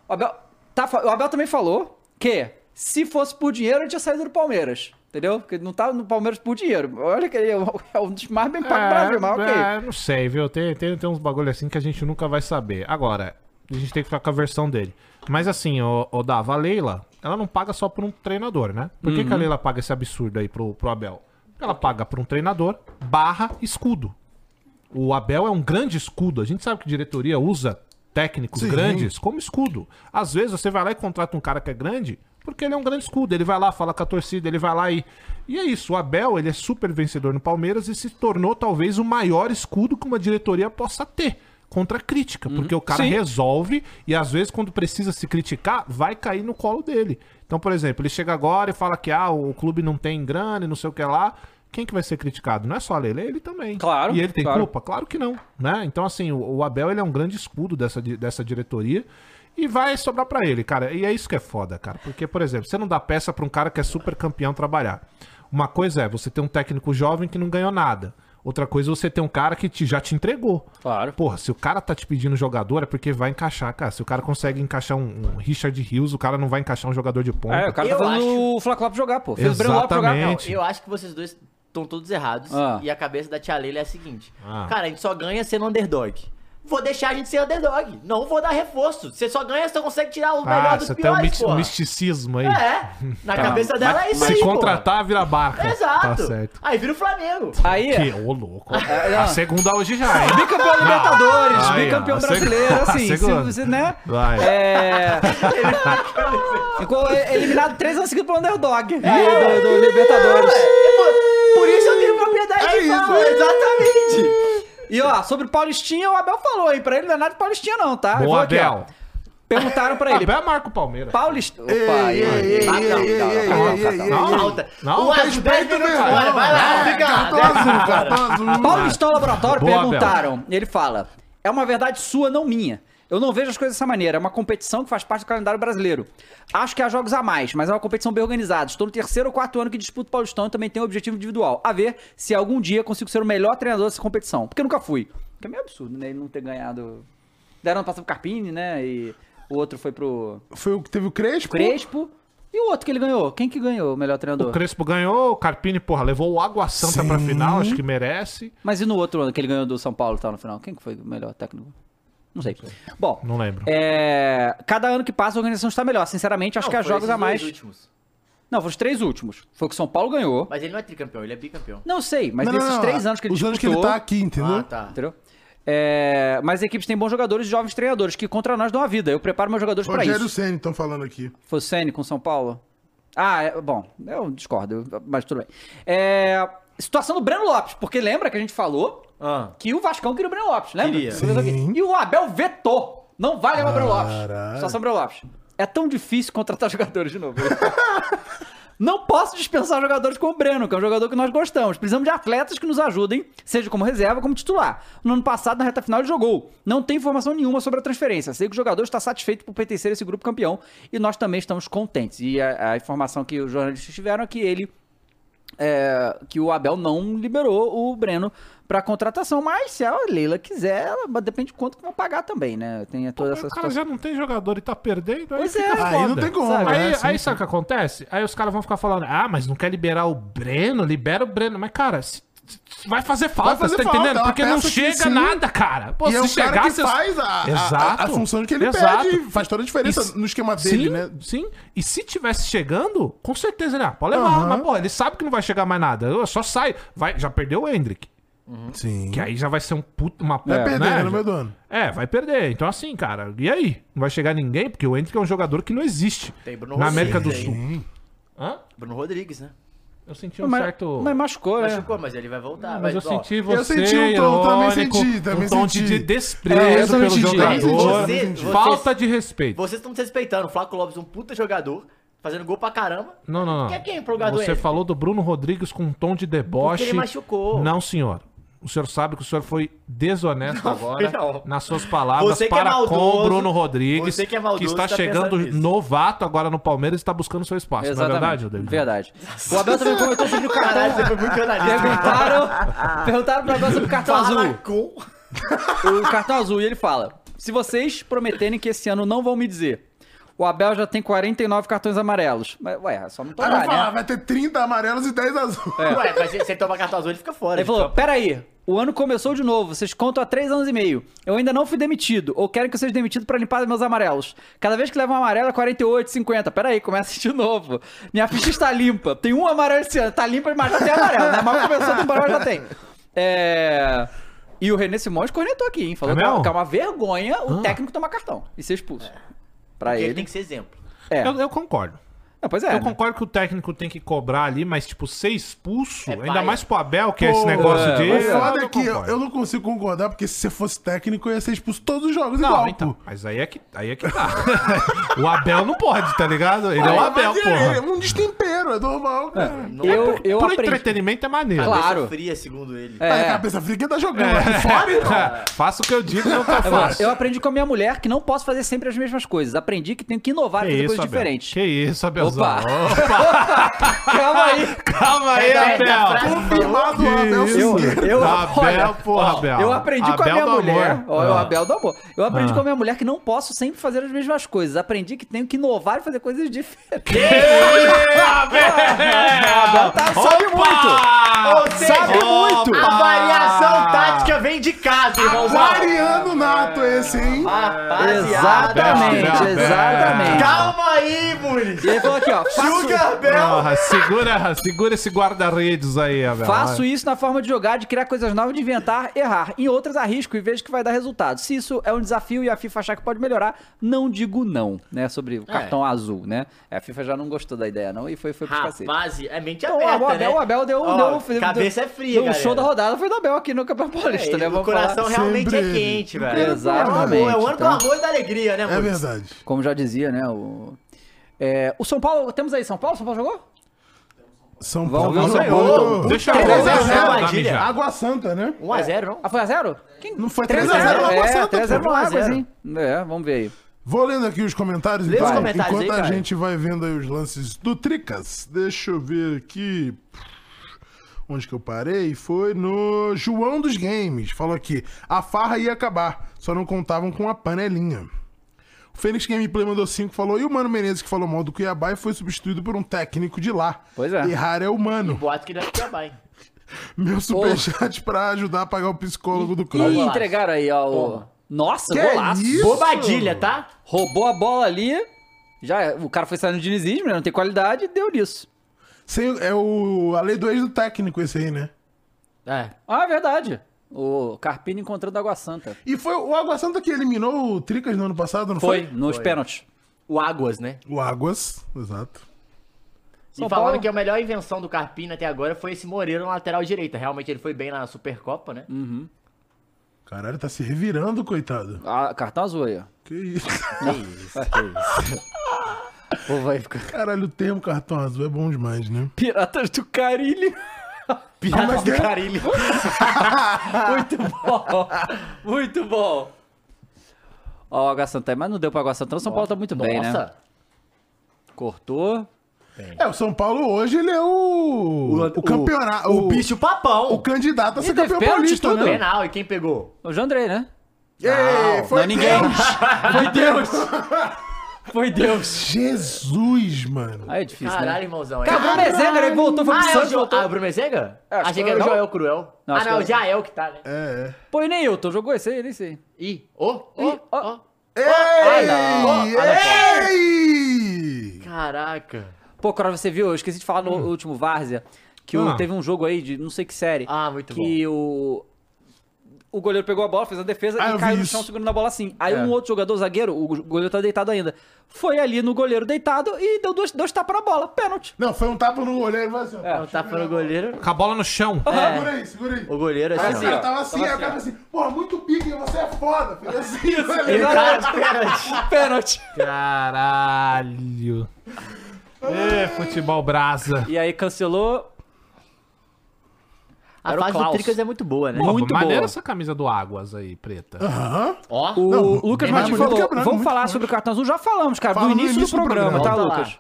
o Abel, tá fa- o Abel também falou que se fosse por dinheiro, ele tinha saído do Palmeiras. Entendeu? Porque não tá no Palmeiras por dinheiro. Olha que ele é o- é um dos mais bem pagos do Brasil, mas ok.
é, não sei, viu? Tem, tem, tem uns bagulho assim que a gente nunca vai saber. Agora, a gente tem que ficar com a versão dele. Mas assim, o, o Dava, a Leila, ela não paga só por um treinador, né? Por que, que
Uhum.
a Leila paga esse absurdo aí pro, pro Abel? Porque ela paga por um treinador barra escudo. O Abel é um grande escudo. A gente sabe que diretoria usa técnicos
Sim.
grandes como escudo. Às vezes você vai lá e contrata um cara que é grande porque ele é um grande escudo. Ele vai lá, fala com a torcida, ele vai lá e. E é isso. O Abel, ele é super vencedor no Palmeiras e se tornou talvez o maior escudo que uma diretoria possa ter. Contra a crítica, porque o cara
Uhum. Sim.
resolve e às vezes, quando precisa se criticar, vai cair no colo dele. Então, por exemplo, ele chega agora e fala que ah, o clube não tem grana e não sei o que lá. Quem que vai ser criticado? Não é só a Lele, ele também.
Claro,
E ele tem
claro.
culpa? Claro que não, né? Então, assim, o, o Abel, ele é um grande escudo dessa, di- dessa diretoria e vai sobrar pra ele, cara. E é isso que é foda, cara. Porque, por exemplo, você não dá peça pra um cara que é super campeão trabalhar. Uma coisa é você ter um técnico jovem que não ganhou nada. Outra coisa é você ter um cara que te- já te entregou.
Claro.
Porra, se o cara tá te pedindo jogador é porque vai encaixar, cara. Se o cara consegue encaixar um, um Richard Hughes, o cara não vai encaixar um jogador de ponta.
É, o cara tá
Eu
fazendo
acho-
o Flaco Lopes jogar, pô. Fez o Breno Lopes jogar.
Exatamente.
Não, eu acho que vocês dois estão todos errados.
Ah.
E a cabeça da tia Leila é a seguinte:
Ah.
Cara, a gente só ganha sendo underdog. Vou deixar a gente ser underdog. Não vou dar reforço. Você só ganha, você consegue tirar é o melhor
ah,
dos
você tem um,
piores,
misti-
pô.
um misticismo aí.
É, na cabeça dela é isso aí,
Se
pô.
contratar, vira barca.
Exato.
Tá certo.
Aí vira o Flamengo.
Aí,
Que, ô louco.
Ah, é,
não.
A segunda hoje já, hein?
bicampeão Libertadores,
Aí, ó,
bicampeão
a seg-
brasileiro,
a
assim, se
segunda.
você, né?
Vai.
É. Ficou eliminado três anos seguidos pelo underdog aí, do, do Libertadores.
Por- Por isso eu tenho propriedade
É
de
isso.
falar, exatamente.
E ó, sobre o Paulistinha, o Abel falou, hein? Pra ele não é nada de Paulistinha, não, tá? Ele falou
Boa,
aqui, ó.
Abel.
Perguntaram pra ele.
Abel marca o Palmeiras.
Paulista. Opa,
Ei,
aí,
ei,
aí,
ei,
aí,
ei,
aí, aí,
ei, ei,
aí,
ei,
aí, aí.
ei, ei.
Falta.
Não,
o azul
respeito
deve
mesmo.
fora. Vai lá,
É,
fica lá.
Cartão azul, cartão azul. né?
Paulistão Laboratório
Boa,
perguntaram. Ele fala: é uma verdade sua, não minha. Eu não vejo as coisas dessa maneira. É uma competição que faz parte do calendário brasileiro. Acho que há jogos a mais, mas é uma competição bem organizada. Estou no terceiro ou quarto ano que disputo o Paulistão e também tenho um objetivo individual. A ver se algum dia consigo ser o melhor treinador dessa competição. Porque eu nunca fui. Que é meio absurdo, né? Ele não ter ganhado. Deram passar pro Carpini, né? E o outro foi pro
Foi o que teve o Crespo?
Crespo. E o outro que ele ganhou? Quem que ganhou o melhor treinador?
O Crespo ganhou, o Carpini, porra, levou o Água Santa pra final, acho que merece.
Mas e no outro ano que ele ganhou do São Paulo e tal no final? Quem que foi o melhor técnico? Não sei. Bom,
Não lembro.
é, cada ano que passa a organização está melhor. Sinceramente, acho
Não,
que há
foi
jogos
esses
a mais.
dois últimos.
Não, foram os três últimos. Foi o que o São Paulo ganhou.
Mas ele não é tricampeão, ele é bicampeão.
Não sei, mas
Não, não,
nesses
não,
três anos que ele
Os
disputou,
anos que ele tá aqui, entendeu?
Ah, tá.
entendeu? É, mas as equipes têm bons jogadores e jovens treinadores que contra nós dão a vida. Eu preparo meus jogadores para
Rogério
isso.
Senna estão falando aqui.
Foi o Sene com São Paulo? Ah, é- bom, eu discordo, eu- mas tudo bem. É, situação do Breno Lopes, porque lembra que a gente falou
Ah.
que o Vascão queria o Breno Lopes, lembra?
Queria.
Sim.
E o Abel vetou. Não vai levar o Breno Lopes.
Caralho.
Só são Breno Lopes. É tão difícil contratar jogadores de novo. né? Não posso dispensar jogadores como o Breno, que é um jogador que nós gostamos. Precisamos de atletas que nos ajudem, seja como reserva, como titular. No ano passado, na reta final, ele jogou. Não tem informação nenhuma sobre a transferência. Sei que o jogador está satisfeito por pertencer a esse grupo campeão e nós também estamos contentes. E a, a informação que os jornalistas tiveram é que ele é, que o Abel não liberou o Breno pra contratação, mas se a Leila quiser, ela- mas depende de quanto que vão pagar também, né? Tem toda essa
o cara
situação.
já não tem jogador e tá perdendo, aí
Pois
fica
é.
foda.
Aí não tem como,
Sabe?
né?
Aí,
Assim,
aí sabe o que acontece? Aí os caras vão ficar falando, ah, mas não quer liberar o Breno? Libera o Breno. Mas, cara, se- se- vai fazer falta,
fazer
você tá
falta, é
entendendo?
uma
Porque não
peça que
chega
sim.
nada, cara. Pô,
e é o
chegar,
cara que
você-
faz a, a-
Exato.
a função que ele
Exato.
pede. Faz toda a diferença
E se-
no esquema dele,
sim,
né?
Sim, e se tivesse chegando, com certeza, né? Pode levar,
Aham.
mas, pô, ele sabe que não vai chegar mais nada. Eu só sai. Vai, já perdeu o Hendrick.
Sim.
Que aí já vai ser um puto, uma puta.
Uhum. Vai perder, né,
né?
no meu dono?
É, vai perder. Então, assim, cara, e aí? Não vai chegar ninguém, porque o Hendrick é um jogador que não existe
Tem Bruno
na
Rodrigues
América do
aí.
Sul. Hã?
Bruno Rodrigues, né?
Eu senti um
mas,
certo.
mas machucou, né?
Machucou, mas ele vai voltar.
Ah,
vai,
Mas eu
ó,
senti você.
eu senti um tom, também
irônico,
senti, também
um tom
senti.
de desprezo
É, eu
pelo
também senti, também
jogador.
senti, também senti.
Falta de respeito.
Vocês estão desrespeitando. O Flaco Lopes, um puta jogador, fazendo gol pra caramba.
Não, não, não.
Quer quem é pro jogador
Você
ele?
falou do Bruno Rodrigues com um tom de deboche.
Porque ele machucou.
Não, senhor. O senhor sabe que o senhor foi desonesto agora
não.
nas suas palavras
Você que é
para com o
maldoso,
Bruno Rodrigues,
você que é maldoso,
está
tá
chegando
pensando nisso.
novato agora no Palmeiras e está buscando seu espaço. Não é verdade, David?
Verdade. O Abel também comentou sobre o
Caralho, você
cartão.
foi muito jornalista.
Perguntaram, perguntaram pro Abel sobre o cartão
Fala
azul.
com-
Ah,
o cartão azul e ele fala: Se vocês prometerem que esse ano não vão me dizer. O Abel já tem 49 cartões amarelos. Mas, ué, é só não
Aí vai
tomar,
falar,
né?
vai ter 30 amarelos e 10 azuis.
Ué, mas se se ele tomar cartão azul, ele fica fora.
Ele
de
falou:
campo.
peraí, o ano começou de novo, vocês contam há três anos e meio. Eu ainda não fui demitido, ou querem que eu seja demitido pra limpar meus amarelos. Cada vez que leva um amarelo é 48, 50. Peraí, começa de novo. Minha ficha está limpa. Tem um amarelo esse ano, tá limpa, mas já tem amarelo, né? Mal começou a temporada já tem. É. E o René Simões cornetou aqui, hein? Falou
É
que é uma-
mesmo? Ah.
que é uma vergonha o técnico tomar cartão e ser expulso. Pra
Porque
ele.
ele tem que ser exemplo.
É.
Eu, eu concordo.
Ah, pois é.
Eu
né?
concordo que o técnico tem que cobrar ali, mas, tipo, ser expulso,
É
ainda
paia.
mais pro Abel, que é esse
Pô,
negócio
é,
de.
O
mas
foda é
eu
que eu,
concordo.
eu não consigo concordar, porque se você fosse técnico, eu ia ser expulso todos os jogos
Não,
igual,
então.
pô.
Mas aí é que, aí é que tá. o Abel não pode, tá ligado? Ele é o
Mas
Abel,
é- É
porra.
um destempero, é normal, cara.
Não é
Eu, eu
Por
aprendi.
entretenimento é maneiro.
Claro.
fria, segundo ele.
Tá
É.
de cabeça fria quem tá jogando lá
É.
de fora, irmão.
Faça o que eu digo, não tá fácil.
Eu aprendi com a minha mulher que não posso fazer sempre as mesmas coisas. Aprendi que tenho que inovar e
Que
fazer
isso,
coisas
Abel.
diferentes.
Que isso, Abelzão.
Opa.
Opa.
Calma aí. tá
Calma aí,
É,
Abel.
é, frase
Confirmado o Abel
isso?
Eu,
Siqueira.
eu,
Abel,
olha,
porra,
ó,
Abel.
Eu aprendi com a
Abel
minha
do
mulher.
amor.
Ó, é o
Ah.
Abel do amor. Eu aprendi
Ah.
com a minha mulher que não posso sempre fazer as mesmas coisas. Aprendi que tenho que inovar e fazer coisas diferentes.
Ê, Abel.
Abel tá- sabe
Opa! Ah,
muito. Sabe muito.
Opa!
A variação tática vem de casa, irmãozão.
Variano nato esse, hein?
Rapaziada.
exatamente,
Abel, Abel.
exatamente.
Calma aí, Muniz.
E ele falou aqui, ó. Faço,
Sugar Bell.
Porra, segura, segura esse guarda-redes aí,
Tá.
Abel.
faço isso na forma de jogar, de criar coisas novas, de inventar, errar. Em outras, arrisco e vejo que vai dar resultado. Se isso é um desafio e a FIFA achar que pode melhorar, não digo não, né? Sobre
É.
o cartão azul, né? A FIFA já não gostou da ideia, não, e foi, foi pro cacete.
Rapaz, é mente
Então,
aberta,
o Abel,
né?
o Abel deu,
Ó,
deu, deu-
Cabeça
deu-
é fria,
deu O
galera.
show da rodada foi do Abel aqui no Campeonato
É,
Paulista, né?
o
Vamos
coração
falar.
realmente é
Sempre ele.
quente, velho.
Exatamente,
É o ano
então.
do amor e da alegria, né,
É
Muniz?
verdade.
Como já dizia, né? O, é, o São Paulo, temos aí São Paulo? São Paulo jogou?
São
Vamos
Paulo tá
ver o
jogou.
Deixa eu
Três a
deixa eu
zero,
dar
Padilha.
mijada.
Água Santa, né?
1x0, não?
Ah, foi a zero? Quem-
Não foi
3
3 a 0 na Água
É,
Santa,
3 a 0
pô.
na
Água
Águas,
Santa.
hein? É, vamos ver aí.
Vou lendo aqui os comentários,
Lê os
então,
comentários aí,
enquanto a
cara.
gente vai vendo aí os lances do Tricas. Deixa eu ver aqui. Onde que eu parei? Foi no João dos Games. Falou aqui: a farra ia acabar, só não contavam com a panelinha. O Fênix Gameplay mandou 5 falou: e o Mano Menezes que falou mal do Cuiabá e foi substituído por um técnico de lá.
Pois é.
Errar é humano.
Boato que deve acabar, hein?
Meu superchat pra ajudar a pagar o psicólogo do
Ih,
clube.
entregaram aí, ó. o-
Porra.
Nossa,
Que
golaço.
isso?
Bobadilha, tá?
Roubou a bola ali. Já, é, o cara foi saindo de dinizismo, né? Não tem qualidade, deu nisso.
Sem- é o, a lei do ex do técnico, esse aí, né?
É.
Ah, é verdade. O Carpini encontrando a Água Santa.
E foi o Água Santa que eliminou o Tricas no ano passado, não
Foi,
foi?
nos pênaltis.
O Águas, né?
O Águas, exato.
São
e falando
Paulo-
que a melhor invenção do Carpini até agora foi esse Moreira na lateral direita. Realmente ele foi bem na Supercopa, né?
Hum.
Caralho, tá se revirando, coitado.
Ah, cartão azul aí, ó.
Que isso.
Pô, vai ficar.
Caralho, o termo cartão azul é bom demais, né?
Piratas do Carilho.
Piratas do
é?
Carilho.
Muito bom. Muito bom. Ó, o Água Santa, mas não deu pra Água Santa. Então o São Paulo tá muito bem, né?
Nossa.
Cortou.
É, o São Paulo hoje ele é o. O, campeonato. O,
O bicho papão.
O candidato a ser
Ele teve
campeão
pênalti e
paulista,
tudo.
né?
Penal, e quem pegou?
O Jandrei, né?
Ei,
Não
foi
é ninguém.
Deus.
Foi Deus. Foi Deus.
Jesus, mano.
Aí é difícil, né?
Caralho, irmãozão. é.
Cara, o Bruno Mezenga, ele voltou, foi pro
Ah, é o
Santos,
jo...
voltou.
ah, o Bruno Mezenga?
É, acho que
Achei que era o
não.
Joel Cruel.
Não,
ah,
acho
não,
que
o
é-
Jael que tá, né?
É, é.
Pô, e Neilton, jogou esse aí? Nem sei.
Ih, ô,
Ih,
ô,
ó.
ó.
é. Ei!
não. Ah, não,
ei!
Caraca.
Pô, Cora, você viu? Eu esqueci de falar no
Hum.
último Várzea que o-
Ah.
teve um jogo aí de não sei que série.
Ah, muito
que o. O goleiro pegou a bola, fez a defesa
Ah, eu
e caiu
vi
no chão
isso.
segurando a bola assim. Aí
É.
um outro jogador, zagueiro, o goleiro tá deitado ainda. Foi ali no goleiro deitado e deu dois, dois tapas na bola. Pênalti.
Não, foi um tapa no goleiro, mas assim. ó. Ah,
Não tá falando goleiro.
Com a bola no chão.
Segura aí, segura aí.
O goleiro
Aí
assim,
o
ó.
cara tava assim, aí o cara assim, porra, muito pique, você é foda. Fez assim,
Ele
olha.
cara de pênalti.
Pênalti.
Caralho. Ê, futebol brasa.
E aí cancelou.
A
Era o
fase do
Klaus.
Tricas é muito boa, né?
Muito
Pô, maneira
boa.
essa camisa do Águas aí, preta.
Aham.
Ó.
O
Não,
Lucas
bem
Martins
mais bonito
falou:
que a Branca,
vamos
muito
falar
forte.
sobre o cartão azul. Já falamos, cara,
Fala
do
no
início, do programa, tá,
Volta lá.
Lucas?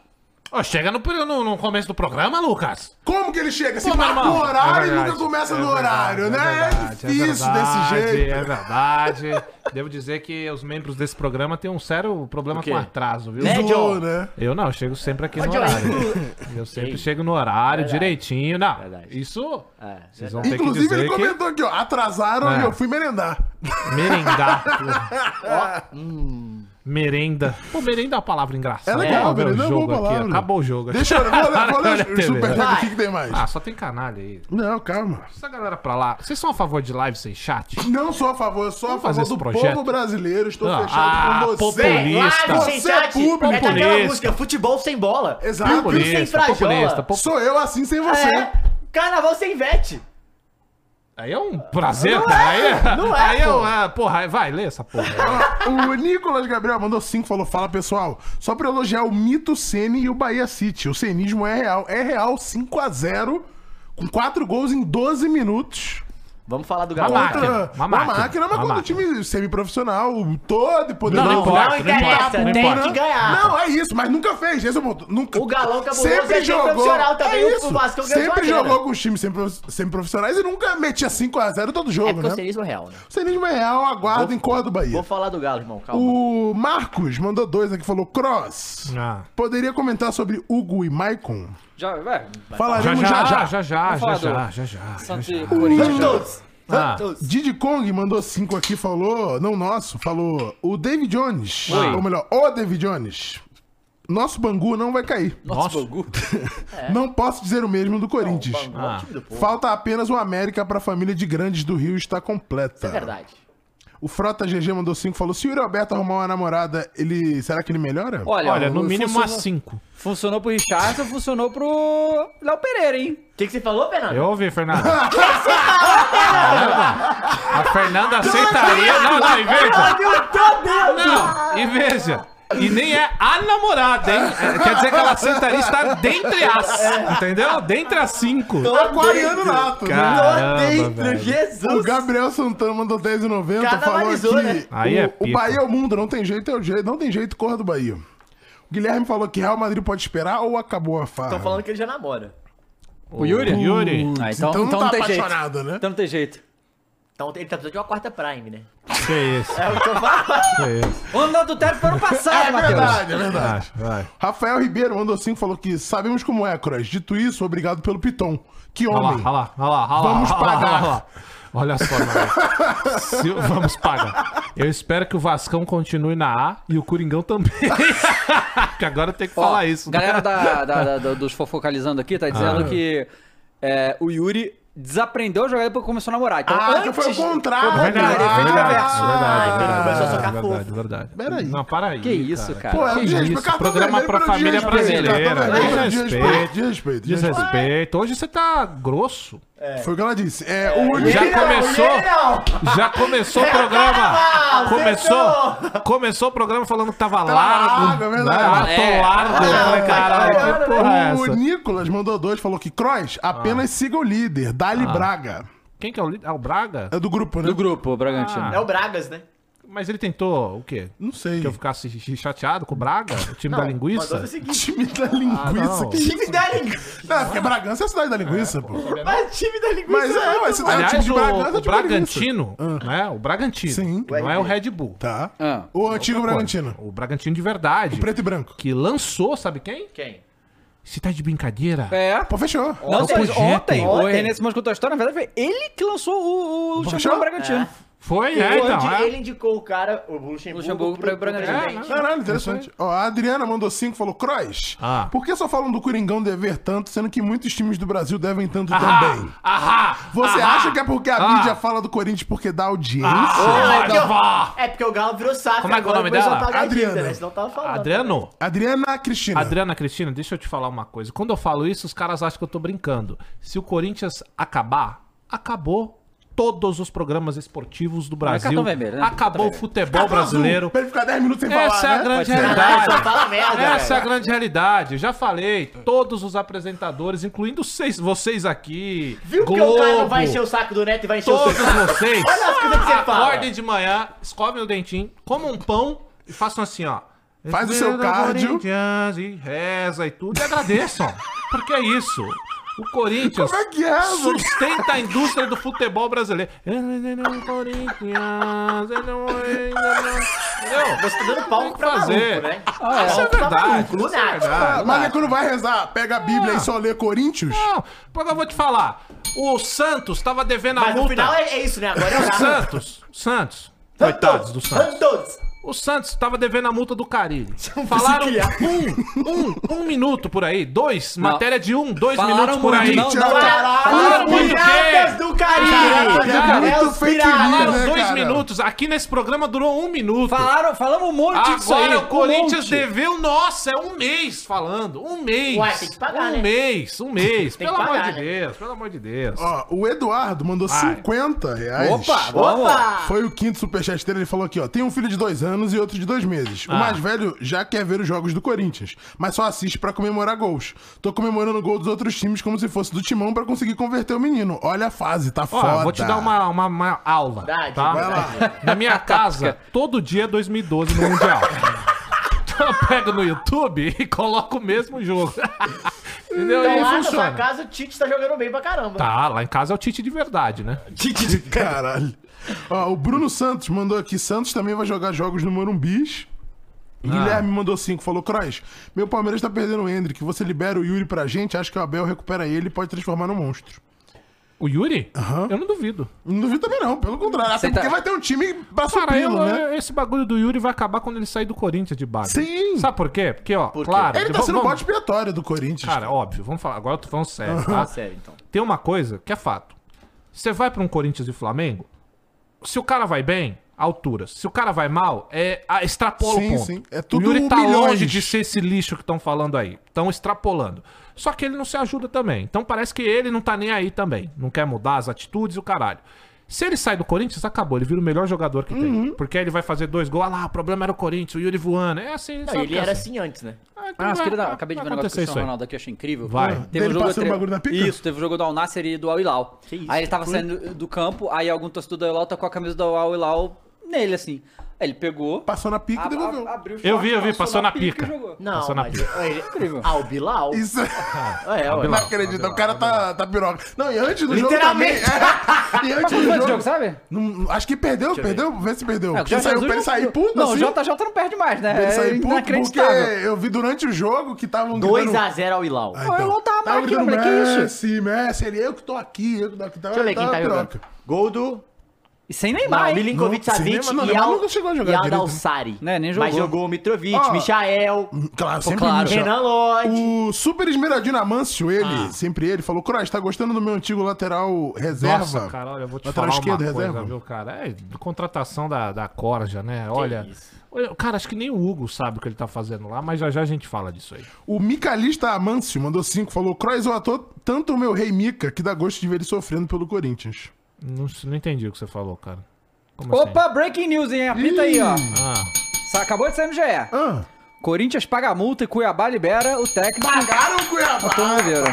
Ó, chega no, pri- no, no começo do programa, Lucas.
Como que ele chega? Se
Pô, meu
marca
irmão,
o horário
é
e nunca
verdade,
começa
é
no
verdade,
horário, né?
verdade,
é difícil
verdade,
desse jeito.
É verdade. Devo dizer que os membros desse programa têm um sério problema
quê?
com atraso, viu?
Né?
Zoou,
John?
né?
Eu não, eu chego sempre aqui no
John.
horário. Eu sempre chego no horário direitinho. Não,
Verdade.
isso
É,
vocês vão ter que
Inclusive,
dizer
ele
que
comentou aqui, ó. Atrasaram
É.
e eu fui merendar.
merendar. porra.
hum.
Merenda. Pô, merenda é uma palavra engraçada.
É legal,
Vamos ver o
merenda é uma
jogo
boa
aqui, ó.
palavra.
Acabou o jogo. aqui.
Deixa eu vou ler, vou
Olha
ler
a
os
TV.
superchat aqui que tem mais.
Ah, só tem canalha aí.
Não, calma.
Essa galera pra lá. Vocês são a favor de live sem chat?
Não sou a favor, eu sou a
Vamos fazer
favor
esse
do
projeto.
Povo brasileiro, estou
Ah,
fechado
ah,
com você.
populista.
Você é público.
é daquela
Populista.
música, futebol sem bola.
Exato.
Público sem
Populista,
frajola.
populista, pop-
Sou eu assim sem você.
É, carnaval sem vete.
Aí é um prazer,
Não
cara.
é,
aí é,
não é,
aí é
pô.
uma- porra, aí vai, lê essa porra.
Ó, O Nicolas Gabriel mandou cinco, falou: Fala pessoal, só pra elogiar o mito Sene e o Bahia City. O cenismo é real. É real 5x0, com 4 gols em 12 minutos.
Vamos falar do
Uma
Galo.
máquina, uma
uma
máquina,
máquina, mas
uma
quando o
máquina.
time semiprofissional, o todo poderoso.
Não importa, não importa, não
tem
importa.
que ganhar.
Não, é isso, mas nunca fez. Esse é o ponto. Nunca.
O Galão Cabuloso é
sempre
time
jogou.
profissional também, o
é isso.
Vasco é um grande
sempre
maneiro.
jogou com os times sempre, sempre profissionais e nunca metia 5x0 todo
É
jogo,
porque o
né?
serismo é real, né?
O Senismo é real, aguardo em cor do Bahia.
Vou falar do Galo, irmão, calma.
O Marcos mandou dois aqui, falou Cross.
Ah.
Poderia comentar sobre Hugo e Maicon?
Já,
é,
vai.
Falaremos já já.
já, já, já, já,
Vamos
já,
falar
já, já.
Santos
já.
e Corinthians. já.
Santos!
Ah.
Santos!
Didi Kong mandou cinco aqui, falou, não nosso, falou o David Jones.
Oi.
Ou melhor, o David Jones. Nosso Bangu não vai cair.
Nossa,
Nossa.
Bangu.
Não posso dizer o mesmo do Corinthians.
Bangu é o
Ah.
time do povo.
Falta apenas o América pra família de grandes do Rio estar completa.
É verdade.
O Frota GG mandou cinco, falou, se o Yuri Alberto arrumar uma namorada, ele, será que ele melhora?
Olha,
Olha, no
o-
mínimo umas
assim,
funcionou,
5.
funcionou pro Richardson, funcionou pro Léo Pereira, hein?
O que, que você falou, Fernando?
Eu ouvi, Fernanda. Caramba. A Fernanda aceitaria. Não, não, e veja.
Meu Deus!
Não, e veja. E nem é a namorada, hein? É, Quer dizer que ela aceitaria estar dentre as. Entendeu? Dentre as cinco.
é
Aquariano nato, né?
Caramba,
Tô
velho.
é dentro, Jesus!
O Gabriel Santana mandou 10,90 falou
Carnavalizou,
aqui.
né?
Aí é
o, o
pica.
Bahia é o mundo, não tem jeito, é o jeito, não tem jeito, corra do Bahia. O Guilherme falou que Real Madrid pode esperar ou acabou a farra?
Tô falando que ele já namora.
O
Yuri?
Yuri.
Ah, então,
então, não
então
tá
não tem jeito.
apaixonado, né?
Então não tem jeito.
Então ele tá precisando de uma quarta Prime, né?
Que isso,
É o que eu falo.
que isso.
O ano do adultério foi ano passado,
É
Matheus.
verdade, é verdade.
vai.
Rafael Ribeiro mandou 5 falou que sabemos como é, Cross. Dito isso, obrigado pelo Piton. Que
Olha lá,
homem.
olha lá, olha lá, olha lá.
Vamos
olha lá,
pagar.
olha lá. Olha só, mano. Se- Vamos pagar. Eu espero que o Vascão continue na A e o Coringão também. que agora tem que
Ó,
falar isso. né?
Galera da, da- da- do- dos fofocalizando aqui tá dizendo que é, o Yuri desaprendeu a jogar depois que começou a namorar. Então,
Ah,
antes,
que foi o contrário.
é
Foi o contrário,
Ah,
efeito
É
reverso.
verdade, é verdade,
Ah,
verdade,
começou a
verdade,
socar
é verdade,
fofo.
verdade.
Peraí.
Não, para aí.
Que isso, cara.
Pô, é
Que
de respeito,
isso,
cartão
programa
vermelho
pra
de
família
respeito,
brasileira.
cartão vermelho, De
Respeito.
respeito, de respeito, de respeito.
Desrespeito. Hoje você tá grosso.
Foi o que ela disse. É, o único.
Já começou.
Ele não.
Já começou o programa. Começou. Começou o programa falando que tava largo.
largo, é né? verdade.
né? Ah, Tô
É.
largo. Eu falei, Caralho, que porra é
o
essa? Ah.
Nicolas mandou dois, falou que Cross, apenas siga o líder, Dali Braga.
Quem que é o líder? Ah, o Braga?
É do grupo, né?
Do grupo, Bragantino.
É o Bragas, né?
Mas ele tentou o quê?
Não sei.
Que eu ficasse ch- chateado com o Braga? O time da linguiça?
Mandou o seguinte.
Time da linguiça.
não.
que isso?
Time da linguiça.
Não, porque Bragança é a cidade da linguiça, pô.
Mas time da linguiça.
Mas é, mas cidade é o time
Aliás,
de
o,
Bragança. é time
o
da linguiça. Ah.
Bragantino, né? O Bragantino.
Sim.
Não é o Red Bull.
Tá.
Ah.
O antigo Bragantino.
O Bragantino de verdade.
Preto e branco.
Que lançou, sabe quem?
Quem?
Se tá de brincadeira.
É.
Pô, fechou.
Não,
Ontem.
mas ontem, o
Ontem.
René Simões contou a história, na verdade foi ele que lançou o, o Luxemburgo
Puxou?
Bragantino.
Foi, é,
Onde
então. é.
Ele indicou o cara, o Luxemburgo,
Luxemburgo pra- pra-
presidente.
Caralho, interessante. Ó, a Adriana mandou cinco, falou, Cross,
Ah.
por que só falam do Coringão dever tanto, sendo que muitos times do Brasil devem tanto também?
Ahá, ahá,
Você
ahá.
acha que é porque a
Ah.
mídia fala do Corinthians porque dá audiência?
Ah,
é, porque eu-
vá.
é porque o Galo virou safra.
Como é que é o
agora,
nome
começou a
dela?
pagar a dívida,
Adriana.
né? Senão tava falando.
Adriano,
Adriana Cristina.
Adriana é Cristina, deixa eu te falar uma coisa. Quando eu falo isso, os caras acham que eu tô brincando. Se o Corinthians acabar, acabou todos os programas esportivos do
é
Brasil.
cartão vermelho, né?
Acabou o futebol brasileiro.
Tá Pra ele ficar 10 minutos sem
Essa é
falar,
a
né?
grande
Pode ser.
realidade.
Só fala merda,
Essa é a
velho.
grande realidade. Já falei, todos os apresentadores, incluindo seis, vocês aqui.
Viu que o cara não vai encher o saco do Neto e vai encher o
Todos
seu saco?
vocês. Ah,
Olha as coisas que você fala.
Acordem de manhã, escovem o dentinho, comam um pão e façam assim, ó.
Faz o seu cardio.
Corinthians E reza e tudo. E agradeçam. Porque é isso. O Corinthians
Como é que é, mano?
sustenta a indústria do futebol brasileiro. é Corinthians. é Entendeu?
Você tá dando palco pra
Fazer.
maluco, né?
Ah, é.
Isso é
Palco pra
verdade.
maluco,
Isso é
lunático.
verdade.
Mas aí quando vai rezar, pega a Bíblia
Ah.
e só lê Coríntios?
Não, porque eu vou te falar. O Santos tava devendo a
Mas no
multa.
final é, é isso, né? Agora é o
O
Galo.
Então,
Santos, Santos. Coitados do Santos.
Santos.
O Santos tava devendo a multa do Carilli. Falaram um, um, um minuto por aí. Dois, matéria de um, dois
Falaram
minutos por
muito,
aí.
não, não,
Falaram
Falaram muito o
Piratas
quê?
do Caribe!
É
Cara,
muito fake
Falaram
news, né,
dois
cara?
minutos. Aqui nesse programa durou um minuto.
Falaram, falamos um monte disso aí.
Agora o Corinthians
um monte.
deveu, nossa, é um mês falando. Um mês.
Ué, tem que pagar,
um
né?
mês, um mês.
Tem
pelo
que
amor
pagar,
de
né?
Deus, pelo amor de Deus.
Ó, o Eduardo mandou
Vai.
50 reais.
Opa, opa!
Opa!
Foi o quinto superchat dele, ele falou aqui, ó. Tem um filho de dois anos e outro de dois meses. O
Ah.
mais velho já quer ver os jogos do Corinthians, mas só assiste pra comemorar gols. Tô comemorando o gol dos outros times como se fosse do Timão pra conseguir converter o menino. Olha a fase, tá
Ó,
foda.
vou te dar uma, uma, uma aula.
Verdade,
tá?
verdade.
Na minha casa, todo dia é 2012 no Mundial. Então eu pego no YouTube e coloco o mesmo jogo. Entendeu? E
Então
aí
lá na sua
funciona.
casa o Tite tá jogando bem pra caramba.
Tá, lá em casa é o Tite de verdade, né?
Caralho. Ó, o Bruno Santos mandou aqui, Santos também vai jogar jogos no Morumbis. Guilherme mandou cinco, falou, Crois, meu Palmeiras tá perdendo o Hendrick, você libera o Yuri pra gente, acho que o Abel recupera ele e pode transformar no monstro.
O Yuri?
Aham.
Eu não duvido.
Não duvido também não, pelo contrário.
Você
Até
tá-
porque vai ter um time pra
Cara, eu-
supri-lo, né?
esse bagulho do Yuri vai acabar quando ele sair do Corinthians de base.
Sim.
Sabe por quê? Porque, ó,
quê?
claro.
Ele tá
vamos-
sendo
vamos-
bode expiatório do Corinthians.
Cara, óbvio, vamos falar. Agora eu tô falando sério,
Ah,
tá?
sério, então.
Tem uma coisa que é fato. Você vai pra um Corinthians e Flamengo, se o cara vai bem, alturas. Se o cara vai mal, é a, extrapola
Sim,
o ponto.
sim. É tudo
o Yuri tá
milhões.
longe de ser esse lixo que estão falando aí. Estão extrapolando. Só que ele não se ajuda também. Então parece que ele não tá nem aí também. Não quer mudar as atitudes e o caralho. Se ele sai do Corinthians, acabou. Ele vira o melhor jogador que
Uhum.
tem. Porque aí ele vai fazer dois gols. Ah lá, o problema era o Corinthians, o Yuri voando. É assim,
Não,
sabe que
ele
é
era assim antes, né?
Ah, então
Ah, mas
vai-
queria dar-
vai-
acabei de ver um negócio
vai
do
acontecer isso
Cristiano
aí.
Ronaldo aqui, eu achei incrível. um
Vai.
Dele passando
entre-
o bagulho na pica?
Isso, teve o jogo do Al Nasser e do Al Hilal.
Que isso,
Aí ele tava saindo do campo, aí algum torcedor do Al Hilal tocou a camisa do Al Hilal nele, assim. Aí ele pegou,
Passou na pica e
ab-
devolveu.
ab- abriu o
Eu vi, eu vi,
short,
passou na pica.
e jogou.
Não,
Passou na
mas...
pica.
ele-
Incrível.
Ah, o Bilal.
Isso
É, ué.
eu não acredito. O cara tá, tá piroca. Não, e antes do jogo também. É.
Literalmente.
E antes
Mas
do
quantos
jogo.
jogo, sabe?
Não, acho que perdeu, perdeu. Vê se perdeu.
É, o
Porque
Jorge
saiu
Jesus
pra
não-
ele sair puto,
Não,
assim.
o JJ não perde mais,
Pra
né?
ele
É
sair puto, porque
inacreditável.
eu vi durante o jogo que estavam
2x0 ao Ilau.
Ah,
Pô, eu não tava mais aqui,
gritando,
moleque, que isso?
Messi, Messi, ele, eu que tô aqui, eu que tô aqui. então, Tava,
Deixa eu ver quem
tava
tá jogando.
piroca.
Gol do...
E sem
Não,
Neymar, hein?
Milinkovic Savic
Cinema, não,
e
Neymar
Al...
nunca chegou a jogar
e
direito.
Aldalsari.
Né, nem
Mas
jogou.
jogou o Mitrovic,
Ó.
Michael,
Claro, sempre
claro.
claro.
Renan Lodge.
O Super Esmeraldino Amâncio, ele, sempre ele, falou: Cross, tá gostando do meu antigo lateral reserva?
Nossa, cara, olha, eu vou te
lateral
falar uma
esquerdo,
coisa,
reserva.
viu, cara? É, do- contratação da, da Corja, né? Olha,
isso.
olha, cara, acho que nem o Hugo sabe o que ele tá fazendo lá, mas já já a gente fala disso aí.
O Micalista Amâncio mandou cinco, falou: Cross, eu ator tanto o meu rei Mica que dá gosto de ver ele sofrendo pelo Corinthians.
Não, s- não entendi o que você falou, cara. Como
Opa, breaking news, hein? Apita aí, ó.
Ih.
assim? Ah,
Sa- Acabou de sair no GE.
Ah,
Corinthians paga a multa e Cuiabá libera o técnico.
pagaram o Cuiabá!
Tô no Oliveira.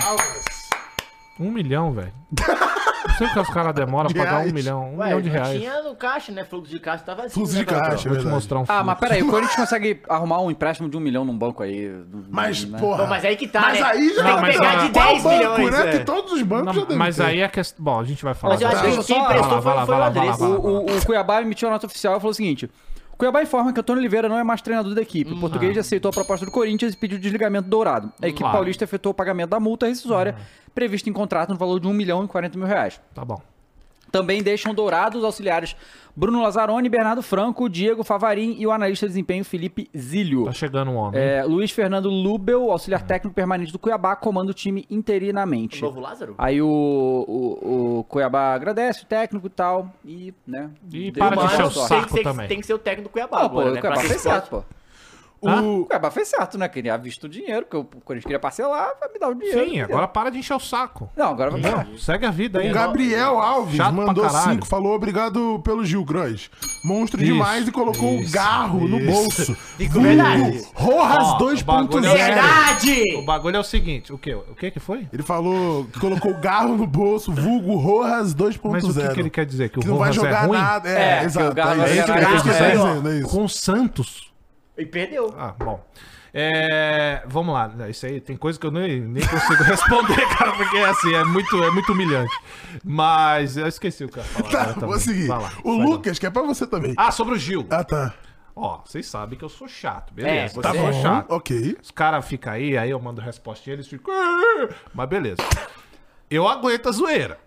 um milhão, velho. Não sei o que os caras demoram
De
pra pagar um
reais.
milhão. Um
Ué,
milhão de
não
reais.
Tinha no caixa, né? Fluxo de caixa tava assim.
Fluxo
né,
de
Gabriel?
caixa,
Vou te
verdade.
mostrar um
Ah,
filme.
mas peraí, o Corinthians consegue arrumar um empréstimo de um milhão num banco aí.
Mas,
né?
porra.
Pô, mas aí que tá,
Mas
né?
aí já
Não,
Tem que
mas
pegar
a-
de
Qual
10
banco,
milhões,
né?
né?
Que todos os bancos já
Não,
devem
mas
ter.
aí é a questão. Bom, a gente vai falar.
Mas eu
disso.
acho que
Deixa
quem
eu só-
Vai lá,
emprestou
vai
foi
lá,
foi o
vai lá, vai lá,
Andrés.
vai lá.
O, o- o Cuiabá emitiu a nota oficial e falou o seguinte: o Cuiabá informa que Antônio Oliveira não é mais treinador da
Hum,
equipe. O português aceitou a proposta do Corinthians e pediu o desligamento do Dourado. A equipe
ah. Claro. Ah.
paulista efetuou o pagamento da multa rescisória prevista em contrato no valor de 1 milhão e 40 mil reais.
Tá bom.
Também deixam dourados os auxiliares Bruno Lazzaroni, Bernardo Franco, Diego Favarin e o analista de desempenho Felipe Zílio.
Tá chegando um homem.
É, Luiz Fernando Lubel, auxiliar técnico permanente do Cuiabá, comanda o time interinamente.
Novo Lázaro?
Aí o, o- o Cuiabá agradece o técnico e tal, e, né?
E
deu
para
uma
de encher o
sorte.
saco
tem, que ser,
também.
tem que ser o técnico do Cuiabá
Não, Ah, pô,
agora,
o
né?
Cuiabá
Pra ser
fez certo,
esporte.
pô. O
O...
Cuiabá fez certo, né? Queria visto o dinheiro, que o Corinthians queria parcelar, vai me dar o dinheiro.
Sim, agora para de encher o saco.
Não, agora vai me
Não, segue a vida aí.
O Gabriel Alves
Chato pra
mandou
caralho.
cinco, falou obrigado pelo Gil Gross. Monstro
Isso,
demais e colocou o
isso,
garro no
isso.
bolso.
Fico verdade.
Rojas
Ó, o bagulho é
2.0.
sério.
Verdade!
O bagulho é o seguinte, o que? O que que foi?
Ele falou que colocou o garro no bolso, vulgo Rojas 2.0.
Mas o que, que ele quer dizer? Que o
Que não vai
Rojas é
jogar
ruim?
nada.
É,
É,
que o
exato.
Garro
é
vai
isso que ele
jogar
quer
nada.
dizer,
Aí, ó.
dizendo, é isso.
Com o Santos?
E perdeu.
Ah, bom. É, vamos lá, isso aí tem coisa que eu nem, nem consigo responder, cara, porque é assim, é muito, é muito humilhante. Mas eu esqueci o que eu ia falar. agora
Tá,
também.
vou seguir.
Vai lá,
o
segue lá.
Lucas, que é pra você também.
Ah, sobre o Gil.
Ah, tá.
Ó, vocês sabem que eu sou chato, beleza.
É,
tá
você
bom,
é.
chato.
Ok.
Os caras ah, ficam aí, aí eu mando resposta e eles ficam. "Ah", Mas beleza. Eu aguento a zoeira.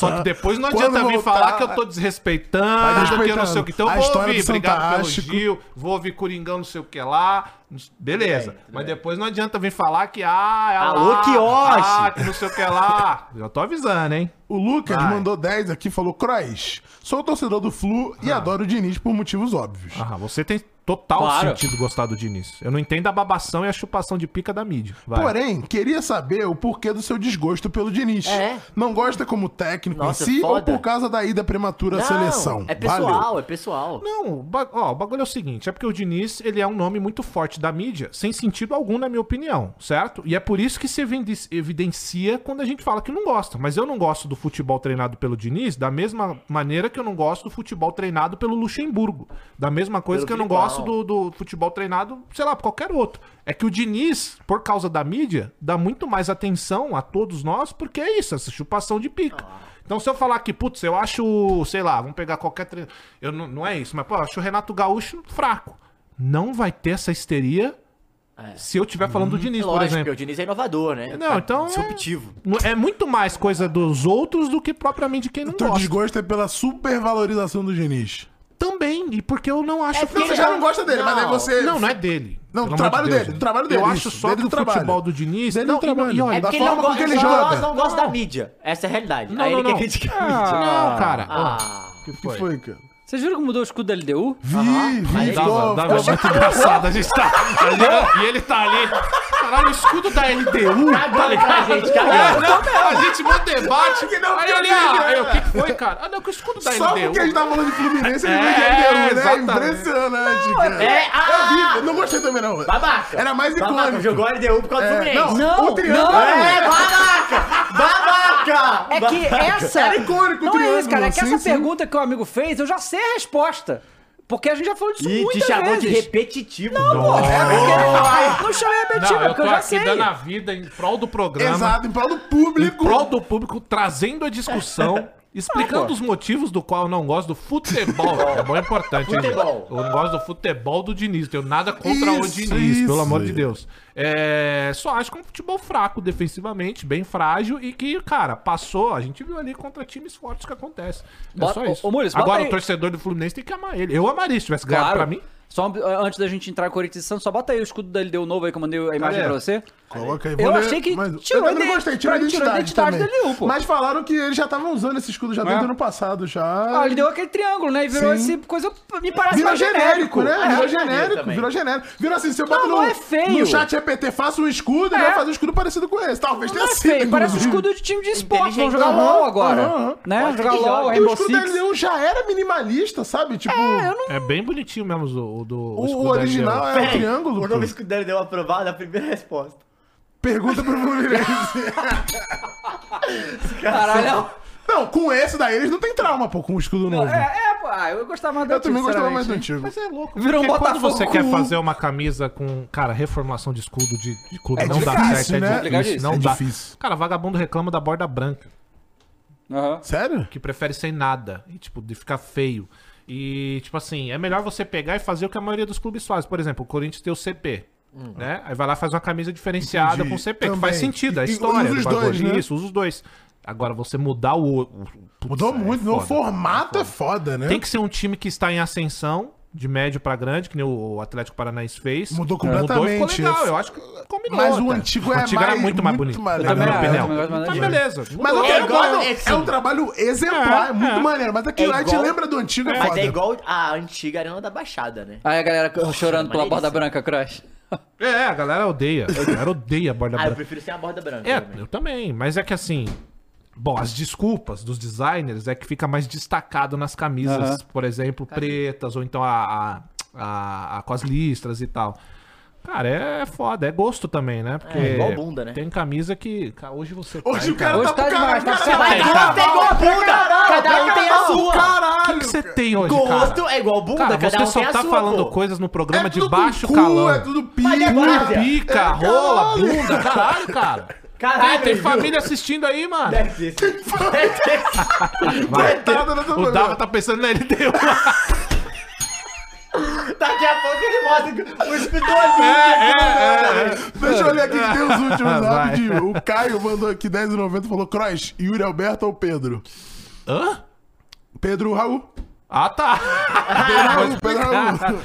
Só que depois não
Quando
adianta vir
voltar,
falar que eu tô desrespeitando,
vai
que eu não sei o que. Então
desrespeitando.
eu
A
vou
história
ouvir,
do
obrigado pelo
Fantástico.
Gil, vou ouvir Coringão não sei o que lá. Beleza. Mas depois não adianta vir falar que, ah, é
Alô,
lá,
Quioche.
Ah, que não sei o que lá. Já tô avisando, hein?
O Lucas
Vai.
mandou 10 aqui falou: Crois, sou torcedor do Flu e adoro o Diniz por motivos óbvios.
Ah, você tem total
Claro.
sentido gostar do Diniz. Eu não entendo a babação e a chupação de pica da mídia. Vai.
Porém, queria saber o porquê do seu desgosto pelo Diniz.
É.
Não gosta como técnico
Nossa,
em si ou
foda.
por causa da ida prematura à seleção?
É pessoal,
Valeu.
é pessoal.
Não, o ba- ó, o bagulho é o seguinte, é porque o Diniz, ele é um nome muito forte da mídia, sem sentido algum, na minha opinião, certo? E é por isso que se evinden- evidencia quando a gente fala que não gosta. Mas eu não gosto do futebol treinado pelo Diniz da mesma maneira que eu não gosto do futebol treinado pelo Luxemburgo. Da mesma coisa
Pelo
que eu não
Filipão.
gosto do, do futebol treinado, sei lá, por qualquer outro. É que o Diniz, por causa da mídia, dá muito mais atenção a todos nós, porque é isso, essa chupação de pica.
Ah.
Então, se eu falar que, putz, eu acho, sei lá, vamos pegar qualquer treino. Eu não, não é isso, mas, pô, eu acho o Renato Gaúcho fraco. Não vai ter essa histeria
É.
se eu estiver falando do Diniz, por
Lógico, porque
exemplo.
o Diniz é inovador, né?
Não, então é-
Disruptivo.
É muito mais coisa dos outros do que propriamente quem não
Teu
gosta.
desgosto é pela supervalorização do Diniz.
Também, e porque eu não acho
É
fraco.
Não, você já não gosta dele, mas aí
Não.
você.
Não, não é dele.
Não,
Pelo
do trabalho
amor Deus,
dele,
gente.
do trabalho dele,
Eu acho
isso,
só
dele
que
do
o
trabalho.
futebol do Diniz.
Dele do
não, e-
trabalho.
E, olha,
É
da
porque
forma-
ele não
go-
como que ele
só
joga.
Nós não gosta da
Não.
mídia. Essa é a realidade.
Não,
Aí
não,
ele
não. Ah.
quer criticar a mídia.
Não, cara. ó,
Ah,
é que
O que
foi?
foi, cara?
Vocês viram que mudou o escudo da LDU?
Vi,
Aí
vi,
dava,
ficou-
dava
ficou-
muito engraçado. A gente tá. a gente- e ele tá ali. Caralho, o escudo da LDU.
Cagando
Tá
Ah. pra
ligado?
gente, cagando.
É, não, a gente manda debate.
Que não
aí
tem
ele,
ninguém,
ah,
né?
aí eu, o que que foi, cara? Ah, não, que o escudo da
Só
LDU.
porque a gente tá falando de Fluminense, ele
É,
não entendeu, né?
exatamente.
Impressionante, cara.
é- ah!
Eu vi, não gostei também, não.
Babaca.
É
Era mais
Tá
Babaca,
icônico.
jogou a LDU por causa do
É,
Fluminense.
não,
Não,
o triângulo.
não.
É,
É, babaca! Babaca!
É que essa.
Era icônico o
Não é isso, cara. É que
triângulo,
essa
sim, sim.
pergunta que o amigo fez, eu já sei a resposta. Porque a gente já
É
falou disso
E te
muitas
chamou de
vezes.
repetitivo.
Pô, é porque- Não chamei repetido,
Não, eu
porque
tô
eu já
aqui
sei.
dando a vida em prol do programa.
Exato, em prol do
É, Em
público.
prol do público, trazendo a discussão,
Ah,
explicando os motivos do qual eu não gosto do futebol. é bom, é importante. hein, gente?
Futebol.
Eu não gosto do futebol do Diniz. Tenho nada contra o
Isso,
Diniz,
isso.
pelo amor de Deus. É, só acho que é um futebol fraco defensivamente, bem frágil e que, cara, passou. A gente viu ali contra times fortes que acontece. É
Bota-
só isso.
ô, ô, Mules, bota
Agora,
aí.
o torcedor do Fluminense tem que amar ele. Eu amaria se tivesse ganhado
Claro.
pra mim.
Só uh, antes da gente entrar em Corinthians e Santos, só bota aí o escudo da LDU novo aí que eu mandei a imagem
Cadê?
pra você.
Coloca aí,
Eu
vou
achei que
mas-
tirou
eu também
a
não gostei, tirou a
ide- tirou a
identidade,
identidade
também.
da LDU, pô.
Mas falaram que eles já estavam usando esse escudo já desde
É.
o ano passado, já.
Ah, ele deu aquele triângulo, né? E virou
Sim.
esse coisa. Me parece
Virou
mais
genérico, né? virou
eu já vi
genérico,
também.
virou genérico. Virou assim, se eu boto
Não,
no,
não é feio.
no chat GPT, faça um escudo, ele
É.
vai fazer um escudo parecido com esse. Talvez
Não
tenha
é
sido.
feio, parece um
inclusive.
escudo de time de esporte. Vão
Inteligente.
jogar
Aham,
LOL agora.
aham.
Né?
Pode ser
Jogar
que
LOL,
E
jogue.
o
Rainbow
um escudo da
Six.
LDU já era minimalista, sabe? Tipo,
É bem bonitinho mesmo o, o do.
o,
escudo né?
o original
LDU.
é o triângulo.
O
pô.
nome que deu aprovado a primeira resposta.
Pergunta pro Fluminense.
Caralho.
não, com esse daí eles não tem trauma, pô, com o escudo novo.
É, é, pô, ah, eu gostava mais do
eu também
antigo,
gostava mais do
sinceramente.
antigo.
Mas é louco.
Virou um
porque quando
Botafogo
você quer
com-
fazer uma camisa com, cara, reformulação de escudo de, de clube,
É
não dá
difícil,
certo,
né?
é difícil,
Complicadíssimo.
não
É
dá.
difícil.
Cara, vagabundo reclama da borda branca,
Aham.
Sério?
que prefere sem nada, e, tipo, de ficar feio. E, tipo assim, é melhor você pegar e fazer o que a maioria dos clubes faz. Por exemplo, o Corinthians tem o CP. Né? Aí vai lá e faz uma camisa diferenciada
Hum. Entendi.
com CP, que
Também.
faz sentido, é a
E- e
história.
usa
do
os
bagulho.
dois, né?
Isso, usa os dois. Agora, você mudar o. o- o- putz,
Mudou
é
muito, meu, o
foda.
formato é foda, né?
Tem que ser um time que está em ascensão, de médio pra grande, que nem o Atlético Paranaense fez.
Mudou
e
completamente.
ficou legal, eu acho que combinou.
Mas o
cara.
antigo
O
é
antigo era
mais-
muito mais
muito
bonito,
mais
na minha
legal.
opinião.
Eu também gosto
Mas
mais
beleza.
Mas o
mudou.
que
É
eu
igual
gosto
ao
é
Edson.
um trabalho exemplar,
É,
é muito
é.
maneiro. Mas aquilo
É
lá te
igual-
lembra do antigo, é,
Mas
foda.
é igual a antiga Arena da Baixada, né?
Aí a galera chorando pela
maneiríssimo.
borda branca, crush.
É, a galera odeia. A galera odeia a borda
Ah, eu
branca.
prefiro sem a borda branca.
É,
também.
eu também. Mas é que assim. Bom, as desculpas dos designers é que fica mais destacado nas camisas,
Aham.
por exemplo,
Tá.
pretas, ou então a, a, a- a com as listras e tal. Cara, é, é foda, é gosto também, né? Porque
É, igual bunda, né?
Tem camisa que. ca- Hoje você.
Hoje o cara
Hoje
tá
tá
pro cara,
demais,
o
tá
cara
certo.
tá
Mas
tem,
pro
cara.
gosto é igual a bunda! Cada um tem a sua!
O
Caralho,
que você tem hoje, cara?
Gosto é igual bunda,
Cara,
cada
você
um
só
tem a
tá
sua,
falando
pô.
coisas no programa de
É tudo
baixo
cu,
calão.
É tudo
Mas é
pica.
guarda.
Cu, pica, rola,
caralho.
bunda, caralho, cara.
É
Caralho,
Tem, tem
Gil.
família assistindo aí, mano.
Deve ser sim. Deve ser sim.
Vai.
Tá, Coitada dessa
O
mulher.
um. Dava tá pensando na LDU.
Daqui a pouco ele mostra o espidolzinho.
É,
É.
Deixa eu olhar aqui que tem os últimos
Vai.
rapidinho. O Caio mandou aqui 10,90 e um, falou: Cross, Yuri Alberto ou Pedro?
Hã?
Pedro Raul.
Ah, tá.
Pedro Raul, Pedro Raul.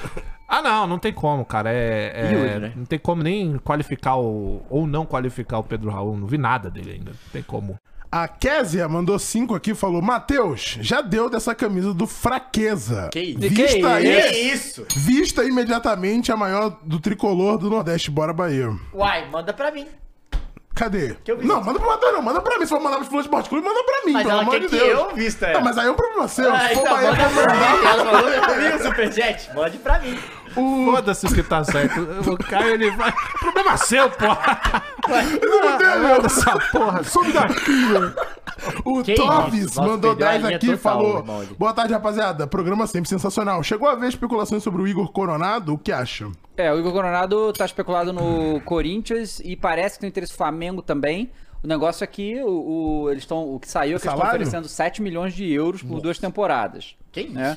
Ah, não, não tem como, cara. É, é-
Yuri, né?
Não tem como nem qualificar o, ou não qualificar o Pedro Raul. Não vi nada dele ainda. Não tem como.
A Kézia mandou 5 aqui e falou: Matheus, já deu dessa camisa do Fraqueza.
Que isso?
Vista
Que
aí.
Que isso?
Vista imediatamente a maior do tricolor do Nordeste, bora Bahia.
Uai, manda pra mim.
Cadê?
eu vi.
não, manda pro Matheus, não, manda pra mim. Se for mandar pro Flor Esporte Clube, manda pra mim,
Mas
pelo
ela
amor
quer
de
que
Deus.
eu vista
Não,
ela.
mas aí é um problema seu.
Ah,
Se for
então
Bahia,
manda
pra
pra
mandar.
mim. Ela mandou pra mim o superchat. Mande pra mim.
O...
Foda-se o que tá certo. O Caio, ele vai. Problema seu, porra.
Não tem, meu.
Essa porra.
Some daqui, velho. O
Que
Tovis
isso? Nossa,
mandou
perdeu a
10
linha
aqui e
total,
falou:
irmão, ele.
Boa tarde, rapaziada. Programa sempre sensacional. Chegou a ver especulações sobre o Igor Coronado? O que acha?
É, o Igor Coronado tá especulado no Corinthians e parece que tem interesse do Flamengo também. O negócio é que o, o- eles estão. O que saiu é que eles estão
Salário?
oferecendo 7 milhões de euros por duas temporadas.
Que isso?
Né?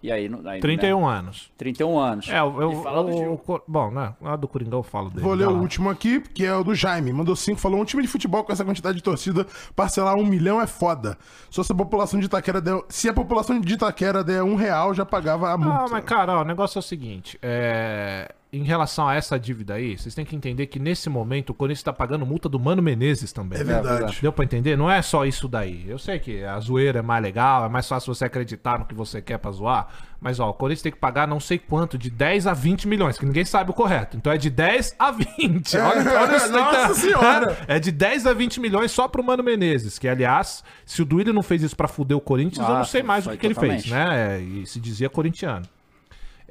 E aí, não- aí, né?
31 anos.
31 anos.
um. É, eu. eu
fala do
o-
Gil.
o Cor- bom, né? Lá do Coringão eu falo dele.
Vou ler
vai
o
lá.
último aqui, que é o do Jaime. Mandou cinco, falou: um time de futebol com essa quantidade de torcida, parcelar um milhão é foda. Só se a população de Itaquera der. Se a população de Itaquera der um real, já pagava a multa.
Ah, mas cara, ó, o negócio é o seguinte, é, em relação a essa dívida aí, vocês têm que entender que nesse momento o Corinthians tá pagando multa do Mano Menezes também.
É verdade.
Deu pra entender? Não é só isso daí. Eu sei que a zoeira é mais legal, é mais fácil você acreditar no que você quer pra zoar, mas ó, o Corinthians tem que pagar não sei quanto, de 10 a 20 milhões, que ninguém sabe o correto. Então é de 10 a 20. Olha, olha isso,
É, Nossa
tá?
Senhora!
É de 10 a 20 milhões só pro Mano Menezes, que aliás, se o Duílio não fez isso pra fuder o Corinthians, eu não
Ah,
sei mais o
foi
que, que ele fez,
totalmente.
né? E se dizia corintiano.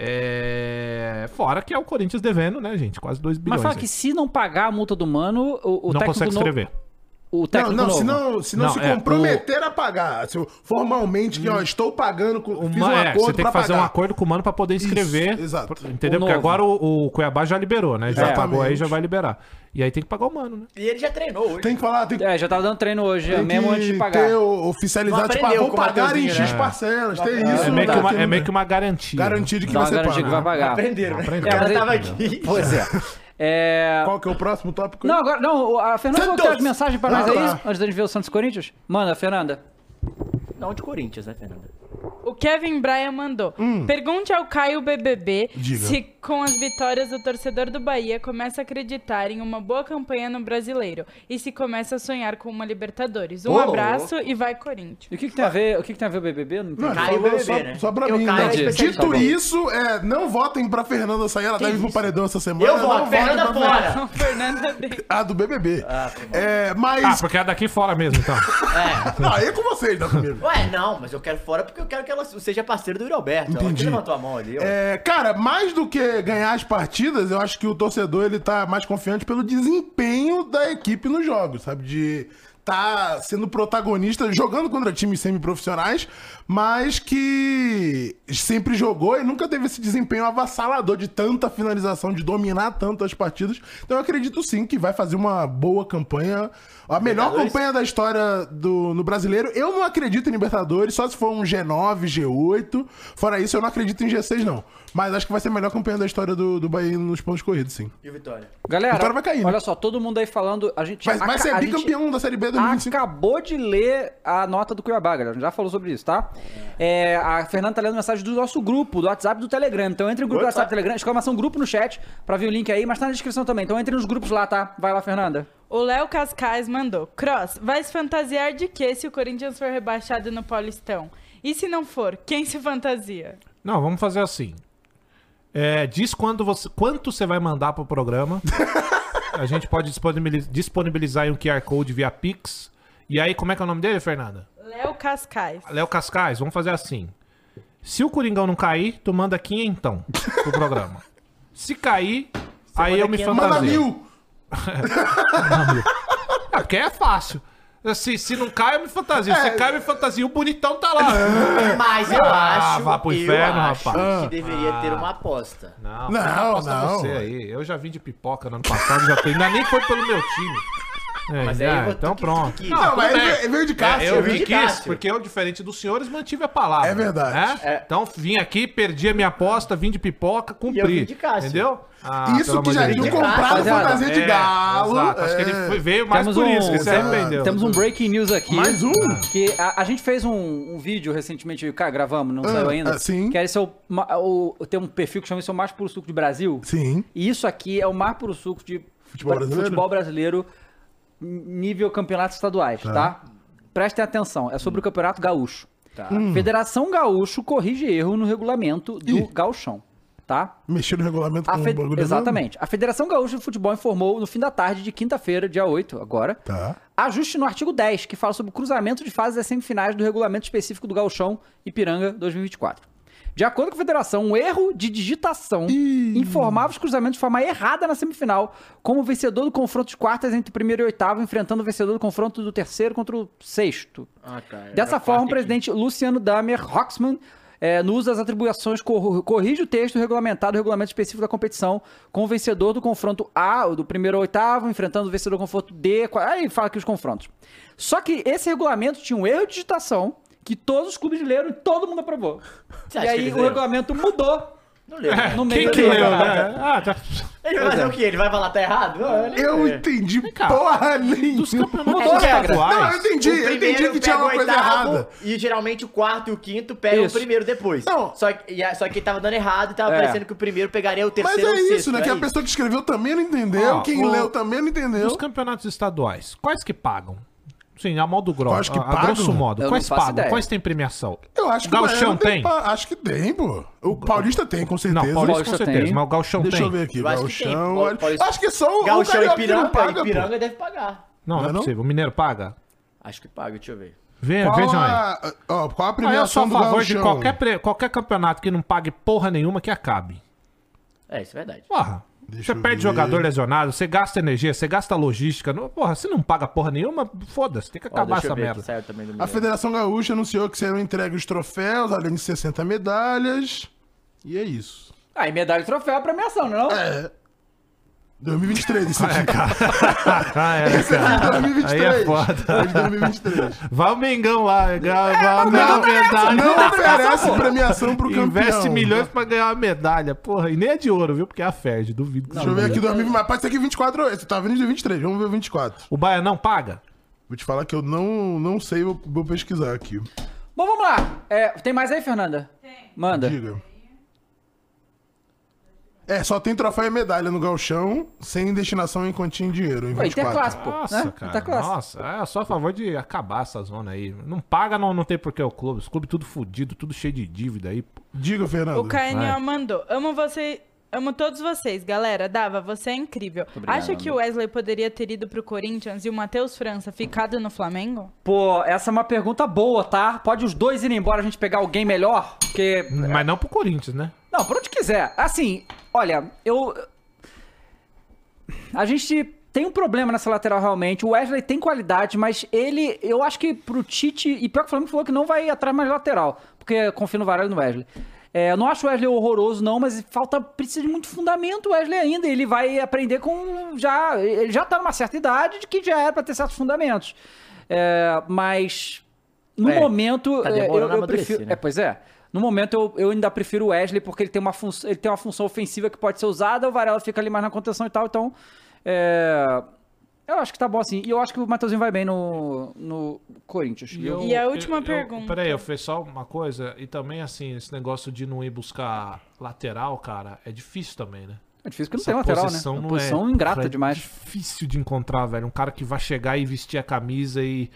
É... Fora que é o Corinthians devendo, né, gente? Quase 2 bilhões.
Mas fala
aí.
que se não pagar a multa do mano, o, o
não
técnico
consegue
novo-
escrever.
O
Não,
técnico
não,
novo.
se não, se, não
Não,
se
é,
comprometer a pagar. Se eu- formalmente, que ó, estou pagando, com- fiz um
Uma- é,
acordo
você tem
pra
que fazer um
pagar.
acordo com o mano pra poder escrever.
Isso, exato.
pra- Entendeu?
O
Porque
novo.
agora o, o Cuiabá já liberou, né? Já
É. Exatamente.
pagou aí, já vai liberar. E aí tem que pagar o mano, né?
E ele já treinou hoje.
Tem que falar, tem que.
É, já tava dando treino hoje,
Tem
mesmo
que
antes é de pagar.
ter o- oficializado,
Não
tipo, ah,
aprendeu
vou
com o
pagar em
Mateuzinho,
X
né?
parcelas, tem
Não,
isso.
É
não
meio,
dá,
que uma,
tem-
é meio que uma garantia. né?
Garantia de que
Dá
vai
uma
ser
garantia que vai
pago. né?
pagar.
Aprenderam, né? O
Aprenderam.
cara
É,
tava
mas
aqui.
Pois é. É,
Qual que é o próximo tópico?
Não, agora, não, a Fernanda
Santos!
Santos! botou as mensagens pra
Ah,
nós aí,
tá.
antes da gente ver o Santos e Corinthians. Manda, Fernanda.
Não, de Corinthians, né, Fernanda?
O Kevin Bryan mandou. Pergunte ao Caio BBB
Diga.
se com as vitórias o torcedor do Bahia começa a acreditar em uma boa campanha no Brasileiro e se começa a sonhar com uma Libertadores. Um
Ô,
abraço e vai Corinthians.
E o que, que tem a ver? O que, que tem a ver o BBB? Não entendi.
Não, ele
Caio
falou
BBB,
só,
né?
só pra
Eu
mim.
caio
né?
de
Dito
especialista, tá bom.
isso, é, não votem pra Fernanda sair, ela deve ir pro
isso?
paredão essa semana.
Eu
não
vou,
votem
Fernanda
pra
fora. tá
Então, Fernanda dentro.
Ah, do BBB. é,
Ah,
mas.
porque é daqui fora mesmo, então.
não, aí é com vocês, não comigo.
Ué, não, mas eu quero fora porque eu quero que ela seja parceira do Yuri Alberto. Ela
Entendi.
que levantou a mão ali. ó.
É, cara, mais do que ganhar as partidas, eu acho que o torcedor ele tá mais confiante pelo desempenho da equipe nos jogos, sabe? De tá sendo protagonista, jogando contra times semiprofissionais, mas que sempre jogou e nunca teve esse desempenho avassalador de tanta finalização, de dominar tanto as partidas. Então eu acredito sim que vai fazer uma boa campanha, a melhor
Libertadores?
campanha da história do, no brasileiro. Eu não acredito em Libertadores, só se for um G9, G8. Fora isso, eu não acredito em G6, não. Mas acho que vai ser a melhor campanha da história do, do Bahia nos pontos corridos, sim.
E o Vitória?
Galera,
Vitória vai cair, né?
olha só, todo mundo aí falando. A gente
Vai, vai
aca-
ser
a gente
é bicampeão da Série B 2025.
Acabou de ler a nota do Cuiabá, galera. A gente já falou sobre isso, tá? É, a Fernanda tá lendo mensagem do nosso grupo, do WhatsApp e do Telegram. Então entre no grupo do WhatsApp e Telegram, exclamação grupo no chat, pra ver o link aí, mas tá na descrição também. Então entre nos grupos lá, tá? Vai lá, Fernanda.
O Léo Cascais mandou. Cross, vai se fantasiar de que se o Corinthians for rebaixado no Paulistão? E se não for, quem se fantasia?
Não, vamos fazer assim. É, diz quando você, quanto você vai mandar pro programa. A gente pode disponibiliz- disponibilizar em um QR Code via Pix. E aí, como é que é o nome dele, Fernanda?
Léo Cascais.
Léo Cascais, vamos fazer assim. Se o Coringão não cair, tu manda quinhentão pro programa. Se cair, aí
manda
eu me
quinhentão.
fantasio.
Manda mil!
Ah, porque é fácil. Assim, Se, se não cai, eu me fantasio.
É.
Se cai, eu me fantasio. O bonitão tá lá.
Mas eu
Ah,
acho.
vá pro
eu
inferno,
acho
rapaz.
Que deveria ter uma aposta.
Não,
Não,
aposta
não.
é você aí. Eu já vim de pipoca no ano passado, já tô... ainda nem foi pelo meu time. É,
Mas aí eu
ah,
vou-
então
que-
pronto.
que-
Não, mas
tudo
ele
bem.
veio- ele veio de
É,
Cássio.
eu
eu
vim
vim
quis,
Cássio.
porque eu, diferente dos senhores, mantive a palavra.
É verdade.
né? Então vim aqui, perdi a minha aposta, vim de pipoca, cumpri.
vim de Cássio.
Entendeu? Ah, pelo
Isso que
amor
já é um
de
tinham
Deus.
comprado
Rapaziada,
fantasia de
É,
galo.
exato, Acho que ele
é.
foi- veio mais por
um
isso, que se
exato.
arrependeu.
Temos um breaking news aqui.
Mais um?
Que a, a gente fez um, um vídeo recentemente, cara, gravamos, não
Ah,
saiu ainda.
ah, sim.
Que era esse é o, ma- o- Tem um perfil que chama Isso é o Mais Puro Suco de Brasil.
Sim.
E isso aqui é o mais puro suco de
Futebol brasileiro?
futebol brasileiro nível campeonatos estaduais, tá? Prestem atenção, é sobre o Campeonato Gaúcho. Federação Gaúcho corrige erro no regulamento do
Hum. Ih.
gauchão, tá?
Mexer no regulamento
A
com
fe-
o bagulho.
Exatamente. A Federação Gaúcha de Futebol informou no fim da tarde de quinta-feira, dia 8, agora,
Tá.
ajuste no artigo 10, que fala sobre o cruzamento de fases das semifinais do regulamento específico do Gauchão Ipiranga 2024. De acordo com a federação, um erro de digitação informava os cruzamentos de forma errada na semifinal, como o vencedor do confronto de quartas entre o primeiro e o oitavo, enfrentando o vencedor do confronto do terceiro contra o sexto.
Ah, tá. Era
Dessa
quarto
forma, o
aqui.
presidente Luciano Damer Roxman eh, no uso das atribuições, cor- corrige o texto regulamentado do regulamento específico da competição com o vencedor do confronto A, o do primeiro ao oitavo, enfrentando o vencedor do confronto D. qua- Aí ele fala aqui os confrontos. Só que esse regulamento tinha um erro de digitação que todos os clubes leram e todo mundo aprovou.
Você
e
acha que
aí
eles
o
leram?
regulamento mudou.
Não leu.
no meio
Quem
do
que leu,
campeonato.
né? Ah, tá.
Ele vai fazer o quê? Ele vai falar, tá errado? Ah, ele-
Eu entendi
É. cá.
porra nenhuma.
Mudou a regra.
Não, eu
estaduais.
entendi.
O
Eu entendi
primeiro
que tinha
pega
uma
o
coisa
oitavo,
errada.
E geralmente o quarto e o quinto pegam
Isso.
o primeiro depois.
Não.
Só que, e a- só que tava dando errado e tava
É.
parecendo que o primeiro pegaria o
Mas
terceiro
é
ou o sexto.
isso, né? Que a
aí.
pessoa que escreveu também não entendeu.
Ó,
Quem
o-
leu também não entendeu.
Os campeonatos estaduais, quais que pagam? Sim, a modo grosso.
Quais que
a- a
pagam?
grosso modo,
Eu
quais
não faço
pagam?
ideia.
Quais têm premiação?
Eu acho que o
Gauchão
Baiano
tem?
pa- Acho que tem, pô. O Paulista tem, com certeza.
Não, Paulista
Paulista
com certeza,
tem.
mas o Galchão
Deixa
tem.
eu ver aqui.
Eu acho que tem.
Gauchão.
Paul-
acho-
Paulista-
acho que só o, o
Gauchão e
Carioca que não
Piranga,
paga, pô.
é Ipiranga deve pagar.
Não, não é
Não é
possível. O Mineiro paga?
Acho que paga, deixa eu ver.
Vê,
Qual
vejam aí.
a, ó, qual a
Ah, eu
premiação
sou a
do
favor de
Gauchão?
qualquer, pre- qualquer campeonato que não pague porra nenhuma que acabe.
É, isso é verdade.
Porra.
Deixa
você
eu
perde
ver.
jogador lesionado, você gasta energia, você gasta logística. Não, porra, você não paga porra nenhuma, foda-se, tem que
Ó,
Tá
acabar
deixa eu
essa
ver aqui,
merda.
saiu também do
A
Mineiro.
Federação Gaúcha anunciou que serão entregues os troféus, além de 60 medalhas. E é isso.
Aí medalha e troféu é a premiação, não é? não?
2023, isso aqui.
Ah, é,
Isso aqui de 2023.
Aí é foda.
de 2023
Vai o Mengão lá, ganha uma medalha.
Não oferece premiação pro campeão.
Investe milhões pra ganhar uma medalha. Porra, e nem é de ouro, viu? Porque é a Ferd, duvido. que
Deixa eu
seja.
ver aqui 2023. Mas pode ser que 24. Você tá vendo de 23, vamos ver o 24.
O Baia não paga?
Vou te falar que eu não, não sei, vou, vou pesquisar aqui.
Bom, vamos lá. É, tem mais aí, Fernanda? Tem. Manda.
Diga. É, só tem troféu e medalha no galchão, sem destinação em quantia em dinheiro. Em
Pô,
24.
Interclasse, pô.
Nossa,
né?
Tá
cara.
Interclasse.
Nossa, é só a favor de acabar essa zona aí. Não paga, não, não tem porquê o clube. Os clubes tudo fudido, tudo cheio de dívida aí.
Diga, Fernando.
O KNO
vai.
mandou. Amo você. Amo todos vocês, galera. Dava, você é incrível.
obrigado,
Acha que o
amigo.
Wesley poderia ter ido pro Corinthians e o Matheus França ficado no Flamengo?
Pô, essa é uma pergunta boa, tá? Pode os dois irem embora, a gente pegar alguém melhor?
É.
Porque.
Mas não pro Corinthians, né?
Não, pra onde quiser. Assim, olha, eu. A gente tem um problema nessa lateral realmente. O Wesley tem qualidade, mas ele. Eu acho que pro Tite. E pior que o Flamengo falou que não vai atrás mais de lateral. Porque confia no Varela e no Wesley. É, eu não acho o Wesley horroroso, não, mas falta. Precisa de muito fundamento o Wesley ainda. Ele vai aprender com. já Ele já tá numa certa idade de que já era pra ter certos fundamentos. É, mas. No
É,
momento.
tá
é,
demorando
eu,
a
eu prefiro.
amadurecer, né?
é, Pois é. No momento eu, eu ainda prefiro o Wesley porque ele tem, uma fun- ele tem uma função ofensiva que pode ser usada, o Varela fica ali mais na contenção e tal, então. é, Eu acho que tá bom assim. E eu acho que o Matheusinho vai bem no, no Corinthians. Eu-
E a última pergunta.
Peraí, eu fiz só uma coisa. E também, assim, esse negócio de não ir buscar lateral, cara, é difícil também, né?
É difícil porque não
Essa
tem lateral, né?
posição
É uma
não
posição
é-
ingrata
é
demais.
difícil de encontrar, velho. Um cara que vai chegar e vestir a camisa e.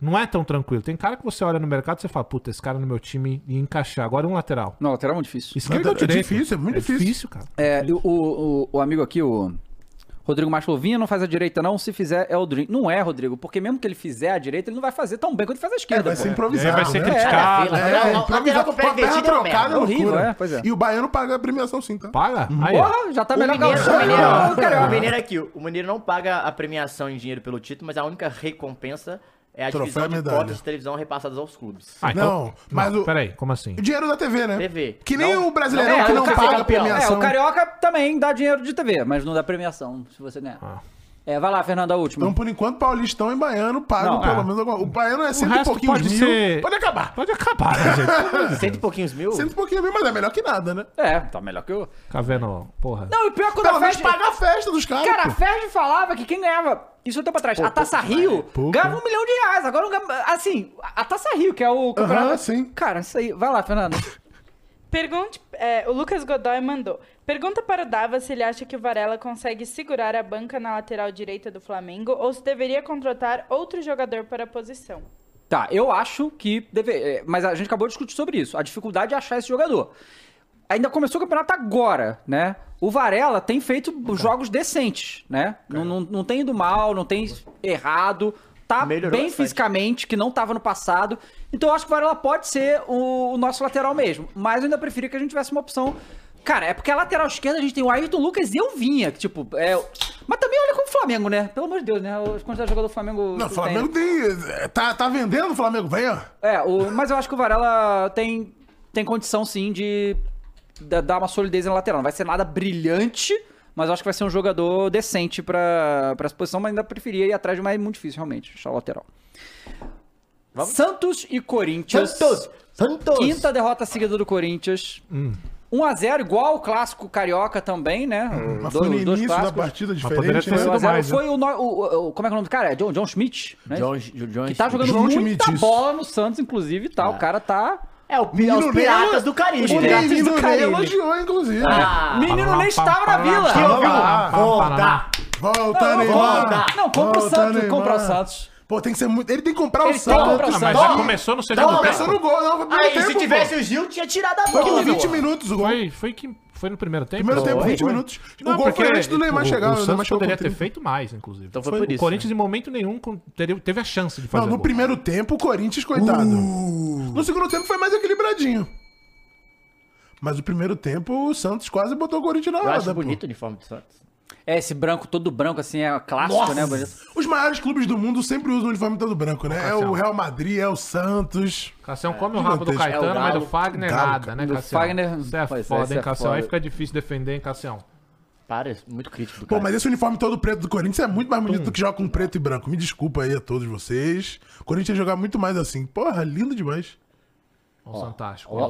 Não é tão tranquilo. Tem cara que você olha no mercado e você fala, puta, esse cara no meu time ia encaixar. Agora é um lateral.
Não, lateral é muito difícil.
Esquerda ou
É
direita?
difícil, é muito difícil.
cara.
É, e o, o, o amigo aqui, o Rodrigo Maslovinha, não faz a direita, não. Se fizer, é o Dream. Não é, Rodrigo, porque mesmo que ele fizer a direita, ele não vai fazer tão bem quanto ele faz a
É,
esquerda.
vai
pô.
ser
E aí
improvisado.
vai ser
né?
criticado.
É,
É,
Lateral- lateral
improvisado.
com o
Com
pé
a perna
invertida é uma merda.
trocada é
Horrível,
loucura.
é, pois é.
E o Baiano paga a premiação sim, tá?
Paga? Aí, ó.
Porra, já tá
O
melhor que a
Mineiro, o,
opção.
Mineiro,
Não, cara,
o Mineiro aqui, o Mineiro não paga a premiação em dinheiro pelo título, mas a única recompensa é a
Troféu e
divisão de
medalha.
cotas de televisão repassadas aos clubes.
Ah, então-
Não, mas o-
Peraí, como assim?
O dinheiro da TV, né?
TV.
Que nem
Não-
o brasileirão
não, é,
que
o
não
cara-
paga a
campeão.
É,
premiação. Ah.
o Carioca também dá dinheiro de TV, mas não dá premiação, se você ganhar. É, vai lá, Fernando, a última.
Então, por enquanto, paulistão e baiano pagam
Não,
pelo
é.
menos alguma O baiano é cento e
resto
pouquinhos
pode
mil.
ser-
Pode acabar.
Pode acabar, né, gente?
Cento e pouquinhos mil?
Ah, é. Cento e pouquinhos mil, mas é melhor que nada, né?
É, tá melhor que eu.
Ficar vendo, porra.
Não, e pior quando
Pelo
a
menos
festa...
paga a festa dos caras.
Cara, a
pô.
Ferdi falava que quem ganhava, isso um tempo atrás, a Taça Rio,
Pouco.
ganhava um milhão de reais. Agora, não ganha- assim, a Taça Rio, que é o campeonato...
sim.
Cara, isso aí... Vai lá, Fernando.
Pergunte, é, o Lucas Godoy mandou. Pergunta para o Dava se ele acha que o Varela consegue segurar a banca na lateral direita do Flamengo ou se deveria contratar outro jogador para a posição.
Tá, eu acho que deve. é, Mas a gente acabou de discutir sobre isso. A dificuldade é achar esse jogador. Ainda começou o campeonato agora, né? O Varela tem feito jogos decentes, né? Não, não, não tem ido mal, não tem errado. Tá
Melhorou
bem
bastante.
fisicamente, que não tava no passado. Então eu acho que o Varela pode ser o, o nosso lateral mesmo. Mas eu ainda preferia que a gente tivesse uma opção. Cara, é porque a lateral esquerda a gente tem o Ayrton Lucas e eu vinha, que tipo. É... Mas também olha com o Flamengo, né? Pelo amor de Deus, né? Os quantidades de jogador do Flamengo.
Não, o
que
Flamengo tem. Tá, tá vendendo o Flamengo, vem, ó.
é, o- mas eu acho que o Varela tem, tem condição sim de da- dar uma solidez na lateral. Não vai ser nada brilhante, mas eu acho que vai ser um jogador decente pra, pra essa posição, mas ainda preferia ir atrás de uma é muito difícil realmente, achar o lateral. Santos e Corinthians.
Santos! Santos!
Quinta derrota seguida do Corinthians.
Hum.
1x0, igual o clássico carioca também, né?
Hum. Mas
Do-
foi no
os dois
início da
clássicos.
partida
poderia
diferente, né?
ter
Foi,
sido-
1 a 0,
mais, né?
foi o, no- o- o- Como é que é o nome do cara? É John, John Schmidt? Né?
John, John,
Que tá jogando
João
muita
Schmidt, isso.
bola no Santos, inclusive, e tal. O cara tá.
É, o, pi- é os
Menino Ney-
piratas do Caribe.
O
Piratas
menino
do
Ney
Caribe.
elogiou, inclusive.
Ah,
Menino nem estava na vila.
que ouviu?
Ah,
Volta!
Volta,
Não,
Neymar.
compra- Não, compra o
Volta,
Santos,
Neymar.
compra o Santos.
Pô, tem que ser muito. Ele tem que comprar o
Ele tem que comprar o
Santos.
Ah,
Santos.
mas já começou no segundo
Toma,
Começou
tempo.
no gol, não. foi no primeiro
Aí,
tempo,
se
pô.
tivesse o Gil, tinha tirado a
Foi com
bola.
20 minutos o gol.
Foi, foi, que, foi no primeiro tempo?
Primeiro tempo,
Foi,
20
foi.
minutos.
Não, é
o gol foi
porque
antes do Neymar
o-
chegar. né?
O
Neymar
Santos
chegou com
poderia ter
30.
feito mais, inclusive.
Então foi por
o
isso.
Corinthians, em momento nenhum, com- teria- teve a chance de fazer
Não, no
gol.
primeiro tempo, o Corinthians, coitado. No segundo tempo foi mais equilibradinho. Mas o primeiro tempo, o Santos quase botou o Corinthians na
Eu
roda.
acho
pô.
bonito o uniforme do Santos.
É, esse branco todo branco, assim, é clássico,
Nossa!
né, bonito?
Os maiores clubes do mundo sempre usam o uniforme todo branco,
Ah,
né? É o Real Madrid, é o Santos.
Cassião come o rabo do
gigantesco.
Caetano,
É o
mas
Galo.
o Fagner
Galo,
nada, né,
do
Cassião?
Fagner-
Isso é
Pois é,
foda,
isso
hein,
é
Cassião? Aí
foda.
fica difícil defender, hein, Cassião?
Para, é muito crítico do
Pô,
cara.
mas esse uniforme todo preto do Corinthians é muito mais bonito do que jogar com preto e branco. Me desculpa aí a todos vocês. O Corinthians ia jogar muito mais assim. Porra, lindo demais.
Ó, fantástico.
Ó,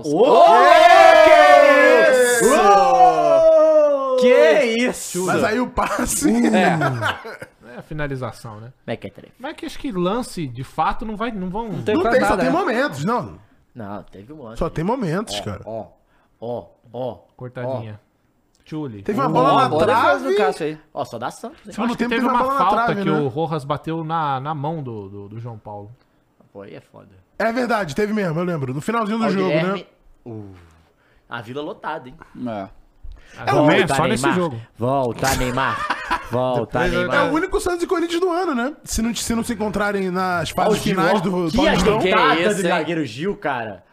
Nossa,
Que isso!
Mas aí o passe.
Uh.
É a finalização, né?
Como é que é, Trefe?
Mas que acho que lance, de fato, não vai... Não vão...
tem
Não
quase
tem, só
nada,
tem
né?
momentos. Não,
Não, teve um lance.
só tem momentos, cara.
Ó, ó, ó.
Cortadinha. Tchule.
Teve uma bola na
Boa defesa do
trave.
Cássio aí.
Ó, Ó, só dá Santos, hein?
Segundo
Acho que
tempo
teve
teve uma
uma
bola na
falta
trave,
que
né?
o Rojas bateu na, na mão do, do, do João Paulo.
Pô, aí é foda.
É verdade, teve mesmo, eu lembro. No finalzinho do
Ó, o
jogo,
Guilherme-
né?
Uh, a vila lotada, hein?
É.
É, não é só nesse
Neymar.
jogo.
Volta, Neymar. Volta,
Depois eu-
É
Neymar.
o único Santos e Corinthians do ano, né? Se não, se não se encontrarem nas
Ó, o
fases
Gil,
finais
ó.
do
Que é
Paulistão.
Que
ajudada
isso,
do
hein?
tá zagueiro Gil, cara.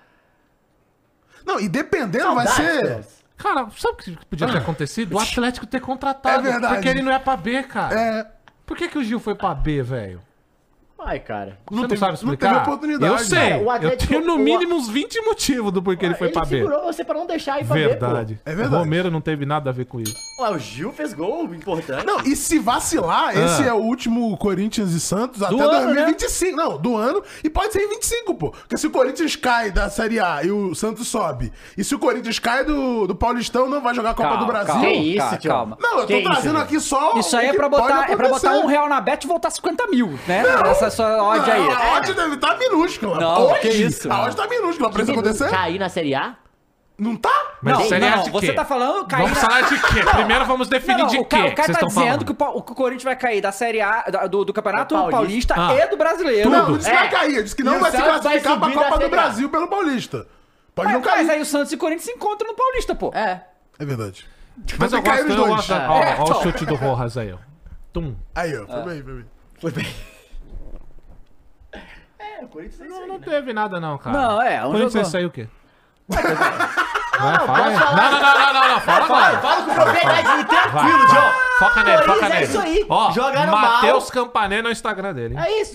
Não, e dependendo, vai
Saudades,
ser.
Celso.
Cara, sabe o que podia ter acontecido? O Atlético ter contratado.
É verdade.
Porque ele não é pra B, cara.
É.
Por que, que o Gil foi pra B, velho?
Ai, cara.
Você não,
teve-
sabe
não
explicar?
teve oportunidade.
Eu sei.
É,
Cara, o Atlético-
eu tenho no
o-
mínimo uns 20 motivos do
Ah,
porquê ele foi pra B.
Ah, segurou você pra não deixar ir pra
Verdade.
B,
É verdade.
O Romero não teve nada a ver com isso.
pô. Ué, o Gil fez gol, importante.
Não, e se vacilar,
Ah.
esse é o último Corinthians e Santos até
né?
ano,
2025. Não, do ano. E pode ser em 25, pô. Porque se o Corinthians cai da Série A e o Santos sobe. E se o Corinthians cai do, do Paulistão, não vai jogar a Copa
Calma,
do Brasil.
calma,
Que isso,
calma,
tio?
calma.
Não, eu tô
Que isso,
trazendo
gente?
aqui só.
Isso aí
o
é
que
pra,
pode
botar, é pra botar
acontecer.
um real na bet e voltar 50 mil, né? Essa sua odd aí.
Não, A odd deve tá minúscula.
Não,
Hoje,
que isso,
A
mano.
odd tá minúscula pra isso acontecer.
Cair tá na Série A?
Não tá?
Mas
não,
Série A
não,
de
você
quê?
tá falando cair
Vamos
na-
falar de quê? Primeiro vamos
Não,
definir
não,
de
o
quê
cara, o
que
cara
vocês
tá
estão
dizendo
falando.
que o, Pau- que o Corinthians vai cair da Série A, da- do, do Campeonato
Do
Paulista,
Paulista.
Ah.
e do Brasileiro. é,
Não, não disse que vai cair. Disse que não
E o
vai se
Santos vai
classificar pra
subir da
Copa do
Série A.
Brasil pelo Paulista. Pode
mas,
não cair.
mas aí o Santos e o Corinthians se encontram no Paulista, pô.
É.
É verdade.
Mas eu
Tem que cair
gosto,
os
eu
dois.
gosto. da- Ó,
É,
ó
então.
o chute do Rojas aí, ó. Tum.
Aí, ó. Foi bem, foi bem.
Foi bem. É, o Corinthians é isso
Não,
aí,
não
né?
teve nada não, cara.
Não, é, um
Quando você
jogo-
saiu o quê? Vai, fala aí. Não, não, não, não, não, fala agora.
Fala com propriedade,
Vai,
É tranquilo,
vai,
John.
Foca nele, foca
Corinthians é
nele.
isso aí,
Ó,
jogaram mal.
Matheus Campané no Instagram dele. hein?
É isso.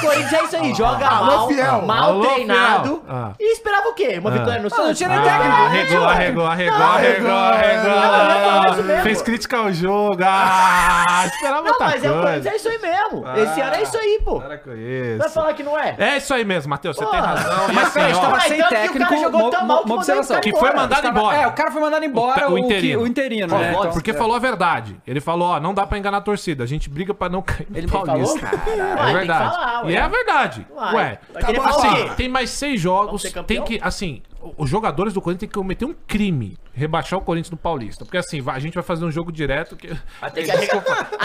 Corinthians é isso aí. Joga mal,
fiel.
mal
Alô,
treinado.
fiel. Ah.
E esperava o quê? Uma vitória no Santos?
tinha nem técnico,
Ah, arregou, arregou, arregou, arregou,
não, não,
arregou.
isso mesmo.
Fez crítica ao jogo. Ah, esperava
Não,
outra
mas é o Corinthians
coisa.
é isso aí mesmo. Esse ano é isso aí, pô.
Para com isso.
Vai falar que não é?
É isso aí mesmo, Matheus, você
Pô.
tem razão. E
Mas
assim,
peraí,
ó,
estava
Mas
sem
tanto que o
técnico,
cara jogou
mo-
tão
mo-
mal que
uma
mandou ele
observação.
ficar
Que foi embora. mandado
Estava-
embora.
É, o cara foi mandado embora,
O
o,
te- o interino.
interino. O, interino, né?
Concordo,
Então,
porque
é.
falou a verdade. Ele falou, ó, não dá pra enganar a torcida, a gente briga pra não cair no
Ele
Paulista.
falou?
É
Caralho,
verdade. e é a verdade.
Uai.
Ué,
Vai querer
assim,
falar.
tem mais seis jogos.
Vamos ser
Tem
campeão?
que, assim, o- os jogadores do Corinthians têm que cometer um crime. Rebaixar o Corinthians no Paulista. Porque assim, vai- a gente vai fazer um jogo direto que.
Até que a gente, a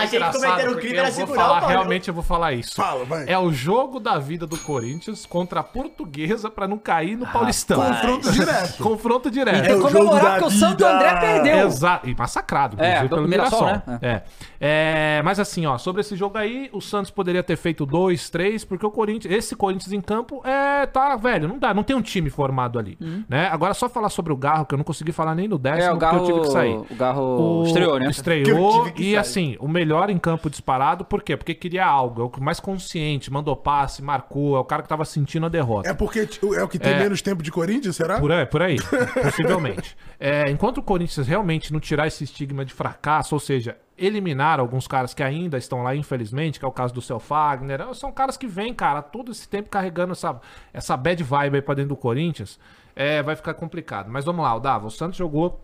gente
Engraçado,
cometeram o
porque
crime
eu
era
vou
segurar o
falar,
Paulo.
Realmente eu vou falar isso.
Fala, vai.
É o jogo da vida do Corinthians contra a portuguesa pra não cair
Ah,
no Paulistão.
Confronto direto.
Confronto
E
direto.
Então, É
tem que
o jogo da
comemorar porque o Santo
vida.
André perdeu.
Exato. E massacrado,
É,
inclusive,
do
pelo Mirassol.
Mirassol, né?
É. É, mas assim, ó, sobre esse jogo aí, o Santos poderia ter feito dois, três, porque o Corinthians, esse Corinthians em campo é, tá, velho, não dá, não tem um time formado ali, né? Agora só falar sobre o Garro, que eu não consegui falar nem no décimo,
Uhum. É, o Garro,
porque eu tive que sair.
o Garro estreou, né?
Estreou
tive que
e
sair.
assim, o melhor em campo disparado, por quê? Porque queria algo, é o mais consciente, mandou passe, marcou, é o cara que tava sentindo a derrota.
É porque t- é o que tem menos tempo de Corinthians, será?
Por aí, por aí possivelmente. É, enquanto o Corinthians realmente não tirar esse estigma de fracasso, ou seja, eliminar alguns caras que ainda estão lá, infelizmente, que é o caso do Cel Fagner, é, são caras que vêm, cara, todo esse tempo carregando essa, essa bad vibe aí pra dentro do Corinthians, é, vai ficar complicado. Mas vamos lá, o Dava, o Santos jogou,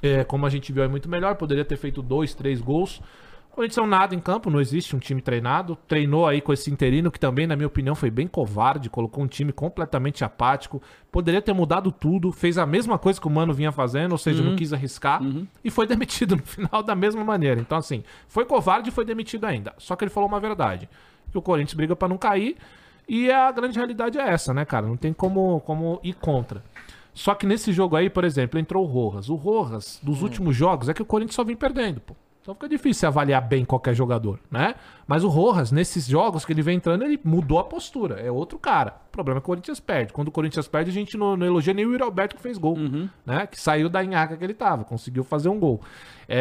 é, como a gente viu, é muito melhor, poderia ter feito dois, três gols. O Corinthians é um nada em campo, não existe um time treinado. Treinou aí com esse interino, que também, na minha opinião, foi bem covarde, colocou um time completamente apático. Poderia ter mudado tudo, fez a mesma coisa que o Mano vinha fazendo, ou seja, não quis arriscar, e foi demitido no final da mesma maneira. Então, assim, foi covarde e foi demitido ainda. Só que ele falou uma verdade: que o Corinthians briga pra não cair, e a grande realidade é essa, né, cara? Não tem como, como ir contra. Só que nesse jogo aí, por exemplo, entrou o Rojas. O Rojas, dos últimos jogos, é que o Corinthians só vem perdendo, pô. Então fica difícil você avaliar bem qualquer jogador, né? Mas o Rojas, nesses jogos que ele vem entrando, ele mudou a postura. É outro cara. O problema é que o Corinthians perde. Quando o Corinthians perde, a gente não, não elogia nem o Yuri Alberto que fez gol, né? Que saiu da enhaca que ele tava, conseguiu fazer um gol.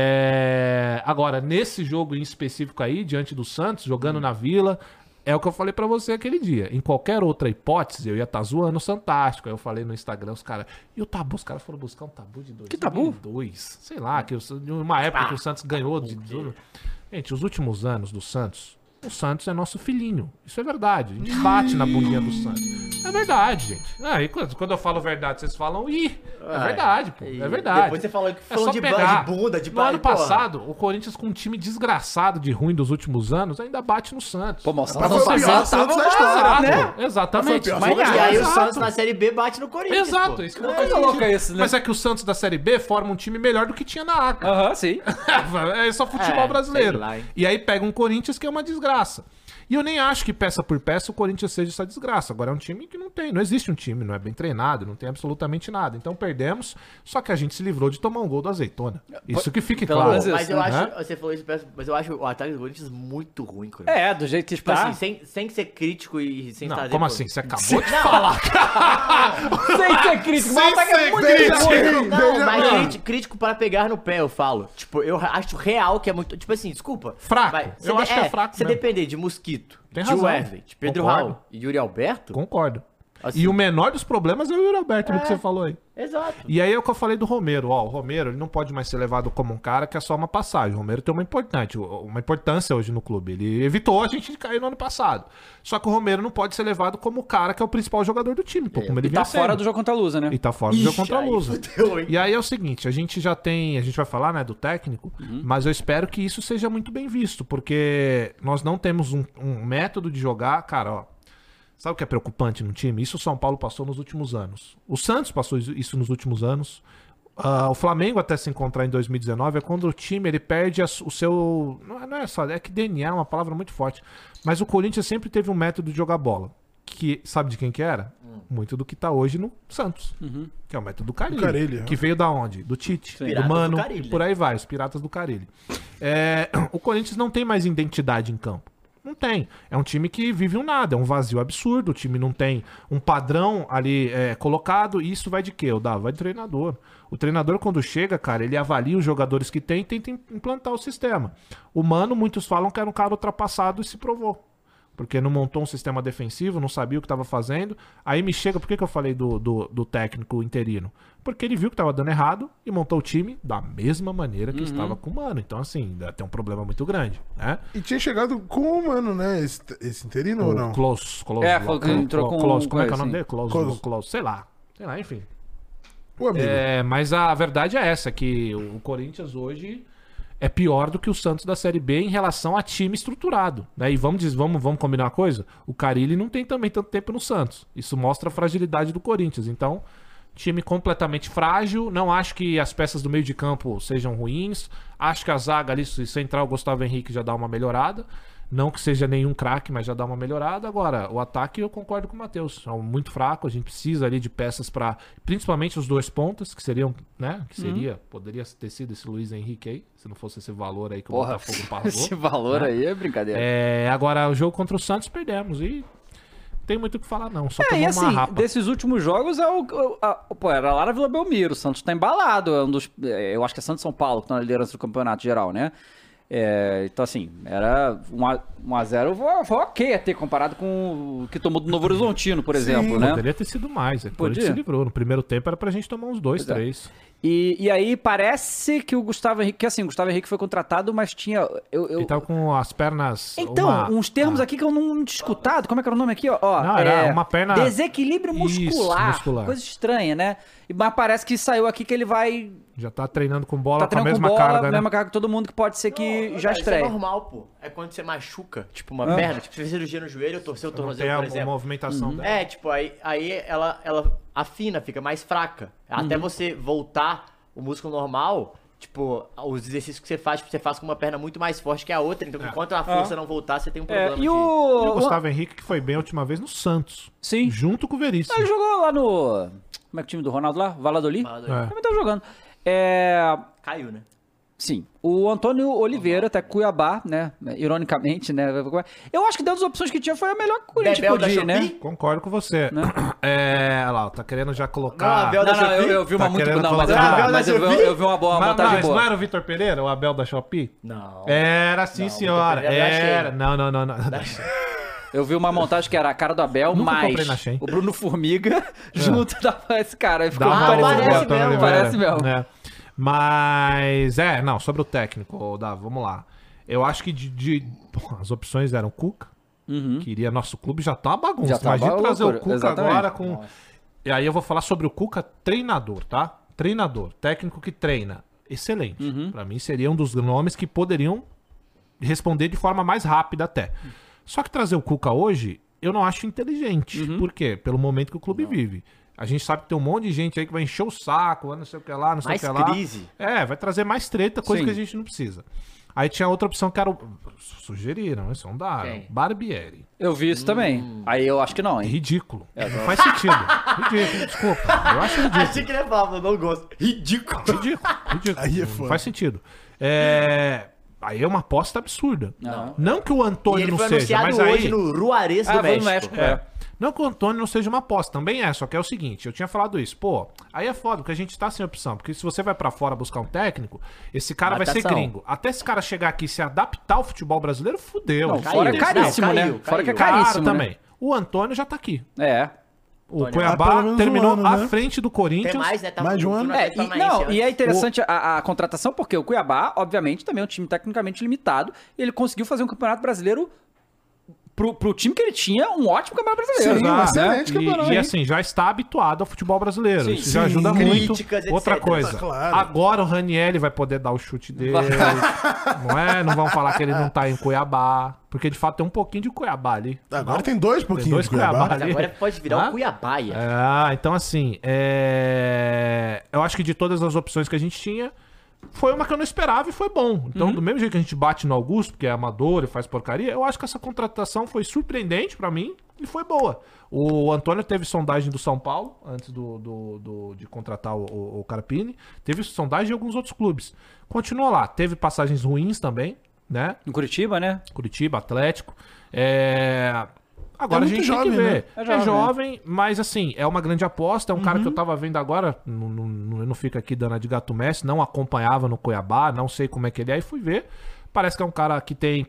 É, Agora, nesse jogo em específico aí, diante do Santos, jogando na Vila, é o que eu falei pra você aquele dia. Em qualquer outra hipótese, eu ia estar zoando o Santástico. Aí eu falei no Instagram, os caras. E o tabu? Os caras foram buscar um tabu de dois.
Que tabu?
Dois. Sei lá, que eu, de uma época que o Santos ganhou. De, de- Gente, os últimos anos do Santos, o Santos é nosso filhinho. Isso é verdade. A gente bate na bolinha do Santos. É verdade, gente. Ah, e quando, quando eu falo verdade, vocês falam, ih, é
Ai,
verdade, pô.
Ah, e
É verdade.
depois você falou que
É
falou
só
de ba-
pegar.
de bunda, de
No
ba-
ano
porra.
passado, o Corinthians com um time desgraçado de ruim dos últimos anos, ainda bate no Santos.
Pô, mas o
Mas
Santos
foi o pior
passado
Santos
tava
da história,
lá, né?
Exato, Exatamente.
Mas foi
Mas
pior.
E aí o
exato.
Santos na Série B bate no Corinthians.
Exato,
pô.
isso que eu
Por
tô
que coloca isso, né?
Mas é que o Santos da Série B forma um time melhor do que tinha na ACA.
Aham, sim.
é só futebol
É,
brasileiro.
sei lá, hein.
e aí pega um Corinthians que é uma desgraça. E eu nem acho que peça por peça o Corinthians seja essa desgraça. Agora é um time que não tem, não existe um time, não é bem treinado, não tem absolutamente nada. Então perdemos, só que a gente se livrou de tomar um gol do azeitona. Isso que fique
Pelo
claro.
menos isso.
Mas eu
né?
é Aham.
acho, você falou isso, mas eu acho o ataque do Corinthians muito ruim, cara.
É, do jeito que
Tipo
está.
assim, sem, sem ser crítico e sem
Tá. Não,
trazer, pô.
como assim? Você acabou de
Não.
falar.
Sem ser crítico, mas o ataque é muito ruim.
Sim,
Não,
veja
mas
bem.
crítico, crítico para pegar no pé, eu falo. Tipo, eu acho real que é muito. Tipo assim, desculpa.
Fraco.
você
Eu
de-
acho que é fraco
Você
mesmo.
depender de Mosquito,
Tem
de
razão.
Wesley, de Pedro
Concordo.
Raul e Yuri Alberto.
Concordo.
Assim.
E o menor dos problemas é o Yuri Alberto, no que você falou aí.
Exato.
E aí é o que eu falei do Romero. Ó, o Romero ele não pode mais ser levado como um cara que é só uma passagem. O Romero tem uma importante, uma importância hoje no clube. Ele evitou a gente cair no ano passado. Só que o Romero não pode ser levado como o cara que é o principal jogador do time, pô, como ele
E tá
vinha sendo.
fora do jogo contra a Lusa, né?
E tá fora do jogo
Ixi,
contra a
aí
Lusa.
fudeu, hein?
E aí é o seguinte, a gente já tem, a gente vai falar, né, do técnico, mas eu espero que isso seja muito bem visto, porque nós não temos um, um método de jogar, cara, ó. Sabe o que é preocupante no time? Isso o São Paulo passou nos últimos anos. O Santos passou isso- isso nos últimos anos. Ah, o Flamengo até se encontrar em 2019 é quando o time ele perde a su- o seu. Não é, não é só, é que DNA é uma palavra muito forte. Mas o Corinthians sempre teve um método de jogar bola. Que sabe de quem que era? Muito do que tá hoje no Santos. Que é o método do Carilli.
Do Carilli, é.
que veio da onde? Do Tite, do
Piratas do
Mano,
Carilli.
e por aí vai, os Piratas do Carilli. É, o Corinthians não tem mais identidade em campo. Não tem. É um time que vive um nada, é um vazio absurdo. O time não tem um padrão ali é, colocado. E isso vai de quê, Dá Vai do treinador. O treinador, quando chega, cara, ele avalia os jogadores que tem e tenta implantar o sistema. O Mano, muitos falam que era um cara ultrapassado e se provou porque não montou um sistema defensivo, não sabia o que estava fazendo. Aí me chega, por que, que eu falei do, do, do técnico interino? Porque ele viu que estava dando errado e montou o time da mesma maneira
Uhum.
que estava com o Mano. Então, assim, dá- tem um problema muito grande, né?
E tinha chegado com o mano, né? Esse, esse interino ou não?
Close, Close.
É, falou que
Close,
entrou com- assim.
Close, como é que
com
é o nome
esse.
dele? Close,
Close.
Close. sei lá. Sei lá, enfim.
Pô, amigo.
É, mas a verdade é essa, que o Corinthians hoje é pior do que o Santos da Série B em relação a time estruturado. Né? E vamos, diz- vamos, vamos combinar uma coisa? O Carilli não tem também tanto tempo no Santos. Isso mostra a fragilidade do Corinthians. Então, time completamente frágil. Não acho que as peças do meio de campo sejam ruins. Acho que a zaga ali, se central o Gustavo Henrique já dá uma melhorada. Não que seja nenhum craque, mas já dá uma melhorada. Agora, o ataque eu concordo com o Matheus. É um muito fraco. A gente precisa ali de peças para. Principalmente os dois pontas, que seriam, né?
Uhum.
Que seria. Poderia ter sido esse Luiz Henrique aí, se não fosse esse valor aí que o
Porra,
Botafogo pagou.
esse valor aí é brincadeira.
Né? É, agora, o jogo contra o Santos perdemos. E tem muito o que falar, não. Só
É, e
tomou
assim,
uma rapa.
desses últimos jogos é o. o- a- pô, era lá na Vila Belmiro. O Santos tá embalado. É um dos, é, eu acho que é Santos e São Paulo que tá na liderança do campeonato geral, né? É, então, assim, era 1x0 foi ok até comparado com o que tomou do Novo Horizontino, por exemplo, né?
Poderia ter sido mais. É que o
Podia.
Corinthians se livrou. No primeiro tempo era pra gente tomar uns dois,
Pois é.
três.
E, e aí parece que o Gustavo Henrique. Que assim, o Gustavo Henrique foi contratado, mas tinha. Eu, eu-
Ele tava com as pernas.
Então,
uma- Ah,
uns termos aqui que eu não discutado, como é que era o nome aqui, ó? Ó,
Não, era
é,
uma perna-
Desequilíbrio
Isso,
muscular,
muscular.
Coisa estranha, né? E- Mas parece que saiu aqui que ele vai.
Já tá treinando com bola
tá
com a
treinando
mesma
com bola,
carga, né?
mesma carga que todo mundo, que pode ser que
Não,
já
isso
estreie.
É normal, pô. É quando você machuca, tipo, uma
Ah.
perna. Tipo, você fez cirurgia no joelho, eu torceu o
Não tem
tornozelo,
a
por exemplo.
movimentação dela.
É, tipo, aí, aí ela, ela afina, fica mais fraca.
Uhum.
Até você voltar o músculo normal, tipo, os exercícios que você faz, tipo, você faz com uma perna muito mais forte que a outra. Então, enquanto a força não voltar, você tem um
É,
problema.
e
de-
E o
o.
Gustavo Henrique, que foi bem a última vez no Santos.
Sim.
Junto com o Veríssimo.
É,
Ele jogou lá no. Como é que é o time do Ronaldo lá? Valladolid?
Valladolid.
É.
Também tá jogando. É.
Caiu, né?
Sim. O Antônio Oliveira, até Cuiabá, né? Ironicamente, né? Eu acho que dentro das opções que tinha foi a melhor que o Corinthians
Bebel da
podia, né?
Shopee?
Concordo com você. É, olha lá, tá querendo já
Né? Não,
colocar.
Abel-
Não, não, eu,
Shopee?
eu vi uma
Tá
muito.
querendo
Não, mas, eu,
colocar-
vi-
Abel
mas
da
eu, vi-
Shopee?
eu vi uma boa uma
Ah, Mas-
montagem
mas
boa.
não era o Vitor Pereira, o Abel da Shopee?
tá Não.
É.
Era sim,
Não, o Vitor
senhora.
Pereira era
Era.
cheio.
Não, não, não, não.
Eu vi uma montagem que era a cara do Abel,
Nunca comprei na
mais
Shein.
o Bruno Formiga junto da esse cara. Aí Ficou
Dá uma
Ah,
parecido.
olhada no
parece mesmo,
Antônio Oliveira.
um parece mesmo.
É. Mas, é, não, sobre o técnico, ô, Dá, vamos lá. Eu acho que de, de- pô, as opções eram Cuca, que iria, nosso clube já tá uma bagunça.
Uhum. Já tá uma
Imagina trazer o
loucura,
Cuca
exatamente.
agora com... E aí eu vou falar sobre o Cuca treinador, tá? Treinador, técnico que treina. Excelente.
Uhum.
Pra mim seria um dos nomes que poderiam responder de forma mais rápida até. Só que trazer o Cuca hoje, eu não acho inteligente.
Uhum.
Por quê? Pelo momento que o clube vive. A gente sabe que tem um monte de gente aí que vai encher o saco, vai não sei o que lá, não sei
Mais
o que lá.
crise.
É, vai trazer mais treta, coisa
Sim.
que a gente não precisa. Aí tinha outra opção que era o... Sugeriram, isso não dá.
Quem?
Barbieri.
Eu vi isso também. Aí eu acho que não,
É
hein?
ridículo. não faz sentido. Ridículo, desculpa. Eu acho ridículo.
Achei que ele é Pablo, não gosto. Ridículo.
Ridículo, ridículo.
Aí é
Não
foda.
faz sentido. É, Aí é uma aposta absurda.
Não.
Não que o
E
Antônio
ele
não
foi
seja,
anunciado
mas
hoje
aí...
no Ruarez do
Ah, foi
México.
no México.
É. Não que o Antônio não seja uma aposta, também é, só que é o seguinte, eu tinha falado isso, pô, aí é foda, porque a gente tá sem opção, porque se você vai pra fora buscar um técnico, esse cara vai ser
Adaptação.
gringo. Até esse cara chegar aqui e se adaptar ao futebol brasileiro, fudeu.
Não,
Caro
fora é
caiu,
caríssimo,
caiu,
né?
caiu.
Fora que é
Caro
caríssimo. né?
também. O Antônio já tá aqui.
É.
O
Antônio.
Ah,
Cuiabá
pelo menos um
terminou
ano,
à
né?
frente do
Tem
Corinthians.
mais, né? Tá
Mais de um
com-
ano.
com-
Então, É,
com-
e,
com-
não,
com-
e é interessante a, a contratação, porque o Cuiabá, obviamente, também é um time tecnicamente limitado, e ele conseguiu fazer um campeonato brasileiro pro, pro time que ele tinha, um ótimo campeonato brasileiro.
Sim,
Exato,
mas
né?
excelente campeonato,
E, e
hein?
assim, já está habituado ao futebol brasileiro.
Sim,
Isso já
sim, Ah,
ajuda
críticas,
muito. Outra
etc.
coisa.
Claro.
Agora o Ranielli vai poder dar o chute dele. não é? Não vão falar que ele não tá em Cuiabá. Porque de fato tem um pouquinho de Cuiabá ali.
Agora tem dois pouquinhos
dois
de Cuiabá.
Cuiabá.
Mas agora pode virar
Hã?
um Cuiabaia.
Ah, então assim, é... eu acho que de todas as opções que a gente tinha, foi uma que eu não esperava e foi bom. Então, do mesmo jeito que a gente bate no Augusto, porque é amador e faz porcaria, eu acho que essa contratação foi surpreendente pra mim e foi boa. O Antônio teve sondagem do São Paulo, antes do, do- do- de contratar o, o- o Carpini, teve sondagem de alguns outros clubes. Continuou lá, teve passagens ruins também, né?
Em Curitiba, né?
Curitiba, Atlético. É... Agora
É
a
muito
gente tem
jovem,
que ver.
É
né? Uhum.
É
jovem,
jovem, mas assim, é uma grande aposta. É um cara que eu tava vendo agora, não, não, não- eu não fico aqui dando a de gato mestre, não acompanhava no Cuiabá, não sei como é que ele é, e fui ver. Parece que é um cara que tem.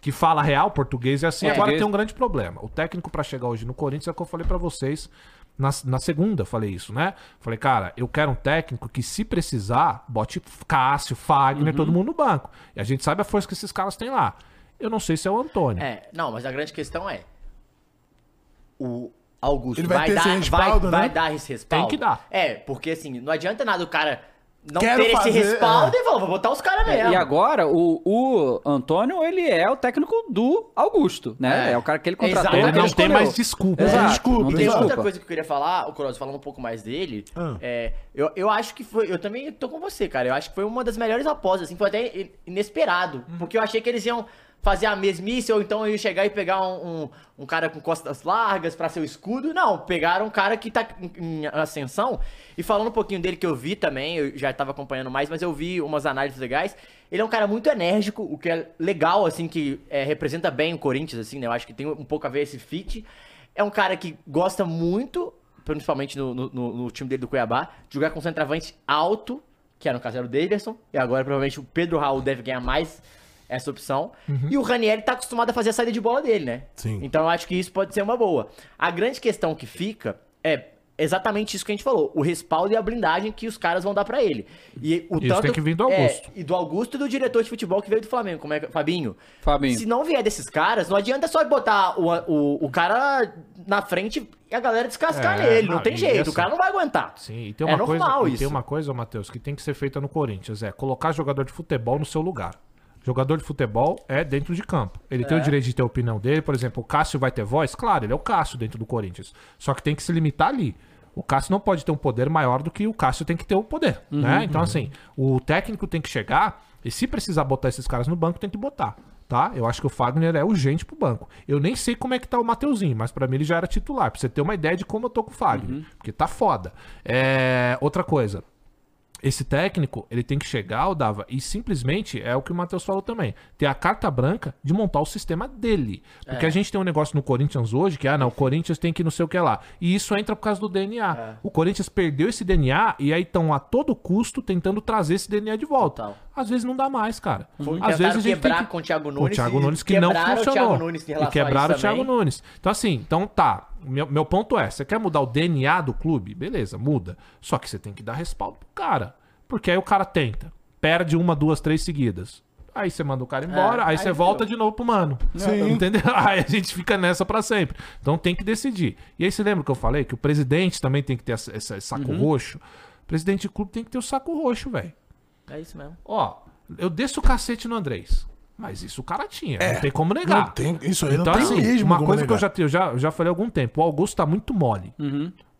que fala real português e assim.
É,
agora
português.
tem um grande problema. O técnico pra chegar hoje no Corinthians é o que eu falei pra vocês na, na segunda, falei isso, né? Falei, cara, eu quero um técnico que, se precisar, bote Cássio, Fagner,
Uhum.
todo mundo no banco. E a gente sabe a força que esses caras têm lá. Eu não sei se é o Antônio.
É, não, mas a grande questão é. O Augusto
Ele vai ter
dar,
esse respaldo,
vai, vai
né?
dar esse respaldo.
Tem que dar.
É, porque assim, não adianta nada o cara não
Quero
ter
fazer, é.
esse respaldo e vou, vou botar os
É,
caras mesmo.
E agora, o, o Antônio, ele é o técnico do Augusto, né? É,
É.
o cara que ele contratou.
Exato.
que
Ele não tem
escolheu.
mais desculpa.
Exato,
Desculpa,
não
E
tem
tem outra
desculpa.
coisa que eu queria falar, o Cross, falando um pouco mais dele.
Ah.
É, eu, eu acho que foi. Eu também tô com você, cara. Eu acho que foi uma das melhores apostas, assim, foi até i- inesperado. Porque eu achei que eles iam fazer a mesmice, ou então ia chegar e pegar um, um, um cara com costas largas pra ser o escudo. Não, pegaram um cara que tá em, em ascensão. E falando um pouquinho dele que eu vi também, eu já tava acompanhando mais, mas eu vi umas análises legais. Ele é um cara muito enérgico, o que é legal, assim, que é, representa bem o Corinthians, assim, né? Eu acho que tem um pouco a ver esse fit. É um cara que gosta muito, principalmente no, no- no- no time dele do Cuiabá, de jogar com centroavante alto, que era no caso era o Davidson, e agora provavelmente o Pedro Raul deve ganhar mais essa opção.
Uhum.
E o Ranieri tá acostumado a fazer a saída de bola dele, né?
Sim.
Então eu acho que isso pode ser uma boa. A grande questão que fica é exatamente isso que a gente falou, o respaldo e a blindagem que os caras vão dar pra ele. E o
Isso
tanto
tem que vir do
é,
Augusto.
e do Augusto e do diretor de futebol que veio do Flamengo, como é que Fabinho?
Fabinho.
Se não vier desses caras, não adianta só botar o, o, o cara na frente e a galera descascar
É,
nele. Não
não,
tem
e
jeito,
assim-
o cara não vai aguentar.
Sim, e tem
é
uma coisa,
normal
e
isso.
tem uma coisa, Matheus, que tem que ser feita no Corinthians, é colocar jogador de futebol no seu lugar. Jogador de futebol é dentro de campo. Ele tem o direito de ter a opinião dele, por exemplo, o Cássio vai ter voz? Claro, ele é o Cássio dentro do Corinthians. Só que tem que se limitar ali. O Cássio não pode ter um poder maior do que o Cássio tem que ter o poder, né? Então assim, o técnico tem que chegar e se precisar botar esses caras no banco, tem que botar. Tá? Eu acho que o Fagner é urgente pro banco. Eu nem sei como é que tá o Mateuzinho, mas pra mim ele já era titular. Pra você ter uma ideia de como eu tô com o Fagner. Porque tá foda. É... Outra coisa esse técnico, ele tem que chegar, o Dava, e simplesmente é o que o Matheus falou também, ter a carta branca de montar o sistema dele. Porque
É.
a gente tem um negócio no Corinthians hoje que, ah, não, o Corinthians tem que não sei o que lá. E isso entra por causa do DNA.
É.
O Corinthians perdeu esse DNA e aí estão a todo custo tentando trazer esse DNA de volta.
Total. Uhum.
Às vezes não dá mais, cara. Às
Tentaram
vezes a gente tem
quebrar
que...
com o Thiago
Com o
Nunes.
Thiago
e
Nunes que não
quebraram
funcionou.
o Thiago Nunes em
e
relação
quebraram
a
o
isso
Thiago
também.
Nunes. Então, assim, então tá. Meu, meu ponto é: você quer mudar o DNA do clube? Beleza, muda. Só que você tem que dar respaldo pro cara. Porque aí o cara tenta, perde uma, duas, três seguidas. Aí você manda o cara embora,
É,
aí,
aí
você
deu.
volta de novo pro mano.
Sim.
Entendeu? Aí a gente fica nessa pra sempre. Então tem que decidir. E aí você lembra que eu falei que o presidente também tem que ter essa, essa- esse saco
Uhum.
roxo? O presidente de clube tem que ter o saco roxo, velho.
É isso mesmo.
Ó, eu desço o cacete no Andrés. Mas isso o cara tinha, não tem como negar.
É, Não tem, isso aí não
Então,
tem
assim,
mesmo.
uma
como
coisa que eu
negar.
já, eu já, eu já falei há algum tempo, o Augusto tá muito mole.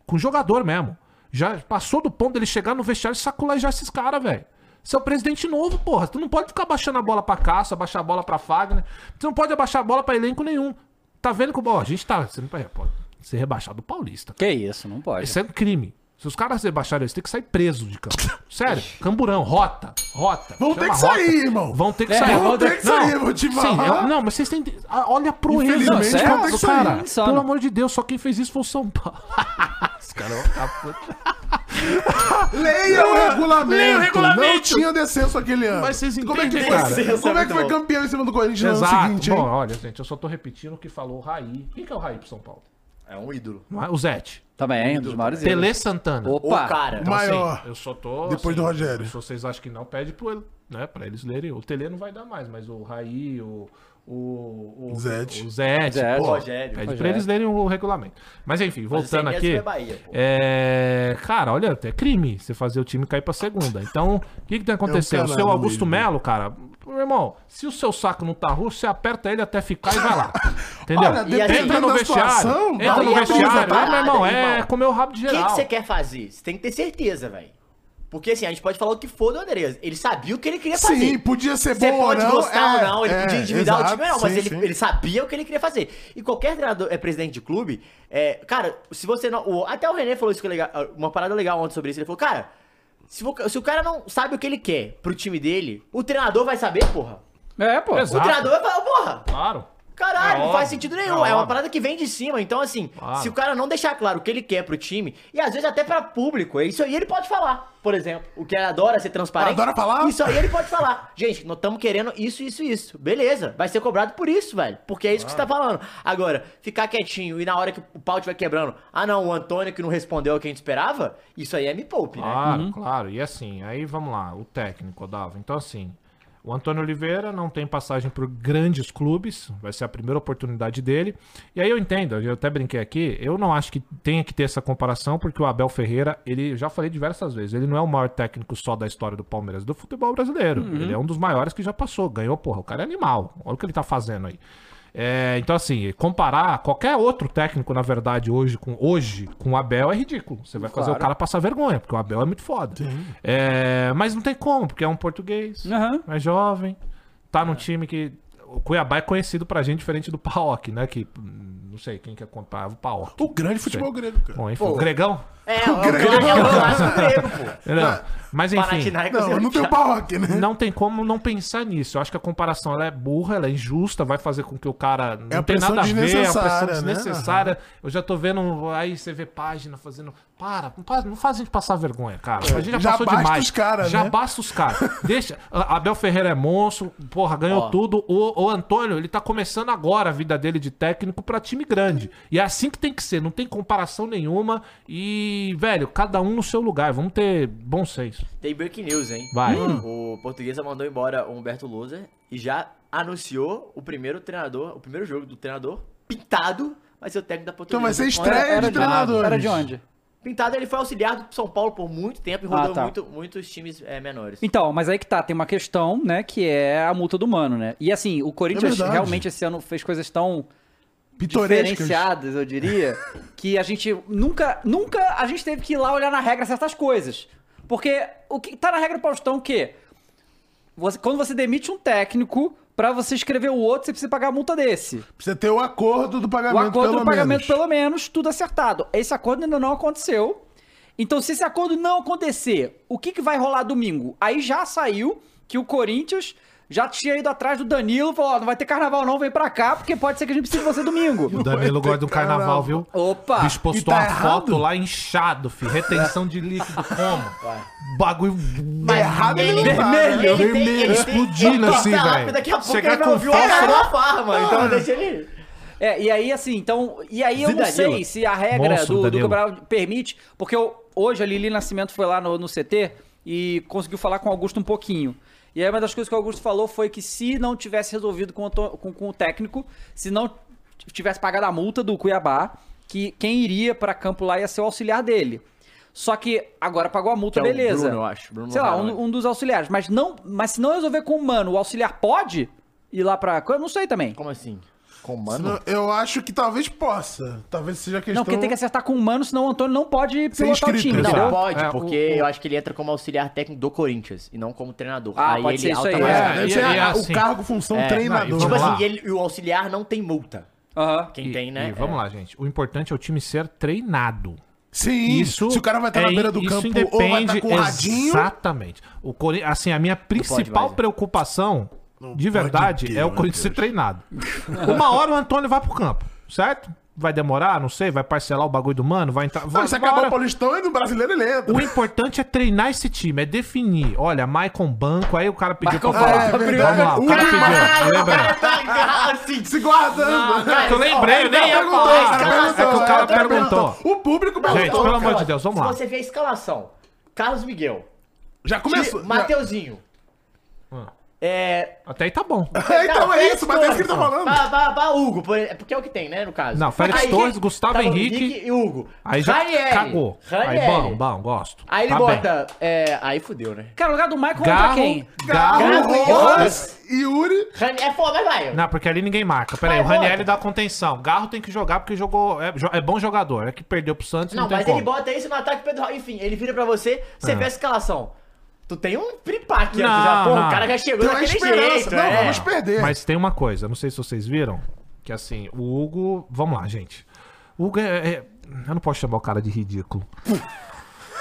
Com jogador mesmo. Já passou do ponto dele chegar no vestiário e saculejar esses caras, velho. Você é o presidente novo, porra. Tu não pode ficar baixando a bola pra Cássio, abaixar a bola pra Fagner. Tu não pode abaixar a bola pra elenco nenhum. Tá vendo como... Ó, a gente tá... Você não pode pô, ser rebaixado paulista.
Que isso, não pode.
Isso é um crime. Se os caras rebaixarem, eles têm que sair preso de campo. Sério, camburão, rota, rota.
Vão ter
Chama
que
rota.
sair, irmão.
Vão ter que
É,
sair.
vão ter
que sair, vou te falar.
Sim, eu- não, mas vocês têm. ah, Olha a proeza.
Infelizmente,
Sério?
vão ter que
cara,
sair. Insano.
Pelo amor de Deus, só quem fez isso foi o São Paulo. Os caras vão ficar putos.
Leia o regulamento.
leia o
Não
regulamento.
tinha descenso aquele ano.
Mas vocês
Como é que
entendem,
foi,
cara?
Descenso como é que
é muito
foi
bom.
campeão em cima do Corinthians no ano
Exato.
É seguinte,
Bom, então
hein?
olha, gente, eu só tô repetindo o que falou o Raí. Quem que é o Raí pro São Paulo?
É um ídolo.
Não é? O Zete.
Também, um dos maiores
Tele
ídolos.
Santana.
O
Opa!
cara.
Mas- Maior.
eu só tô. assim,
Depois do Rogério.
Se vocês acham que não, pede pro ele, né? Pra eles lerem. O Tele não vai dar mais, mas o Raí, o. O. O
Zete.
O Zete.
Zete.
pô,
Rogério.
Pede
Rogério.
pra eles lerem o regulamento. Mas enfim, voltando
Mas o CNS
aqui.
é Bahia, pô.
é, Cara, olha, é crime você fazer o time cair pra segunda. Então, o que que tem acontecido? o seu
canalha
Augusto
mesmo.
Melo, cara, meu irmão, se o seu saco não tá ruim, você aperta ele até ficar e vai lá. Entendeu?
Olha,
entra
dependendo
no
da
vestiário.
situação,
entra no
Bahia precisa
vestiário.
parar,
Ah, meu irmão, é
irmão.
comer o rabo de
O que
geral.
que você quer fazer? Você tem que ter certeza, velho. Porque assim, a gente pode falar o que for do Andrés. Ele sabia o que ele
é
queria fazer.
Sim, podia ser
Você
bom ou
pode
não.
gostar
é,
ou não, ele
é,
podia endividar
exato,
o time ou não, mas
sim,
ele,
sim.
ele sabia o que ele queria fazer. E qualquer treinador, é, presidente de clube, é, cara, se você não. o- até o René falou isso que é legal, uma parada legal ontem sobre isso. Ele falou, cara, se, vo- se o cara não sabe o que ele quer pro time dele, o treinador vai saber, porra.
É, pô.
O
Exato.
treinador vai falar, porra,
Claro.
Caralho,
É
não faz
óbvio,
sentido
é
nenhum. É,
óbvio.
uma parada que vem de cima. Então, assim,
Claro.
se o cara não deixar claro o que ele quer pro time, e às vezes até pra público, é isso aí ele pode falar. Por exemplo, o que ele adora ser transparente.
Adora falar?
Isso aí ele pode falar. Gente, nós estamos querendo isso, isso, isso. Beleza, vai ser cobrado por isso, velho. Porque é isso que você tá falando. Agora, ficar quietinho e na hora que o pau tiver quebrando, ah não, o Antônio que não respondeu o que a gente esperava, isso aí é me poupe, né?
Claro, claro. E assim, aí vamos lá, o técnico, Dava. Então, assim, o Antônio Oliveira não tem passagem por grandes clubes, vai ser a primeira oportunidade dele. E aí eu entendo, eu até brinquei aqui, eu não acho que tenha que ter essa comparação, porque o Abel Ferreira, ele eu já falei diversas vezes, ele não é o maior técnico só da história do Palmeiras, do futebol brasileiro. Ele é um dos maiores que já passou, ganhou, porra, o cara é animal. Olha o que ele tá fazendo aí. É, então, assim, comparar qualquer outro técnico, na verdade, hoje com, hoje, com o Abel é ridículo. Você vai fazer o
Claro.
cara passar vergonha, porque o Abel é muito foda. É, mas não tem como, porque é um português,
Aham.
é jovem, tá num time que. O Cuiabá é conhecido pra gente, diferente do Paok, né? Que hum, não sei quem que é comparava o Paok.
O grande futebol grego, cara.
Bom, enfim,
Pô.
o Gregão?
É, o grego, é o clássico grego, pô.
Não. Mas enfim.
Panathinaikos
Não,
é
não tem o pau aqui, né?
Não tem como não pensar nisso. Eu acho que a comparação ela é burra, ela é injusta, vai fazer com que o cara não
É a
tem
pressão
nada a ver, é uma pressão
desnecessária, né?
desnecessária. Eu já tô vendo, um- aí você vê página fazendo, para, não faz, não faz a gente passar vergonha, cara. A gente já,
É, Já
passou
basta
demais.
os cara,
já
né?
basta os caras. Deixa, a- Abel Ferreira é monstro, porra, ganhou
Ó.
tudo. O, o Antônio, ele tá começando agora a vida dele de técnico pra time grande. E é assim que tem que ser, não tem comparação nenhuma e, velho, cada um no seu lugar. Vamos ter bom senso.
Tem breaking news, hein? Hum.
Vai.
O Portuguesa mandou embora o Humberto Loser e já anunciou o primeiro treinador, o primeiro jogo do treinador pintado, vai ser o técnico da Portuguesa.
Então vai ser
Era,
estreia
era de,
de treinadores.
era de onde?
Pintado, ele foi auxiliar do São Paulo por muito tempo e
Ah,
rodou
tá.
muito, muitos times eh, menores.
Então, mas aí que tá, tem uma questão, né, que é a multa do mano, né? E assim, o Corinthians
verdade.
realmente esse ano fez coisas tão
Pitorescas.
diferenciadas, eu diria, que a gente nunca, nunca a gente teve que ir lá olhar na regra certas coisas. Porque o que tá na regra do Paustão é que você- quando você demite um técnico, pra você escrever o outro, você precisa pagar a multa desse.
Precisa ter o acordo do
O
pagamento,
acordo
pelo
do pagamento,
menos.
pelo menos, tudo acertado. Esse acordo ainda não aconteceu. Então, se esse acordo não acontecer, o que, que vai rolar domingo? Aí já saiu que o Corinthians já tinha ido atrás do Danilo, falou, ó, não vai ter carnaval não, vem pra cá, porque pode ser que a gente precise de você domingo.
O Danilo gosta do carnaval, viu?
Opa!
O bicho postou
e tá
uma
errado?
foto lá inchado, fi. Retenção de líquido como? Bagulho
Mas errado ele não tá, né?
vermelho,
Ele tem-
vermelho,
ele tem-
explodindo
Tá
assim,
rápido, Daqui a
velho.
pouco
Chegar
ele vai
com
ouvir uma
falso.
cara farma, então deixa ele...
É, e aí, assim, então. E aí eu não
Zidane,
sei
Lila.
se a regra do,
Monstro,
do
Danilo.
Cabral permite, porque eu- hoje a Lili Nascimento foi lá no, no CT e conseguiu falar com o Augusto um pouquinho. E aí uma das coisas que o Augusto falou foi que se não tivesse resolvido com o, Anto- com- com o técnico, se não tivesse pagado a multa do Cuiabá, que quem iria pra campo lá ia ser o auxiliar dele. Só que agora pagou a multa,
Que é o
beleza.
Bruno, eu acho, Bruno né?
Sei lá,
Varone.
um, um dos auxiliares. Mas não, mas se não resolver com o mano, o auxiliar pode ir lá pra. Eu não sei também.
Como assim? Com o mano?
Senão, Eu acho que talvez possa. Talvez seja questão...
Não, porque tem que acertar com o Mano, senão o Antônio não pode
Ser
pilotar o
inscrito,
time,
Não,
entendeu?
pode,
É, o-
porque
o-
eu acho que ele entra como auxiliar técnico do Corinthians e não como treinador.
Ah, pode ser isso aí,
É,
automaticamente-
deve
É,
ser
e- e
a-
assim-
o cargo, função,
É,
não,
treinador.
Tipo
e vamos
assim,
lá.
ele, o auxiliar não tem multa.
Aham.
Quem tem, né?
E vamos lá, gente. O importante é o time ser treinado.
Sim,
Isso
se o cara vai estar
é
na beira do
in-
campo
isso
ou vai estar
independe-
com o radinho...
Exatamente. O Cori... Assim, a minha principal
Weiser.
preocupação, de verdade,
né? pode ter,
é o
meu
Corinthians ser
Deus.
treinado. Uma hora o Antônio vai pro campo, certo? Vai demorar, não sei, vai parcelar o bagulho do mano, vai entrar.
Não,
Vai,
se
uma
acabar
hora-
o Paulistão e do brasileiro ele entra.
O importante é treinar esse time, é definir. Olha, Maicon Banco, aí o cara pediu pra eu
Maicon
falar.
Banco,
Vamos
verdade.
lá, o cara
Ui,
pediu. Eu lembrei.
Ah, assim,
Se guardando. Então,
não, É que eu lembrei, eu nem ia
Perguntou,
falar.
o cara
É que o
perguntou,
cara
é, o cara perguntou.
perguntou.
O público
Gente, pelo
perguntou.
amor de Deus, vamos
se
lá.
você ver a escalação, Carlos Miguel,
Já começou.
Mateuzinho,
Ah.
É.
Até aí tá bom.
Então é isso, mas é isso que ele tá
Torres.
falando.
Ba- ba- ba- Hugo, por- é porque é o que tem, né, no caso.
Não, Félix
Aí,
Torres,
quem-
Gustavo
tá bom,
Henrique.
e Hugo.
Aí já
Ranieri,
cagou.
Ranieri.
Aí, bom, bom, gosto.
Aí ele
Tá bem.
bota. é, aí fudeu, né?
Cara, o lugar do Michael contra
Garro,
quem?
Garro.
Garro.
Rojas e Yuri.
Rani- É foda, mas vai.
Não, porque ali ninguém marca. Pera aí, o
Vai,
Raniel
bota.
dá contenção. Garro tem que jogar porque jogou. É, jo- é bom jogador. É que perdeu pro Santos. Não,
Não,
tem
mas
como. Ah.
ele bota isso no ataque Pedro Raul. Enfim, ele vira pra você, você vê a escalação. Tu tem um pripaque
Não,
aqui, já, pô,
não.
o cara já chegou
Tem uma
daquele
esperança.
jeito.
Não,
é.
vamos perder.
Mas tem uma coisa, não sei se vocês viram, que assim, o Hugo. Vamos lá, gente. O Hugo é. é- Eu não posso chamar o cara de ridículo.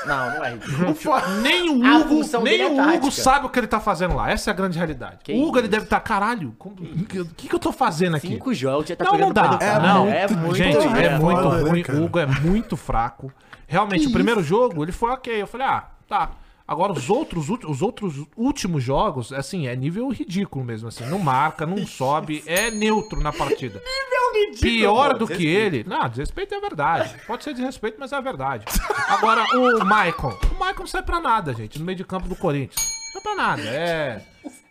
Não, não é ridículo.
Nem o
A
Hugo,
função
nem
dele é
o
tática.
Hugo sabe o que ele tá fazendo lá. Essa é a grande realidade.
Que
o Hugo, ele
isso.
deve estar, caralho, como- o que, que que eu tô fazendo aqui?
Cinco jogos, já tá
não,
pegando
não dá.
pra
É,
ele, cara.
não,
é muito
gente,
ruim,
é
né?
muito
Foda, né,
ruim.
cara?
o Hugo é muito fraco. Realmente, o primeiro jogo, ele foi ok. Eu falei, ah, tá. Agora, os outros, ulti- os outros últimos jogos, assim, é nível ridículo mesmo, assim. Não marca, não sobe, é neutro na partida. Pior do que ele. Não, desrespeito é verdade. Pode ser desrespeito, mas é a verdade. Agora, o Maicon. O Maicon não sai pra nada, gente, no meio de campo do Corinthians. Não sai pra nada. É.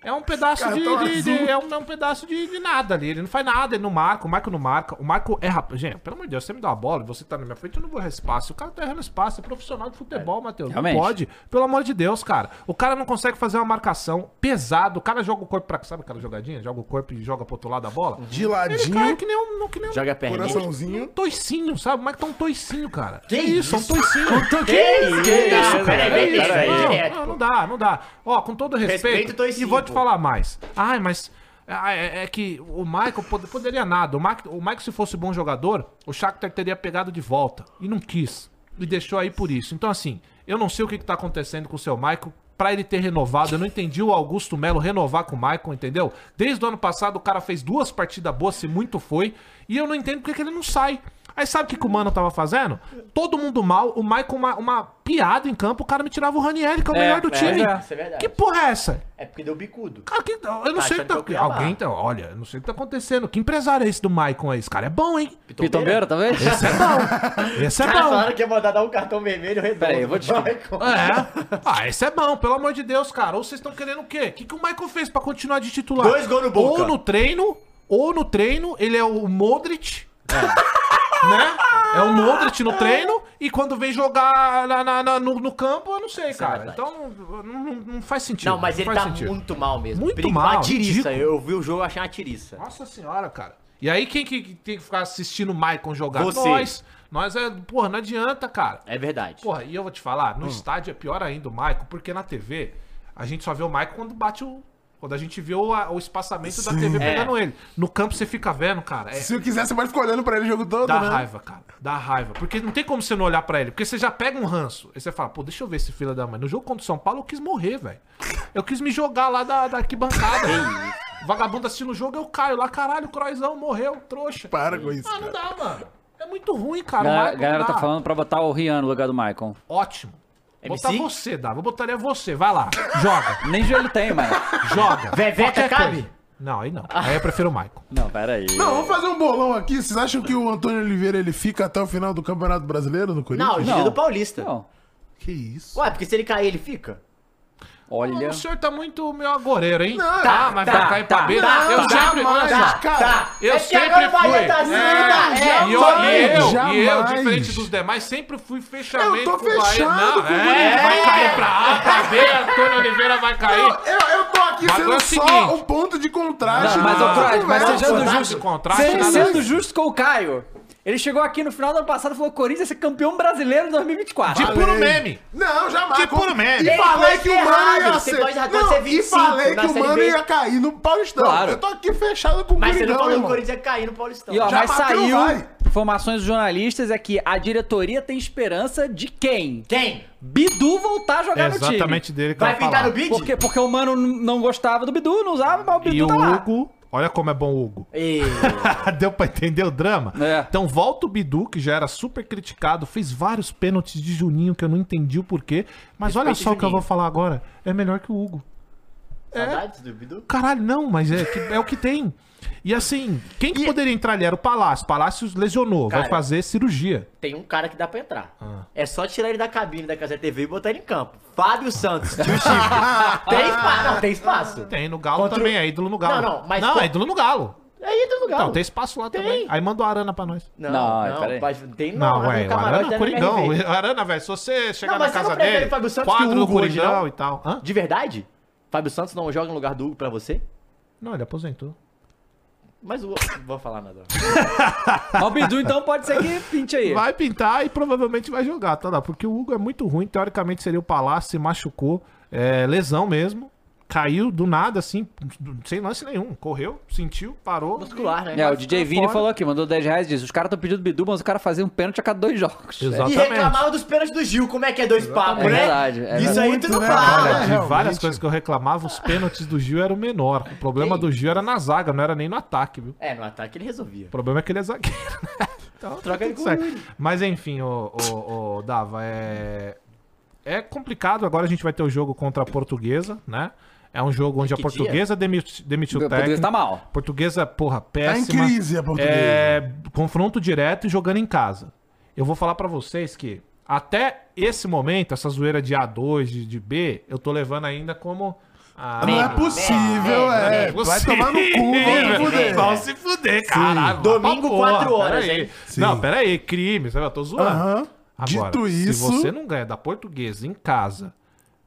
É um pedaço de,
Cartão
de- de-
azul.
É, um, é um pedaço de, de nada ali. Ele não faz nada, ele não marca. O Maicon não marca. O Maicon erra. Gente, pelo amor de Deus, você me dá uma bola, você tá na minha frente, eu não vou errar espaço. O cara tá errando espaço, é profissional de futebol, Matheus. Não
Realmente.
pode. Pelo amor de Deus, cara. O cara não consegue fazer uma marcação pesado. O cara joga o corpo pra. Sabe aquela jogadinha? Joga o corpo e joga pro outro lado a bola?
De
Ele caiu
ladinho,
que nem um. não- Que nem um
Joga a perna.
um
coraçãozinho.
toicinho, sabe? Mas tá um toicinho, cara. Que,
isso?
É um toicinho.
Então, que
Que isso, cara? É bem
Não,
direto.
não, não dá, não dá. Ó, com todo respeito.
Respeito o toicinho,
e vou te
pô.
falar mais. Ai, mas. ah, É, é que o Michael pod- poderia nada. O Michael, o Michael, se fosse bom jogador, o Shakhtar teria pegado de volta. E não quis. E deixou aí por isso. Então, assim, eu não sei o que, que tá acontecendo com o seu Michael pra ele ter renovado. Eu não entendi o Augusto Melo renovar com o Michael, entendeu? Desde o ano passado, o cara fez duas partidas boas, se muito foi. E eu não entendo porque que ele não sai. Aí sabe o que, que o Mano tava fazendo? Todo mundo mal, o Michael uma, uma piada em campo, o cara me tirava o Ranieri, que é o
É,
melhor do
é,
time.
é.
Isso é verdade.
que porra é essa?
É porque deu bicudo.
Cara, que- eu
Tá
não sei o que
achando que eu
tá.
queria
Alguém
lá.
tá. Olha, eu não sei o que tá acontecendo. Que empresário é esse do Maicon aí? Esse cara é bom, hein?
Pitombeiro, talvez?
Esse é bom. Esse é
Cara,
bom.
falaram que ia mandar dar um cartão vermelho redondo.
Peraí, eu vou te-
Michael.
É. Ah, esse é bom, pelo amor de Deus, cara. Ou vocês estão querendo o quê? O que, que o Michael fez pra continuar de titular?
Dois gols no Boca.
Ou no treino, ou no treino, ele é o Modric.
É.
Né? É o Modric no treino e quando vem jogar na- na- na- no, no campo, eu não sei, cara.
é verdade.
Então não, não- não faz sentido.
Não, mas ele
tipo, faz
tá muito mal mesmo.
Muito
Perigo-
mal,
Uma tiriça.
ridículo.
Eu vi o jogo, eu achei uma tiriça.
Nossa senhora, cara. E aí quem que que tem que ficar assistindo o Maicon jogar?
Você.
Nós. Nós é... Porra, não adianta, cara.
É verdade.
Porra, e eu vou te falar, no
Hum.
estádio é pior ainda o Maicon, porque na TV a gente só vê o Maicon quando bate o... Quando a gente vê o, a- o espaçamento da TV
É.
pegando ele. No campo você fica vendo, cara. É...
Se eu quiser, você pode ficar olhando pra ele o jogo todo,
Dá
né?
raiva, cara. Dá raiva. Porque não tem como você não olhar pra ele. Porque você já pega um ranço. Aí você fala, pô, deixa eu ver esse fila da mãe. No jogo contra o São Paulo, eu quis morrer, velho. Eu quis me jogar lá da, da arquibancada. Vagabundo assistindo o jogo, eu caio lá. Caralho, o Croizão morreu, trouxa.
Para com isso,
Ah, não
cara.
dá, mano. É muito ruim, cara. O
A
Michael
galera
dá.
tá falando pra botar o Rian no lugar do Michael.
Ótimo. Vou
MC?
botar você, dá. Vou botaria você. Vai lá. Joga.
Nem joelho tem, mano.
Joga.
Veveta
Qualquer
cabe?
coisa. Não, aí não. Aí eu prefiro o Michael.
Não, peraí.
Não, vamos fazer um bolão aqui. Vocês acham que o Antônio Oliveira ele fica até o final do Campeonato Brasileiro no
Não,
Corinthians?
o
Não.
Gil do Paulista.
Não.
Que isso?
Ué, porque se ele cair, ele fica?
Olha.
O senhor tá muito meu agoreiro, hein?
Não,
tá, mas vai cair pra
tá,
B.
tá,
eu
tá,
sempre. olha só.
Ah, cara.
Eu
É que agora
sempre
o Bahia
fui.
tá assim, né?
é, e eu,
Jamais,
e eu, e eu,
jamais.
diferente dos demais, sempre fui fechamento
Eu tô
com o Bahia.
fechado
Não,
com o
é,
Bahia.
vai cair pra A, pra B, Antônio Oliveira vai
Eu,
cair.
eu, eu tô aqui
Mas
sendo
é o
só
seguinte-
um ponto de contraste.
Não, mas,
dessa
ô, Croix, mas
conversa.
sejando
Contrato,
justo- tá
contrato,
Sendo,
nada
sendo justo com o Caio, ele chegou aqui no final do ano passado e falou: Corinthians é campeão brasileiro em 2024.
De puro meme.
Não, jamais.
Que puro meme.
E
Ele
falei
pode
que
ter
o mano
errado,
ia
você
ser.
pode errar, pode
Não,
ser
e
25
falei
na
que o
Série
mano
B.
ia cair no Paulistão.
Claro.
Eu tô aqui fechado com o
Mas você não
Coringão,
falou que o
irmão.
Corinthians ia cair no Paulistão.
E ó,
Já
mas
bateu,
saiu.
vai.
Informações dos jornalistas é que a diretoria tem esperança de quem?
Quem?
Bidu voltar a jogar
Exatamente dele que
Vai
eu ia
pintar
falar.
no
no time.
bid?
Porque, porque o mano n- não gostava do Bidu, não usava, mas o Bidu
E o
tá lá.
Hugo, olha como é bom o Hugo.
Ei,
Deu pra entender o drama?
É.
Então volta o Bidu, que já era super criticado, fez vários pênaltis de Juninho que eu não entendi o porquê. Mas olha
Respeita
só o que eu
Juninho.
vou falar agora. É melhor que o Hugo. É?
saudades do Bidu?
Caralho, não, mas é, que- é o que tem. E assim, quem que poderia entrar ali? Era o Palácio. Palácio lesionou, vai
Cara.
fazer cirurgia.
Tem um cara que dá pra entrar.
Ah.
É só tirar ele da cabine da Casa TV e botar ele em campo. Fábio Santos, tio Chico. tem espaço. Não, tem espaço.
Tem no Galo
Contra o-
também, é ídolo no
Não,
Galo.
não, mas
Não,
co-
é ídolo no Galo.
Aí do lugar.
Não, tem espaço lá também. Aí manda o Arana pra nós.
Não,
Não,
não,
peraí.
mas tem
Não,
lá no
ué, o
camarote
Arana é
da
Coringão.
MRV.
O Arana, velho, se você chegar
Não,
na
mas você
casa
não prefere
dele,
Fábio Santos que
quadro
o
do
Hugo hoje,
Coringão
não?
e tal. Hã?
De verdade? Fábio Santos não joga no lugar do Hugo pra você?
Não, ele aposentou.
Mas o. Vou falar nada.
Mas o Bidu, então, pode ser que pinte aí.
Vai pintar e provavelmente vai jogar, tá? lá, Porque o Hugo é muito ruim, teoricamente seria o Palácio, se machucou, é, lesão mesmo. Caiu do nada, assim, do- sem lance nenhum. Correu, sentiu, parou.
Muscular, né?
É, o DJ
ficar
Vini
fora.
falou aqui, mandou 10 reais e disse: os caras estão pedindo Bidu, mas o cara fazia um pênalti a cada dois jogos.
E
Exatamente.
reclamava dos pênaltis do Gil, como é que é dois papos,
É
né?
verdade, é
Isso aí tu
Muito,
não
né,
fala.
cara?
Olha, de
realmente.
várias coisas que eu reclamava, os pênaltis do Gil era o menor. O problema do Gil era na zaga, não era nem no ataque, viu?
É, no ataque ele resolvia.
O problema é que ele é zagueiro, né? Então,
Troca ele
tudo
com o
certo. Mas enfim, o, Dava, é... é complicado. Agora a gente vai ter o jogo contra a Portuguesa, né? É um jogo onde a
Que
Portuguesa demiti- demitiu o
O português
técnico.
tá mal.
Portuguesa, porra,
Tá em
péssima.
crise a portuguesa.
É, confronto direto e jogando em casa. Eu vou falar pra vocês que até esse momento, essa zoeira de A2, de, de B, eu tô levando ainda como. a-
Não é possível,
é,
é.
é
Vai tomar no cu, vão se
Vão
fuder.
Vão se fuder, caralho.
Domingo,
Porra,
quatro horas,
peraí.
hein?
Sim.
Não, peraí, crime, sabe? Eu tô zoando.
Aham. Dito
se
isso-
você não ganha da portuguesa em casa,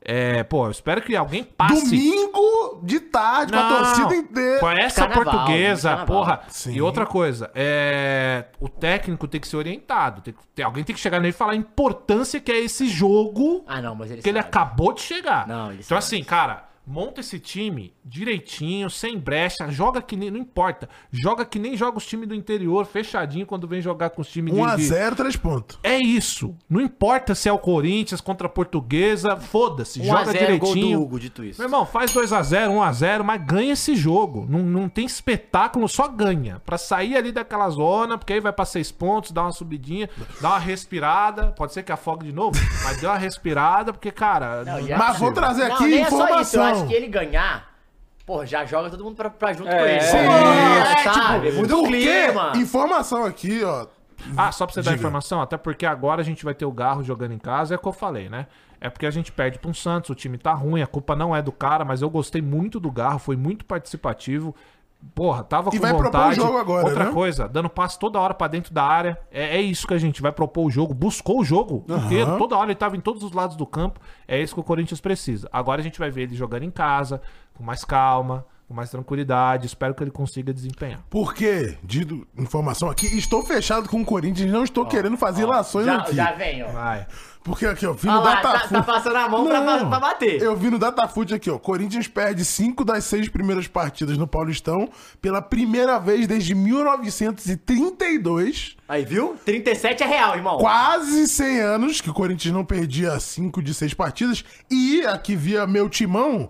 é, pô, eu espero que alguém passe.
Domingo de tarde, com a torcida inteira.
Com essa
Carnaval,
portuguesa,
carnaval.
porra.
Sim.
E outra coisa, é, o técnico tem que ser orientado. tem que- tem- alguém tem que chegar nele e falar a importância que é esse jogo
Ah, não, mas ele
que ele é
sabe.
acabou de chegar.
Não, ele sabe.
então, assim, cara, monta esse time direitinho, sem brecha, joga que nem. Não importa. Joga que nem joga os times do interior, fechadinho quando vem jogar com os times de- de.
1x0, 3 pontos.
É isso. Não importa se é o Corinthians contra a Portuguesa, foda-se,
1 a
joga
0, gol do
direitinho.
Hugo, dito isso.
Meu irmão, faz 2x0, 1x0, mas ganha esse jogo. Não, não tem espetáculo, só ganha. Pra sair ali daquela zona, porque aí vai pra seis pontos, dá uma subidinha, dá uma respirada. Pode ser que afogue de novo, mas dê uma respirada, porque, cara.
Não,
não-
e a-
Mas vou trazer
Não,
aqui
nem é só isso, eu
informação.
acho que ele ganhar, pô, já joga todo mundo pra, pra junto com
É.
ele.
Sim,
Pô,
é,
sabe? Muda o
Por quê?
clima.
Informação aqui, ó.
Ah, só pra você dar
Diga.
informação, até porque agora a gente vai ter o Garro jogando em casa, é o que eu falei, né? É porque a gente perde pra um Santos, o time tá ruim, a culpa não é do cara, mas eu gostei muito do Garro, foi muito participativo. Porra, tava
E
com
vai propor o
vontade.
jogo agora,
Outra
né?
coisa, dando passe toda hora pra dentro da área. É, é isso que a gente vai propor o jogo, buscou o jogo inteiro, toda hora ele tava em todos os lados do campo. É isso que o Corinthians precisa. Agora a gente vai ver ele jogando em casa, com mais calma, com mais tranquilidade. Espero que ele consiga desempenhar.
Por quê? Dito informação aqui. Estou fechado com o Corinthians, não estou querendo fazer lações
Já,
aqui.
já vem, ó.
Vai.
Porque aqui, ó, vi
Olha
no
lá, tá,
Datafoot.
tá passando a mão pra,
Não.
pra bater.
Eu vi no Datafoot aqui, ó. Corinthians perde cinco das seis primeiras partidas no Paulistão pela primeira vez desde 1932.
Aí, viu? 37 é real, irmão.
Quase 100 anos que o Corinthians não perdia cinco de seis partidas. E aqui via meu timão,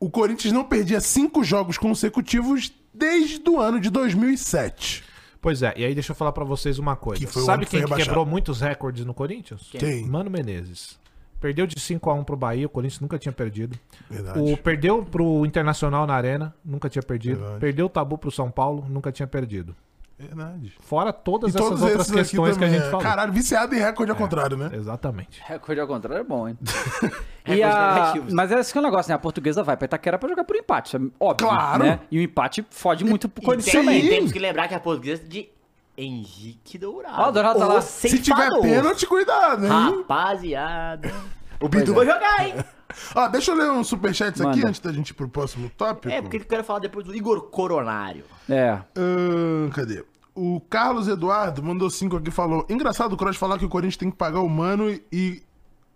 o Corinthians não perdia cinco jogos consecutivos desde o ano de 2007.
Pois é, e aí deixa eu falar pra vocês uma coisa.
Que foi o ano
Sabe
que foi
quem que
rebaixado.
quebrou muitos recordes no Corinthians?
Quem?
Mano Menezes. Perdeu de 5 a 1 pro Bahia, o Corinthians nunca tinha perdido.
Verdade.
O perdeu pro Internacional na Arena, nunca tinha perdido. Perdeu o Tabu pro São Paulo, nunca tinha perdido.
Verdade.
Fora todas
E
essas
todos
outras
esses aqui
questões que a
também,
gente
é.
falou.
Caralho, viciado em recorde ao contrário, né?
Exatamente.
É, coisa ao contrário é bom, hein?
É,
E
coisa
a...
negativos.
Mas é esse que é o negócio, né? A portuguesa vai pra Itaquera pra jogar por empate, isso é óbbvio.
Claro.
Né? E o empate fode muito pro
E
Corinthians
também
também.
temos que lembrar que a portuguesa é de Henrique Dourado.
Ó, o Dourado tá
O
lá.
sem
Se tiver
valor.
pênalti, cuidado, hein? é.
Rapaziada. O Bidu vai jogar, hein?
Ó, deixa eu ler uns superchats aqui
Manda.
antes da gente ir pro próximo tópico.
É, porque eu quero falar depois do Igor Coronário.
É.
Ahn, cadê? O Carlos Eduardo mandou cinco aqui e falou: Engraçado o Cross falar que o Corinthians tem que pagar o Mano e- e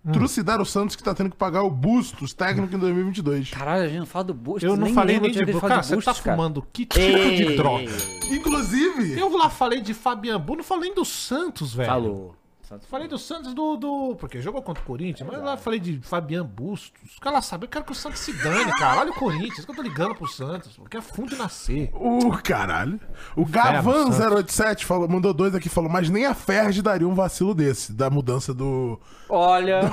Hum. trucidar o Santos que tá tendo que pagar o Bustos, técnico em 2022.
Caralho, a gente não fala do Bustos.
Eu não falei
lembro onde é
nem de
que a gente
Bruno.
fala
Cara,
de
você tá
Bustos, cara.
fumando que tipo de droga?
Inclusive,
Eu lá falei de Fabian Bu, não falei do Santos, velho.
Falou. Santos
Falei do Santos do. do porque jogou contra o Corinthians, mas lá falei de Fabiano Bustos. Os caras sabem, eu quero que o Santos se dane, cara. Olha o Corinthians, que eu tô ligando pro Santos. Porque é fundo de nascer.
o caralho. O Gavan087 falou, mandou dois aqui e falou: Mas nem a Ferg daria um vacilo desse, da mudança do,
Olha,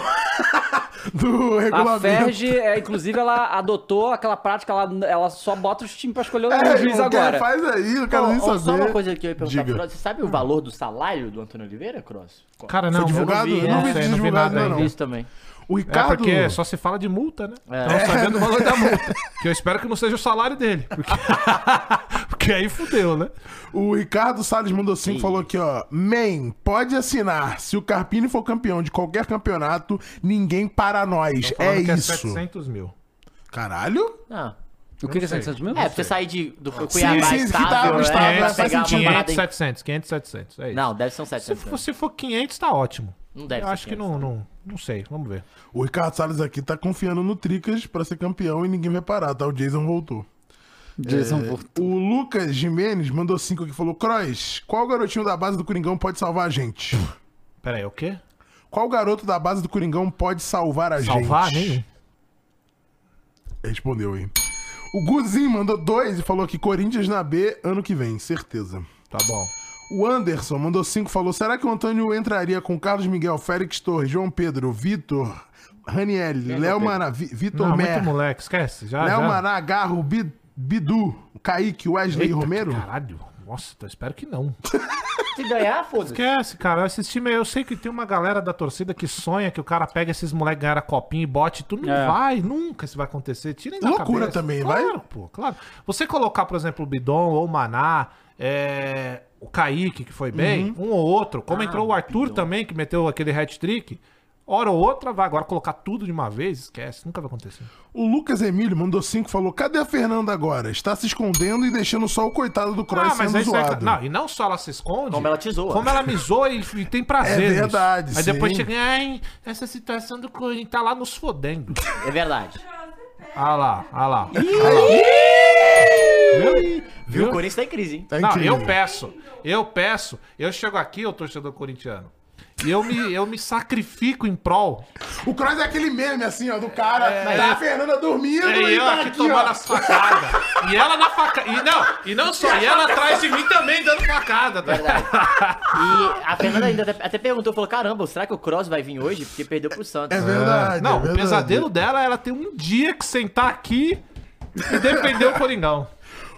do
a
regulamento.
Tá Ferge, é, inclusive, ela adotou aquela prática, ela, ela só bota os times pra escolher o
É,
juiz
o cara
agora.
Faz aí, eu quero
Ó,
nem
ó,
saber.
Só uma coisa que eu ia perguntar
Diga.
pro Cross. Você sabe o valor do salário do Antônio Oliveira, Cross?
Cara,
Foi
não,
divulgado? Eu não vi,
é, sei, não vi
divulgado
nada
ainda,
ainda.
não.
Isso também.
O
É
Ricardo.
porque só se fala de multa, né?
É.
Não sabendo o valor da multa. Que eu espero que não seja o salário dele. Porque, porque aí fudeu, né?
O Ricardo Salles mandou 5 falou aqui, ó. Man, pode assinar. Se o Carpini for campeão de qualquer campeonato, ninguém para nós. É
Falando que
isso.
700 mil.
Caralho?
Ah.
O que que é 700 mil?
É, pra você sair de, do Cuiabá
sim, que
estável,
tava,
né,
tá
estável,
pra
faz
pegar uma
sentido.
parada
500,
em-
700, 500, 700. É isso.
Não, deve ser um
se,
700.
for, se for 500, tá ótimo.
né? Não deve
Eu
ser
acho que
500.
não, não, não sei, vamos ver.
O Ricardo Salles aqui tá confiando no Tricas pra ser campeão e ninguém vai parar, tá? O Jason voltou.
Jason
É,
voltou.
o Lucas Jimenez mandou cinco aqui e falou: Crois, qual garotinho da base do Coringão pode salvar a gente?
Pera aí, o quê?
Qual garoto da base do Coringão pode salvar a gente?
Salvar nenhum?
Respondeu aí. O Guzinho mandou dois e falou que Corinthians na B ano que vem, certeza.
Tá bom.
O Anderson mandou cinco falou: será que o Antônio entraria com Carlos Miguel, Félix Torres, João Pedro, Vitor, Raniel, Léo Maná, Vi- Vitor
Não, muito
Mer,
moleque, esquece. Já,
Léo
já.
Maná, Garro, Bi- Bidu, Kaique, Wesley e
Eita,
Romero?
Caralho. Nossa, eu espero que não.
Se ganhar, foda-se.
Esquece, cara. Esse time, eu sei que tem uma galera da torcida que sonha que o cara pega esses moleques ganhar a copinha e bote tudo. Não
É.
vai, nunca isso vai acontecer. Tirem da
Loucura
cabeça.
também,
claro,
vai?
pô, claro. Você colocar, por exemplo, o Bidon ou o Maná, é, o Kaique, que foi bem,
Uhum.
um ou outro, como entrou o Arthur também, que meteu aquele hat-trick, hora ou outra vai. Agora colocar tudo de uma vez, esquece, nunca vai acontecer.
O Lucas Emílio mandou cinco falou: cadê a Fernanda agora? Está se escondendo e deixando só o coitado do
Ah,
Cross sendo
aí
zoado.
sai- é tá- Não, e não só ela se esconde.
Como ela te zoa.
Como ela me zoa e, e tem prazer.
É
nisso.
verdade,
Aí
sim.
depois chega, ai, essa situação do Corinthians tá lá nos fodendo.
É verdade.
ah lá, ah lá. Ah lá. Viu?
Viu? O Corinthians tá em crise, hein?
Tá
Não,
incrível.
eu peço, eu peço, eu chego aqui, eu torcedor corintiano, e eu me, eu me sacrifico em prol.
O Cross é aquele meme, assim, ó, do cara.
É,
tá
é.
a Fernanda dormindo
E
e
eu
tá
aqui
aqui, ó.
tomando as facadas. E ela na facada. E não, e não só, e ela atrás de mim também dando facada. Tá? ligado?
Verdade. E a Fernanda ainda até, até perguntou, falou, caramba, será que o Cross vai vir hoje? Porque perdeu pro Santos.
É verdade.
Não,
é
o
verdade.
pesadelo dela era ter um dia que sentar aqui e defender o Coringão.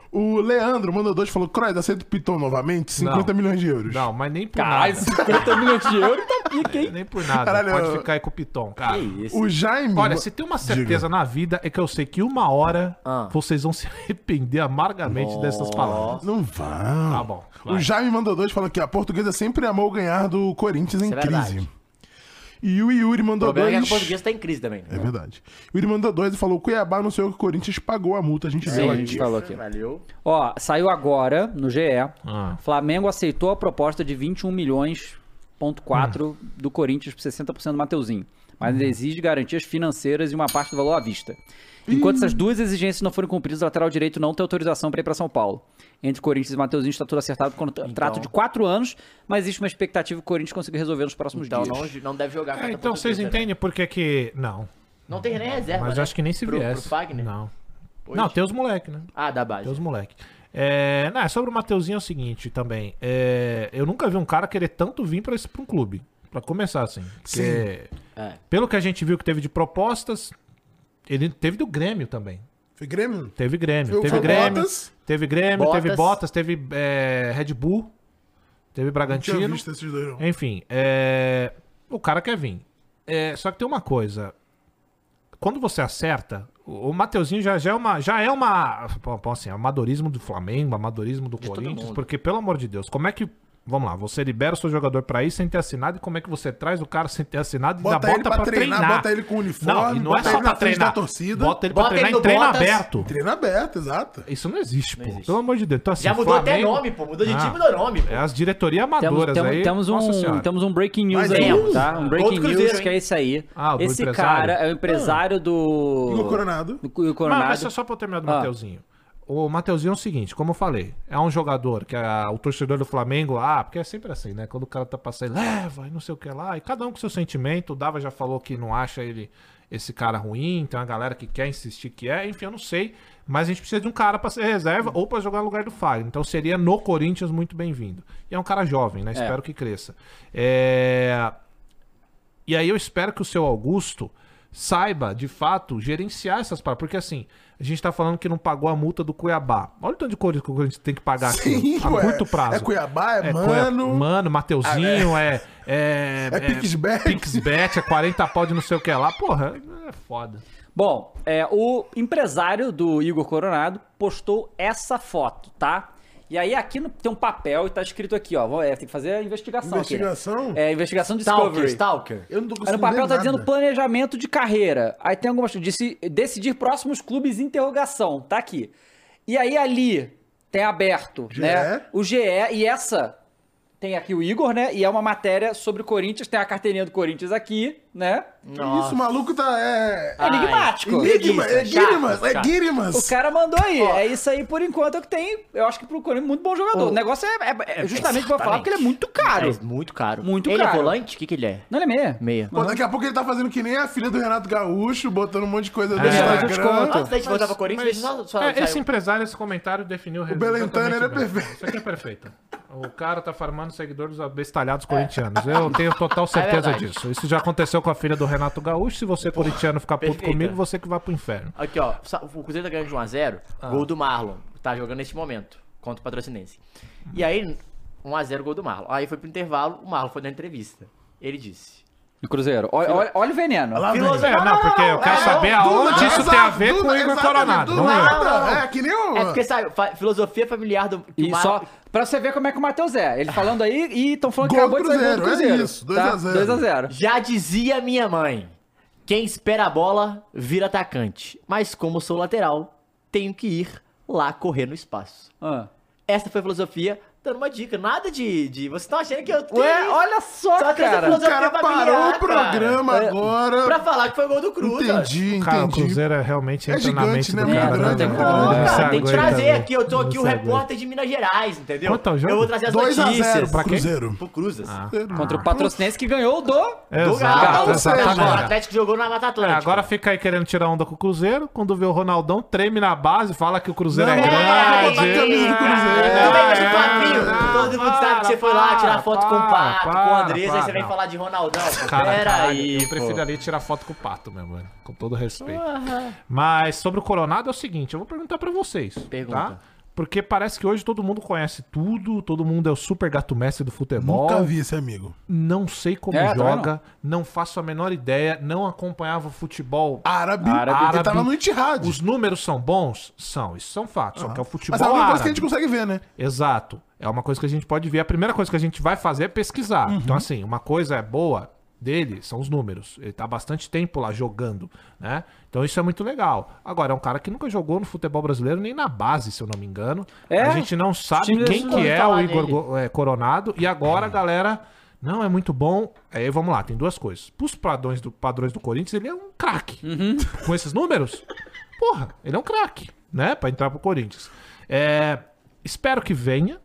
O Leandro mandou dois e falou: Cross, aceita o Piton novamente? 50
Não.
milhões de euros.
Não, mas nem por
Caralho,
nada.
50 milhões de euros tá pica, hein?
Nem por nada.
Caralho,
Pode
eu-
ficar aí com o Piton, cara.
Que É isso.
O Jaime.
Olha, se tem uma certeza na vida é que eu sei que uma hora
Ah.
vocês vão se arrepender amargamente dessas palavras.
Não vá.
Tá bom, vai.
O Jaime mandou dois e falou que a portuguesa sempre amou ganhar do Corinthians em
Isso é verdade.
crise. E o Yuri
O
mandou
problema é que
dois.
a portuguesa tá em crise também.
É verdade. O Yuri mandou dois e falou: Cuiabá não sei o que o Corinthians pagou a multa. A gente viu
a
aqui.
tá.
gente falou aqui.
Valeu.
Ó, saiu agora no GE.
Ah.
Flamengo aceitou a proposta de 21 milhões ponto 4 do Corinthians por 60% do Mateuzinho. Mas ainda exige garantias financeiras e uma parte do valor à vista. Enquanto essas duas exigências não forem cumpridas, o lateral direito não tem autorização para ir para São Paulo. Entre Corinthians e Mateuzinho está tudo acertado com um
Então.
contrato de 4 anos, mas existe uma expectativa que o Corinthians consiga resolver nos próximos
Então
dias.
não, não deve jogar
É,
contra a
então vocês
portuguesa, né?
entendem por que que... Não,
Não tem nem reserva,
mas
né?
acho que nem se
Pro-
viesse.
Pro Fagner?
Não.
Hoje?
Não, tem os moleque, né?
Ah, da base.
Tem os moleque. É, não, é sobre o Mateuzinho é o seguinte também. é, eu nunca vi um cara querer tanto vir pra, esse- pra um clube. Pra começar, assim. Porque,
É.
pelo que a gente viu que teve de propostas, ele teve do Grêmio também.
Foi Grêmio?
Teve Grêmio.
Foi-
teve,
foi
Grêmio
Bottas.
teve Grêmio,
Bottas.
teve Bottas, teve é, Red Bull,
Tinha
teve Bragantino.
visto esses dois, não.
Enfim, é, o cara quer vir. É, só que tem uma coisa. Quando você acerta, o o Mateuzinho já, já é uma. Já é uma. pô, pô, Assim, amadorismo do Flamengo, amadorismo do
todo
Corinthians.
mundo.
Porque, pelo amor de Deus, como é que. Vamos lá, você libera o seu jogador pra ir sem ter assinado, e como é que você traz o cara sem ter assinado e
Bota
ainda
ele pra treinar, bota ele com uniforme,
Não, e não
bota
é só
ele na
pra
frente
treinar.
da torcida.
Bota ele pra
Bota ele
treinar
no
em treino
Bottas.
aberto.
Treino aberto, exato.
Isso não existe, pô.
existe.
Pelo amor de Deus. Então, assim,
Já mudou até
Flamengo-
nome, pô. Mudou de
Ah.
time e mudou nome, pô.
É as diretorias
Temos,
amadoras
temos-
aí.
temos
Nossa
um,
Senhora.
temos um breaking news
Mas
aí,
temos.
tá? Um
Gol
breaking
do Cruzeiro,
news que é
hein?
esse aí.
Ah, o do
esse
empresário? Ah.
cara é o empresário do.
Igor Coronado.
Do Igor
Mas,
Coronado.
mas só- só pra eu terminar do
Ah.
Mateuzinho. O Mateuzinho é o seguinte, como eu falei, é um jogador que a- o torcedor do Flamengo, ah, porque é sempre assim, né? Quando o cara tá passando, leva e não sei o que lá, e cada um com seu sentimento. O Dava já falou que não acha ele esse cara ruim, tem uma galera que quer insistir que é, enfim, eu não sei. Mas a gente precisa de um cara pra ser reserva ou pra jogar no lugar do Fagner. Então seria no Corinthians muito bem-vindo. E é um cara jovem, né? Espero que cresça. É. E aí eu espero que o seu Augusto saiba, de fato, gerenciar essas paradas. Porque assim, a gente tá falando que não pagou a multa do Cuiabá. Olha o tanto de coisa que o Corinthians tem que pagar aqui. A
ué.
curto prazo.
É Cuiabá, é,
É, Cui-
Mano. Ah,
Mano, Mateuzinho, é. É,
É Pixbet.
Pixbet, é 40 pau de não sei o que lá. Porra, é foda.
Bom, é, o empresário do Igor Coronado postou essa foto, tá? E aí aqui no- tem um papel e tá escrito aqui, ó. vou- é, tem que fazer a investigação. Aqui,
Investigação?
né? É, investigação
Stalker,
Discovery.
Stalker.
Eu não tô
Aí no papel
ler
tá
nada.
dizendo planejamento de carreira. Aí tem algumas coisas. disse- Decidir próximos clubes, interrogação. Tá aqui. E aí ali tem aberto,
GE.
né? O GE e essa tem aqui o Igor, né? E é uma matéria sobre o Corinthians, tem a carteirinha do Corinthians aqui, né?
Isso, o maluco tá. É.
É enigmático.
Enigma, é
Chato,
Guirimas, é
chato.
O
Guirimas.
cara mandou aí. É isso aí por enquanto é o que tem. Eu acho que pro Corinthians muito bom jogador.
Ô.
O negócio é, é- é justamente pra
Exatamente.
falar porque ele é muito caro.
É muito caro.
Muito
ele
caro.
é volante? O que, que ele é?
Não, ele é meia.
Meia.
Pô, daqui a pouco ele tá fazendo que nem a filha do Renato Gaúcho, botando um monte de
É,
coisa no
Ele chama de
Instagram.
desconto.
Antes da gente voltar pra Corinthians,
Mas,
deixa eu só, só um-
é,
saiu-
esse empresário, esse comentário definiu o
Belentano, ele é perfeito.
Isso aqui é perfeito. O cara tá farmando seguidores dos abestalhados corintianos. Eu tenho total certeza
É. verdade.
disso. Isso já aconteceu com a filha do Renato Gaúcho. Se você corintiano ficar puto
perfeita.
comigo, você que vai pro inferno.
Aqui, ó. sa- O Cruzeiro tá ganhando de 1x0. Gol do Marlon. Tá jogando neste momento. Contra o patrocinense. E aí, 1x0, gol do Marlon. Aí foi pro intervalo, o Marlon foi na entrevista. Ele disse.
Do Cruzeiro. Olha, olha- é olha o veneno.
Ah,
Lá vem.
É, não, porque eu quero saber aonde
Do
isso
nada,
tem a ver
do
com o
nada,
Igor
exatamente,
Coronado.
Do
Vamos ver.
nada. É que nem o.
É porque, sabe, fa- filosofia familiar do, do
E só pra você ver como é que o Matheus é. Ele falando aí e estão falando que
Gol
acabou de sair gol do
Cruzeiro, é
Cruzeiro.
isso, 2 a 0.
2 a 0.
Já dizia minha mãe: quem espera a bola vira atacante. Mas como sou lateral, tenho que ir lá correr no espaço.
Ah.
Essa foi a filosofia, dando uma dica. Nada de. de vocês estão achando que eu tenho.
Ué, olha só,
Só que essa
cara.
O cara parou
Filosofia
o
familiar,
programa
cara.
agora.
Pra falar que foi gol do Cruz.
Entendi, entendi.
Cara, o Cruzeiro é realmente
É
entra na
gigante,
mente
né?
do
Muito
cara. né,
grande,
velho?
é muito
Não
grande.
se
Cara, tem que
aguenta,
trazer
velho.
aqui. Eu tô
Não
aqui o
se aguenta.
repórter de Minas Gerais, entendeu?
Quanto é o jogo?
Eu vou trazer as
2 a 0
notícias.
pro
Pra quem?
Cruzeiro. Ah.
Pro Cruzes.
Contra o patrocinense que ganhou do.
Do
Exato,
Galo. Tá O
exatamente.
Atlético jogou na Mata
É,
Atlântica.
tá agora fica aí querendo tirar onda com o Cruzeiro. Quando vê o Ronaldão, treme na base, fala que o Cruzeiro é
Não,
vai
grande.
botar a camisa do
Cruzeiro.
É,
Tudo bem, mas o
é,
papinho,
é.
todo mundo sabe que você foi lá
Para,
tirar foto com o
para,
Pato, com o
para,
Andrés, aí
para,
você vem
não.
falar de Ronaldão. pô.
Cara, caralho,
Peraí,
eu prefiro ali tirar foto com o pato, meu mano. Com todo respeito. Mas sobre o Coronado é o seguinte, eu vou perguntar pra vocês.
Pergunta.
Tá? Porque parece que hoje todo mundo conhece tudo, todo mundo é o super gato mestre do futebol.
Nunca vi esse amigo.
Não sei como
É, também
joga, não. faço a menor ideia, não acompanhava o futebol.
Árabe.
Árabe.
Ele tá tava no Itihad.
Os números são bons? São, isso são fatos. Só que é o futebol
Mas é uma coisa
árabe.
que a gente consegue ver, né?
Exato. É uma coisa que a gente pode ver. A primeira coisa que a gente vai fazer é pesquisar.
Uhum.
Então, assim, uma coisa é boa dele são os números. Ele tá há bastante tempo lá jogando, né? Então isso é muito legal. Agora, é um cara que nunca jogou no futebol brasileiro nem na base, se eu não me engano.
É?
A gente não sabe
Time
quem
desse
que
ano
é
tá
o
lá
Igor
nele.
Go- é, Coronado. E agora,
É.
a galera, não, é muito bom. Aí vamos lá, tem duas coisas. Pros padrões do, padrões do Corinthians, ele é um craque.
Uhum.
Com esses números, porra, ele é um craque, né? Pra entrar pro Corinthians. É, espero que venha.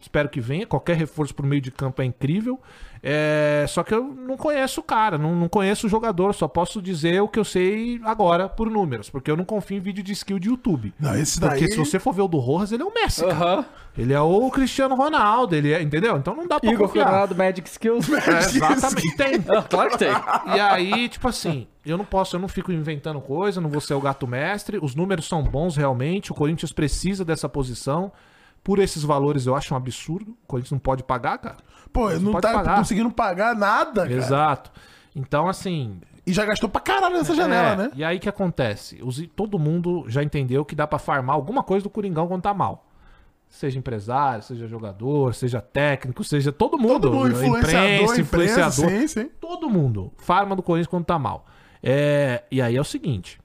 Espero que venha. Qualquer reforço pro meio de campo é incrível. É, só que eu não conheço o cara, não, não conheço o jogador. Só posso dizer o que eu sei agora por números, porque eu não confio em vídeo de skill de YouTube.
Não, esse daí.
Porque se você for ver o do Rojas, ele é o Messi. cara.
Aham.
Ele é o Cristiano Ronaldo, ele é, entendeu? Então não dá pra
Igor
confiar.
Coronado, Magic Skills.
É, exatamente. Tem.
Ah, claro que tem.
E aí, tipo assim, eu não posso, eu não fico inventando coisa, não vou ser o gato mestre. Os números são bons realmente, o Corinthians precisa dessa posição. Por esses valores eu acho um absurdo. O Corinthians não pode pagar, cara.
Pô, ele não
pode
tá
pagar.
conseguindo pagar nada, É, cara.
Exato. Então, assim,
E já gastou pra caralho nessa janela,
É,
né?
E aí o que acontece? Os- todo mundo já entendeu que dá pra farmar alguma coisa do Coringão quando tá mal. Seja empresário, seja jogador, seja técnico, seja todo mundo.
Todo mundo, influenciador,
imprensa,
imprensa,
influenciador.
sim, sim.
Todo mundo. Farma do Corinthians quando tá mal. É, e aí é o seguinte.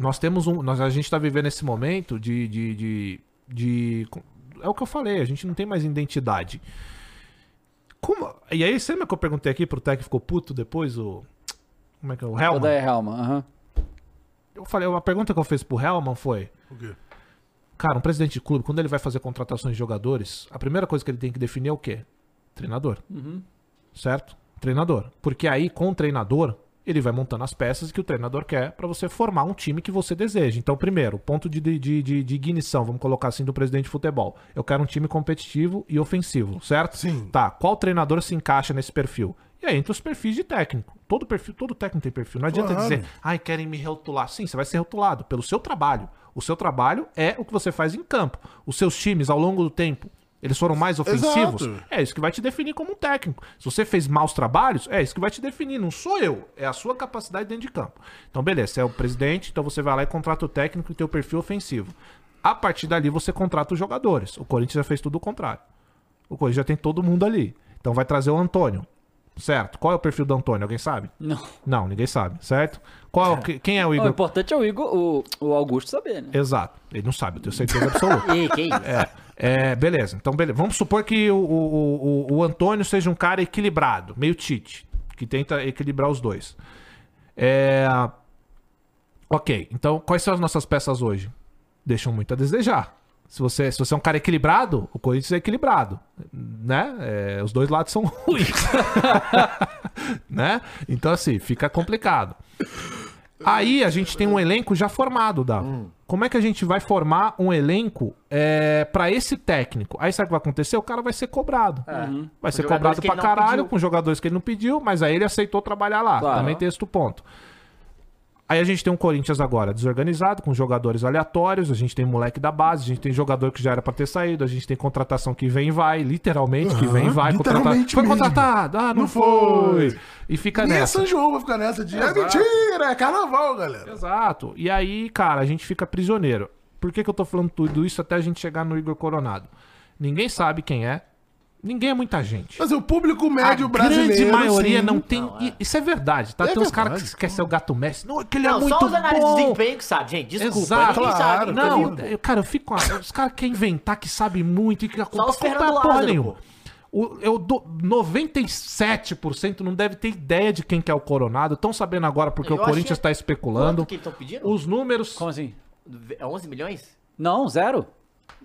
Nós temos um. Nós, a gente tá vivendo esse momento de, de, de, de- É o que eu falei, a gente não tem mais identidade. Como, e aí, você lembra que eu perguntei aqui pro técnico que ficou puto depois? O. Como é que é? O
O
Helman?
Daí Helman. aham.
Eu falei, a pergunta que eu fiz pro Helman foi:
O quê?
Cara, um presidente de clube, quando ele vai fazer contratações de jogadores, a primeira coisa que ele tem que definir é o quê? Treinador. Certo? Treinador. Porque aí, com o treinador, ele vai montando as peças que o treinador quer pra você formar um time que você deseja. Então, primeiro, ponto de, de, de, de- de ignição, vamos colocar assim, do presidente de futebol. Eu quero um time competitivo e ofensivo, certo?
Sim.
Tá, qual treinador se encaixa nesse perfil? E aí entra os perfis de técnico. Todo perfil, todo técnico tem perfil. Não adianta
Claro.
dizer, ai, querem me rotular. Sim, você vai ser rotulado pelo seu trabalho. O seu trabalho é o que você faz em campo. Os seus times, ao longo do tempo, eles foram mais ofensivos?
Exato.
É isso que vai te definir como um técnico. Se você fez maus trabalhos, é isso que vai te definir. Não sou eu, é a sua capacidade dentro de campo. Então, beleza, você é o presidente, então você vai lá e contrata o técnico e tem o perfil ofensivo. A partir dali, você contrata os jogadores. O Corinthians já fez tudo o contrário. O Corinthians já tem todo mundo ali. Então vai trazer o Antônio. Certo. Qual é o perfil do Antônio? Alguém sabe?
Não.
Não, ninguém sabe, certo? Qual, que- quem é o
Não, O
Igor?
importante é o Igor, o, o Augusto saber, né?
Exato. Ele não sabe, eu tenho certeza absoluta.
Ih, que isso?
É, é, beleza. Então, beleza. Vamos supor que o, o, o, o Antônio seja um cara equilibrado, meio Tite, que tenta equilibrar os dois. É... Ok, então quais são as nossas peças hoje? Deixam muito a desejar. Se você, se você é um cara equilibrado, o Corinthians é equilibrado, né? É, os dois lados são ruins, né? Então, assim, fica complicado. Aí a gente tem um elenco já formado, Dava.
Hum.
Como é que a gente vai formar um elenco é, para esse técnico? Aí sabe o que vai acontecer? O cara vai ser cobrado. Vai ser
É. jogadores
cobrado
que ele
pra
não
caralho,
pediu.
com jogadores que ele não pediu, mas aí ele aceitou trabalhar lá.
Claro.
Também tem esse ponto. Aí a gente tem um Corinthians agora desorganizado, com jogadores aleatórios, a gente tem moleque da base, a gente tem jogador que já era pra ter saído, a gente tem contratação que vem e vai, literalmente, que vem e
Aham,
vai.
literalmente
Foi
mesmo.
contratado, ah, não,
Não
foi.
foi.
E fica
Nem é
nessa.
São João vai ficar nessa de. É mentira, é carnaval, galera.
Exato. E aí, cara, a gente fica prisioneiro. Por que, que eu tô falando tudo isso até a gente chegar no Igor Coronado? Ninguém sabe quem é. Ninguém é muita gente.
Mas o público médio É
a
um brasileiro.
grande maioria
sim.
não tem.
Não, é.
e- Isso é verdade, tá?
É
tem uns caras que
verdade,
esquecem o gato Messi. Não, que ele é
Não,
muito
só os análises de
bom.
desempenho que sabe, gente. Desculpa.
Exato.
ninguém
Claro.
sabe, nunca viu.
Não, eu- cara, eu fico. com a- Os caras querem inventar que sabe muito e que a culpa
os Fernando
é
Lázaro,
nenhuma. O- eu dou 97% não deve ter ideia de quem que é o Coronado. Estão sabendo agora porque
Eu
o Corinthians
achei-
tá especulando.
Quanto que eles estão pedindo?
Os números.
Como assim?
É 11 milhões?
Não, zero.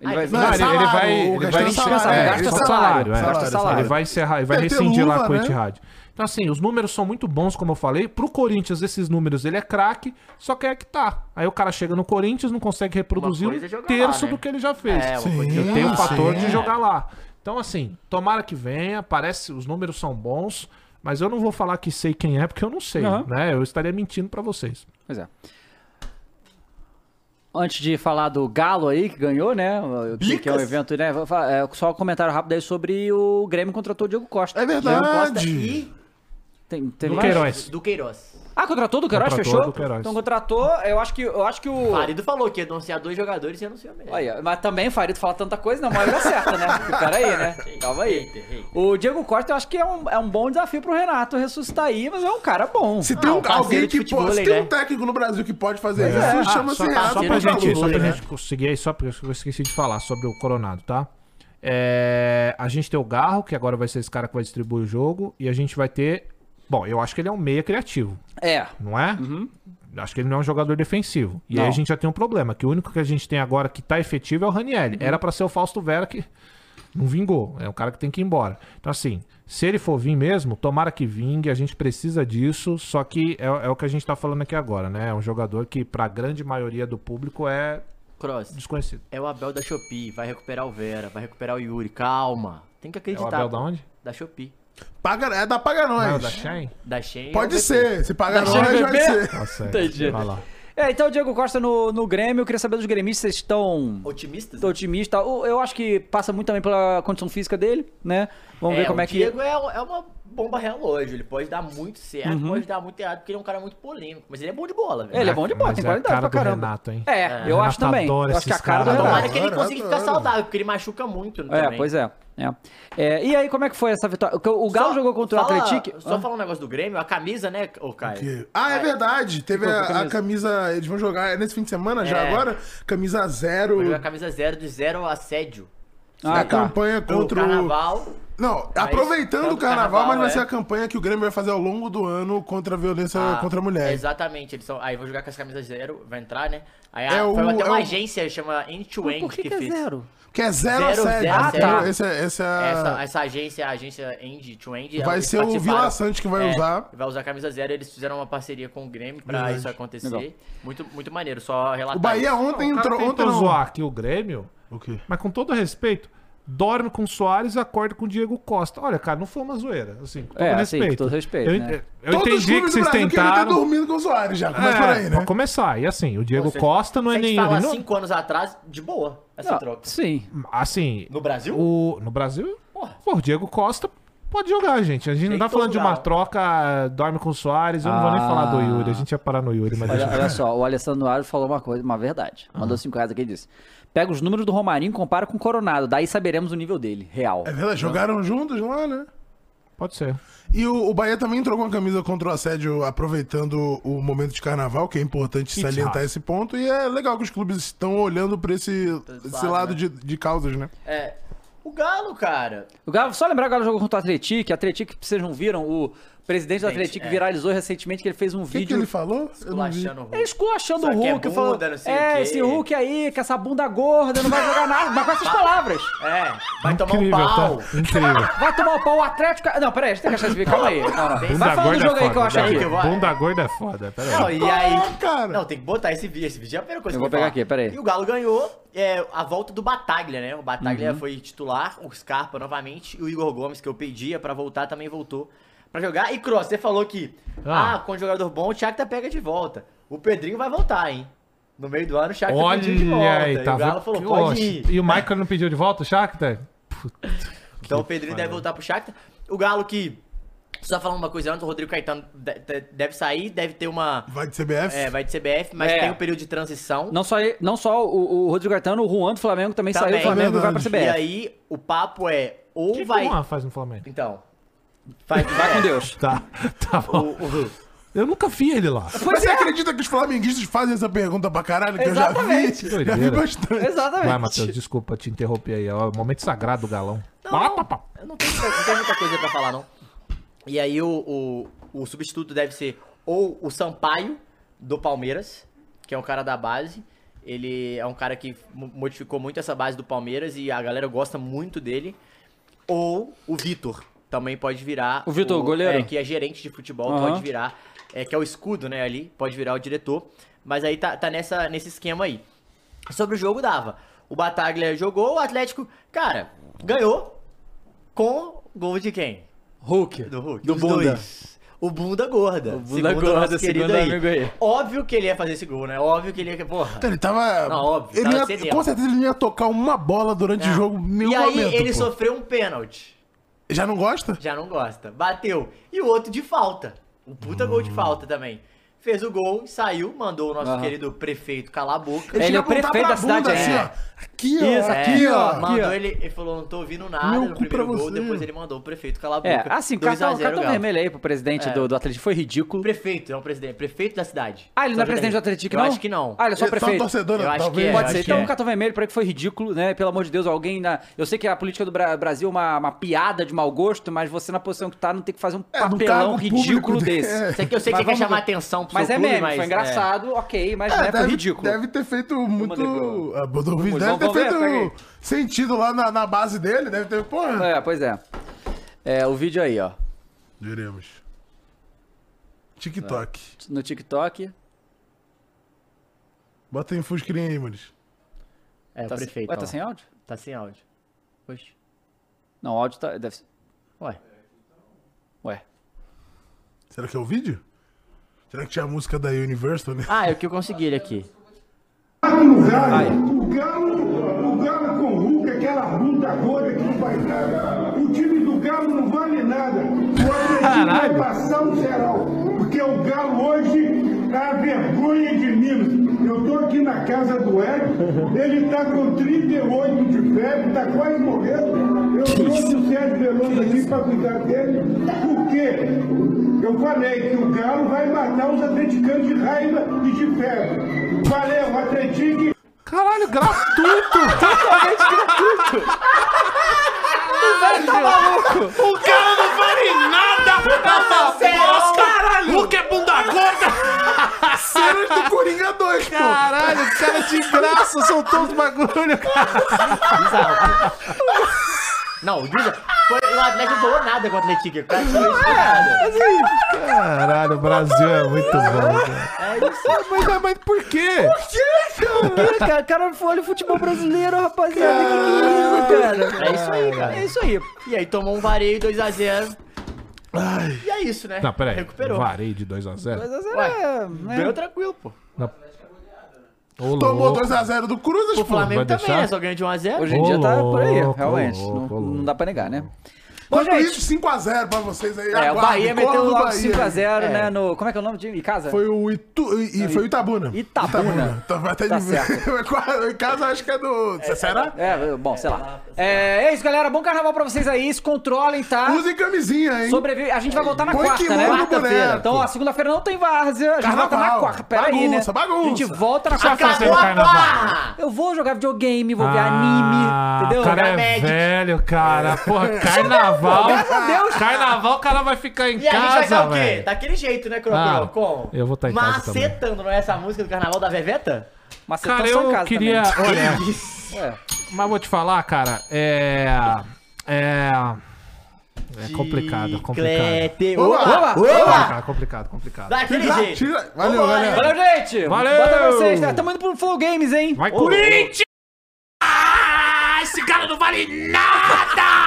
Ah,
Ele vai,
Não, ele, ele vai,
Salário,
ele vai
gasta salário,
encerrar. é,
gasta
ele
salário,
só salário, é.
gasta salário.
Ele vai encerrar, ele é vai
Deve ter
rescindir lá
luva,
com o
né?
Etihad. Então, assim, os números são muito bons, como eu falei. Pro Corinthians, esses números, ele é craque, só que é que tá. Aí o cara chega no Corinthians, não consegue reproduzir
Uma coisa é
um
jogar
terço
lá, né?
do que ele já fez.
É, uma
Sim.
coisa-
Tem o
Ah,
um fator
sim.
de jogar lá. Então, assim, tomara que venha, parece, os números são bons, mas eu não vou falar que sei quem é, porque eu não sei,
Aham.
né? Eu estaria mentindo pra vocês.
Pois é. Antes de falar do Galo aí, que ganhou, né? o- Que, que é um
Bicas.
evento, né? vou fa- é, Só um comentário rápido aí sobre o Grêmio contratou o Diego Costa. é-
É verdade.
E
Tem, tem mais?
Queiroz.
do Queiroz.
Ah, contratou do Queiroz,
Contratou
fechou?
do Queiroz.
Então contratou, eu acho que, eu acho que o...
Farido falou que ia anunciar dois jogadores e anunciou mesmo.
Olha, mas também o Farido fala tanta coisa, não, mas dá certo, né? Pera aí, né? Calma aí.
Hater, hater.
O Diego Costa, eu acho que é um, é um bom desafio pro Renato ressuscitar aí, mas é um cara bom.
Se tem
Ah,
um-
o parceiro
alguém
de
que
futebol,
pode. Se
ele
tem
é.
um técnico no Brasil que pode fazer isso,
né? Ah,
chama-se
só, só
Renato
pra
Gaúcho,
gente, só pra
né?
gente conseguir aí, só porque eu esqueci de falar sobre o Coronado, tá? É, a gente tem o Garro, que agora vai ser esse cara que vai distribuir o jogo, e a gente vai ter. Bom, eu acho que ele é um meia criativo,
É.
não é? Acho que ele não é um jogador defensivo. E aí
Não.
a gente já tem um problema, que o único que a gente tem agora que tá efetivo é o Raniel.
Uhum.
Era pra ser o Fausto Vera que não vingou. É um cara que tem que ir embora. Então, assim, se ele for vir mesmo, tomara que vingue, a gente precisa disso. Só que é, é o que a gente tá falando aqui agora, né? É um jogador que, pra grande maioria do público, é
Cross.
desconhecido.
É o Abel da Shopee. Vai recuperar o Vera, vai recuperar o Yuri. Calma. Tem que
É o
acreditar.
Abel da onde?
Da Shopee.
Paga, é da Paga
Ah,
Nós.
da Shein?
Da Shein. é o
Pode
BP.
ser. Se Paga
Deixa eu
Nós, vai
beber.
ser.
Nossa,
Entendi.
é. Vai lá.
É, então o Diego Costa no, no Grêmio, eu queria saber dos gremistas, vocês estão...
Otimistas?
Tô otimista. O- Eu acho que passa muito também pela condição física dele, né? Vamos ver como
o
é que.
Diego é, é uma bomba relógio. Ele pode dar muito certo, pode dar muito errado, porque ele é um cara muito polêmico. Mas ele é bom de bola, velho.
Uhum. Ele é bom de bola,
Mas
tem
é a
qualidade
cara
pra
do
caramba.
Renato, hein?
É, eu
Renato
acho também.
adora
Eu acho que a
esses
cara do
caras.
Renato.
Tomara que ele consiga ficar saudável, porque ele machuca muito né,
É,
também.
pois é. é. É, E aí, como é que foi essa vitória? O o Galo
Só-
jogou contra
fala-
o Atlético.
Só
Ah,
falar um negócio do Grêmio, a camisa, né, ô Caio?
Que- Ah, é verdade. Teve
Ficou
a,
com a
a camisa. Eles vão jogar é nesse fim de semana já
É.
agora. Camisa zero.
Foi a camisa zero de zero ao assédio.
ah, tá.
a campanha contra
o
o.
carnaval.
Não,
Mas
aproveitando
tanto
o carnaval, mas
carnaval,
vai ser
é.
a campanha que o Grêmio vai fazer ao longo do ano contra a violência
ah,
contra a mulher.
Exatamente, eles são. Aí vão jogar com as camisas zero, vai entrar, né? Aí
É
ah, foi
o-
até
é
uma
o-
agência chama End to End
Por que, que é
fez.
zero?
Que é zero a
Zero,
sede.
zero a
Ah,
sede.
tá. Esse, é- esse é a-
Essa, essa agência, a agência End to End.
Vai
é eles
ser o
participaram.
Vila Sante que vai
É,
usar.
Vai usar a camisa zero, eles fizeram uma parceria com o Grêmio pra
Verdade.
isso acontecer.
Legal.
Muito, muito maneiro, só relatar.
O Bahia é um-
isso.
ontem
O cara
entrou. Ontem
tentou
não.
zoar aqui o Grêmio,
O quê?
mas com todo respeito, dorme com o Soares e acorda com o Diego Costa. Olha, cara, não foi uma zoeira. Assim, com todo
É, assim,
respeito.
com todo respeito,
Eu,
né?
ent- eu entendi que vocês
queriam ter
tentaram.
dormido com o Soares já. Mas
É,
por aí,
Pra
né?
começar. E assim, o Diego
Pô, se-
Costa não
se
é
a gente
nenhum.
fala
ele não-
cinco anos atrás, de boa, essa
Não,
troca.
Sim.
Assim.
No Brasil?
o- no Brasil,
Porra.
pô, o Diego Costa pode jogar, gente. A gente não
Tem
tá
todo
falando de uma
lugar.
troca, dorme com o Soares. Eu não vou nem
Ah.
falar do Yuri. A gente ia parar no Yuri, mas
Olha,
deixa
olha só, o Alessandro Noaro falou uma coisa, uma verdade.
Ah.
Mandou cinco reais aqui e disse: pega os números do
É
Romarinho e compara com o Coronado, daí saberemos o nível dele, real.
É verdade, jogaram juntos lá, né?
Pode ser.
E o, o Bahia também entrou com a camisa contra o assédio, aproveitando o momento de carnaval, que é importante salientar
Exato.
esse ponto. E é legal que os clubes estão olhando pra esse, esse
lado,
lado
né?
de, de causas, né?
É. O Galo, cara.
O Galo, só lembrar que o Galo jogou contra o Atletique. Atletique, vocês não viram, o presidente do
Gente,
Atletique
é.
viralizou recentemente que ele fez um
O que, que
vídeo.
ele falou? Eu não vi. É
Esculachando
Ele ficou achando o
o Hulk. Só que é
Hulk, eu falo,
bunda, não sei o
é,
quê."
esse Hulk aí, com essa bunda gorda, não vai jogar nada, mas com essas palavras.
É, vai tomar um
Incrível,
pau.
tá? Incrível.
Vai tomar o pau o Atlético. Não, peraí, a gente tem que achar esse vídeo, calma aí. Não, não.
Bunda
Vai falando do
gorda é
jogo aí que eu
foda,
acho
né?
aqui.
que eu vou-
Bunda gorda é foda, peraí.
Não, e aí.
Ah, cara.
Não, tem que botar esse vídeo. Esse vídeo é a primeira coisa
Eu
que
vou
tem
pegar
que falar.
aqui, peraí.
E o Galo ganhou é, a volta do Bataglia, né? O Bataglia
Uhum.
foi titular, o Scarpa novamente. E o Igor Gomes, que eu pedia pra voltar, também voltou pra jogar. E Cross, você falou que. Ah,
Ah.
quando o jogador bom, o Shakhtar pega de volta. O Pedrinho vai voltar, hein? No meio do ano, o Shakhtar pediu tá de volta.
Olha aí,
e
tá
o Galo
vendo?
falou,
Que
pode
oxe.
ir.
E o Michael não pediu de volta o Shakhtar? Puta.
Então o Pedrinho deve voltar pro Shakhtar. O Galo que... Só falando uma coisa antes, o Rodrigo Caetano de- de- deve sair, deve ter uma...
Vai de CBF?
É, vai de CBF, mas
É.
tem um período de transição.
Não só, ele- não só o, o Rodrigo Gaetano, o Juan do Flamengo também,
Também.
saiu do Flamengo e vai pra
Verdade.
CBF.
E aí, o papo é... Ou
O que
vai...
o Juan faz no Flamengo?
Então... Vai,
Vai com Deus.
Tá, tá
O,
bom.
o,
Eu nunca vi ele lá.
Pois
Mas você
é.
acredita que os flamenguistas fazem essa pergunta pra caralho? Que
Exatamente.
eu já vi. Já vi
Doideira.
bastante.
Exatamente.
Vai, Matheus, desculpa te interromper aí. É o momento sagrado do galão.
Não,
Pá,
não.
pá, pá.
eu não, tenho, muita- não tenho muita coisa pra falar, não. E aí, o, o, o substituto deve ser ou o Sampaio, do Palmeiras, que é um cara da base. Ele é um cara que mo- modificou muito essa base do Palmeiras e a galera gosta muito dele. Ou o Vitor, também pode virar.
O Vitor, goleiro?
É, que é gerente de futebol,
Aham.
pode virar. É, que é o escudo, né, ali, pode virar o diretor. Mas aí tá, tá nessa, nesse esquema aí. Sobre o jogo dava. O Bataglia jogou, o Atlético, cara, ganhou com gol de quem?
Hulk.
Do Hulk.
Do
Os
Bunda.
dois. O Bunda gorda.
O Bunda gorda, segundo amigo aí. Tá
Óbvio que ele ia fazer esse gol, né? Óbvio que ele ia. Porra.
Ele tava.
Não, óbvio,
ele
tava É.
ia-
cedendo.
com certeza ele não ia tocar uma bola durante o jogo em nenhum
e aí
momento,
ele
pô.
sofreu um pênalti.
Já não gosta?
Já não gosta. Bateu. E o outro de falta. Um puta gol de falta também. Fez o gol, saiu, mandou o nosso
Hum. Aham.
querido prefeito calar a boca.
Ele
chega
é
a
o
apontar
prefeito
pra
da cidade,
bunda,
é.
assim, ó. Aqui, ó.
Isso, é.
aqui, ó.
Aqui,
Mandou
ó.
ele, ele falou, não tô ouvindo nada
Meu
no
cu pra
primeiro gol,
você.
depois ele mandou o prefeito calar a boca.
É, assim,
2 a
cartão,
0
cartão
Galo. É.
vermelho aí pro presidente do, do Atlético foi ridículo.
Prefeito, não presidente, prefeito da cidade.
Ah, ele não é
Só
presidente do
jogador.
Atlético,
Eu
não?
acho que não.
Ah, ele é só
Ele é
prefeito.
torcedor,
Eu acho que
talvez.
é,
Pode
acho
ser.
que
Então,
é.
um cartão vermelho pra ele que foi ridículo, né? Pelo amor de Deus, alguém na. Eu sei que a política do Bra- Brasil é uma, uma piada de mau gosto, mas você na posição que tá não tem que fazer um
É, num
papelão
cargo
ridículo
público,
desse.
é.
Sei que eu sei
Mas
que você quer
vamos
chamar
ver.
atenção pro
Mas
seu
é
clube,
meme,
mas...
foi engraçado, ok, mas né, foi
É, deve,
ridículo.
deve ter feito muito.
mandei pro-
Ah, botou o vídeo.
Vamos,
Deve ter
vamos ver,
feito
pega aí.
sentido lá na, na base dele. Deve ter. Porra.
É, pois é. É, o vídeo aí, ó.
Diremos.
É.
TikTok.
No TikTok.
Bota aí um fuscrinha aí, manis.
É, o
Tá,
prefeito.
Ué, tá
ó.
sem áudio?
Tá sem áudio. Oxe.
Não, o áudio tá. Deve... ser-
Ué.
Ué.
Será que é o vídeo? Será que tinha a música da Universal, né?
Ah, é o que eu consegui ele aqui.
O Galo, o Galo, o Galo com o Hulk, aquela bunda gorda que não faz nada. O time do Galo não vale nada. O Atlético vai passar o geral. Porque o Galo hoje é a vergonha de Minas. Eu tô aqui na casa do Hélio, ele tá com 38 de febre, tá quase morrendo. Eu trouxe o Sérgio Veloso aqui pra cuidar dele. Por quê? Eu falei que o Galo vai matar os atleticanos de raiva e de febre. Valeu, Atletique!
Caralho, gratuito! O cara não vale nada! Nossa, caralho! Hulk é bunda gorda!
Cenas do Coringa 2, pô.
Caralho, o cara de graça soltou os bagulho, cara.
Bizarro. não, bizarro. Foi, o Atlético não falou nada com o Atlético. O cara não falou isso com nada.
Caralho, o Brasil é muito bom, cara.
É isso.
Mas, mas por quê?
cara, cara, olha o futebol brasileiro, rapaziada. Que isso, cara?
É isso aí, cara.
É isso aí.
E aí tomou um vareio 2x0.
Ai.
E é isso, né?
Não, peraí.
Recuperou. é-
Varei de 2x0.
Mas
Ué,
era, né?
Ganhou tranquilo, pô.
Tomou 2x0 do Cruzas, pô.
O Flamengo
vai
também,
deixar?
né? Só ganhou de 1x0.
Hoje em dia tá por aí,
louco,
realmente.
ô
não,
louco.
não dá pra negar, né?
Enquanto
gente-
isso, 5x0 pra vocês aí.
É, o Bahia meteu
o
logo 5x0, né? No. Como é que é o nome de Icasa?
Foi o Itu... e- e foi o Itabuna.
É, Itabuna.
Tá, vai até
Tá
de...
certo.
Em casa acho que é do... Será?
É, bom, sei lá. É, é isso, galera. Bom carnaval pra vocês aí. Se controlem, tá?
Usem camisinha, hein?
Sobrevive. A gente vai voltar na
Põe
quarta,
kimono
né?
no
Quarta-feira.
boneco.
Então, a segunda-feira não tem várzea. A gente volta na
Carnaval.
quarta. Pera aí, né?
Bagunça, bagunça.
A gente volta na
fazer o
quarta-feira.
carnaval.
Eu vou jogar videogame, vou ver
Ah,
anime, entendeu?
O cara é
Jogar Magic.
velho, cara. Porra, carnaval.
Graças a Ah, Deus.
Carnaval, o cara vai ficar em
E a gente vai
casa,
dar o quê?
velho.
Daquele jeito, né,
Ah,
Crocodilo? Como?
eu vou tá em casa
Macetando, não é essa música do carnaval da Veveta?
Mas você tá
Cara,
só em
eu
casa
queria.
também.
Olha,
É.
mas vou te falar, cara. É. É. É complicado, complicado.
Chiclete.
Oba!
Oba!
Complicado, complicado, complicado.
Daquele
Tira,
jeito.
tira. Valeu,
Vambora,
valeu.
Valeu, gente!
Valeu!
Bota vocês, tá? Tamo indo pro Flow Games, hein?
Vai, Corinthians! Ah, esse cara não vale nada!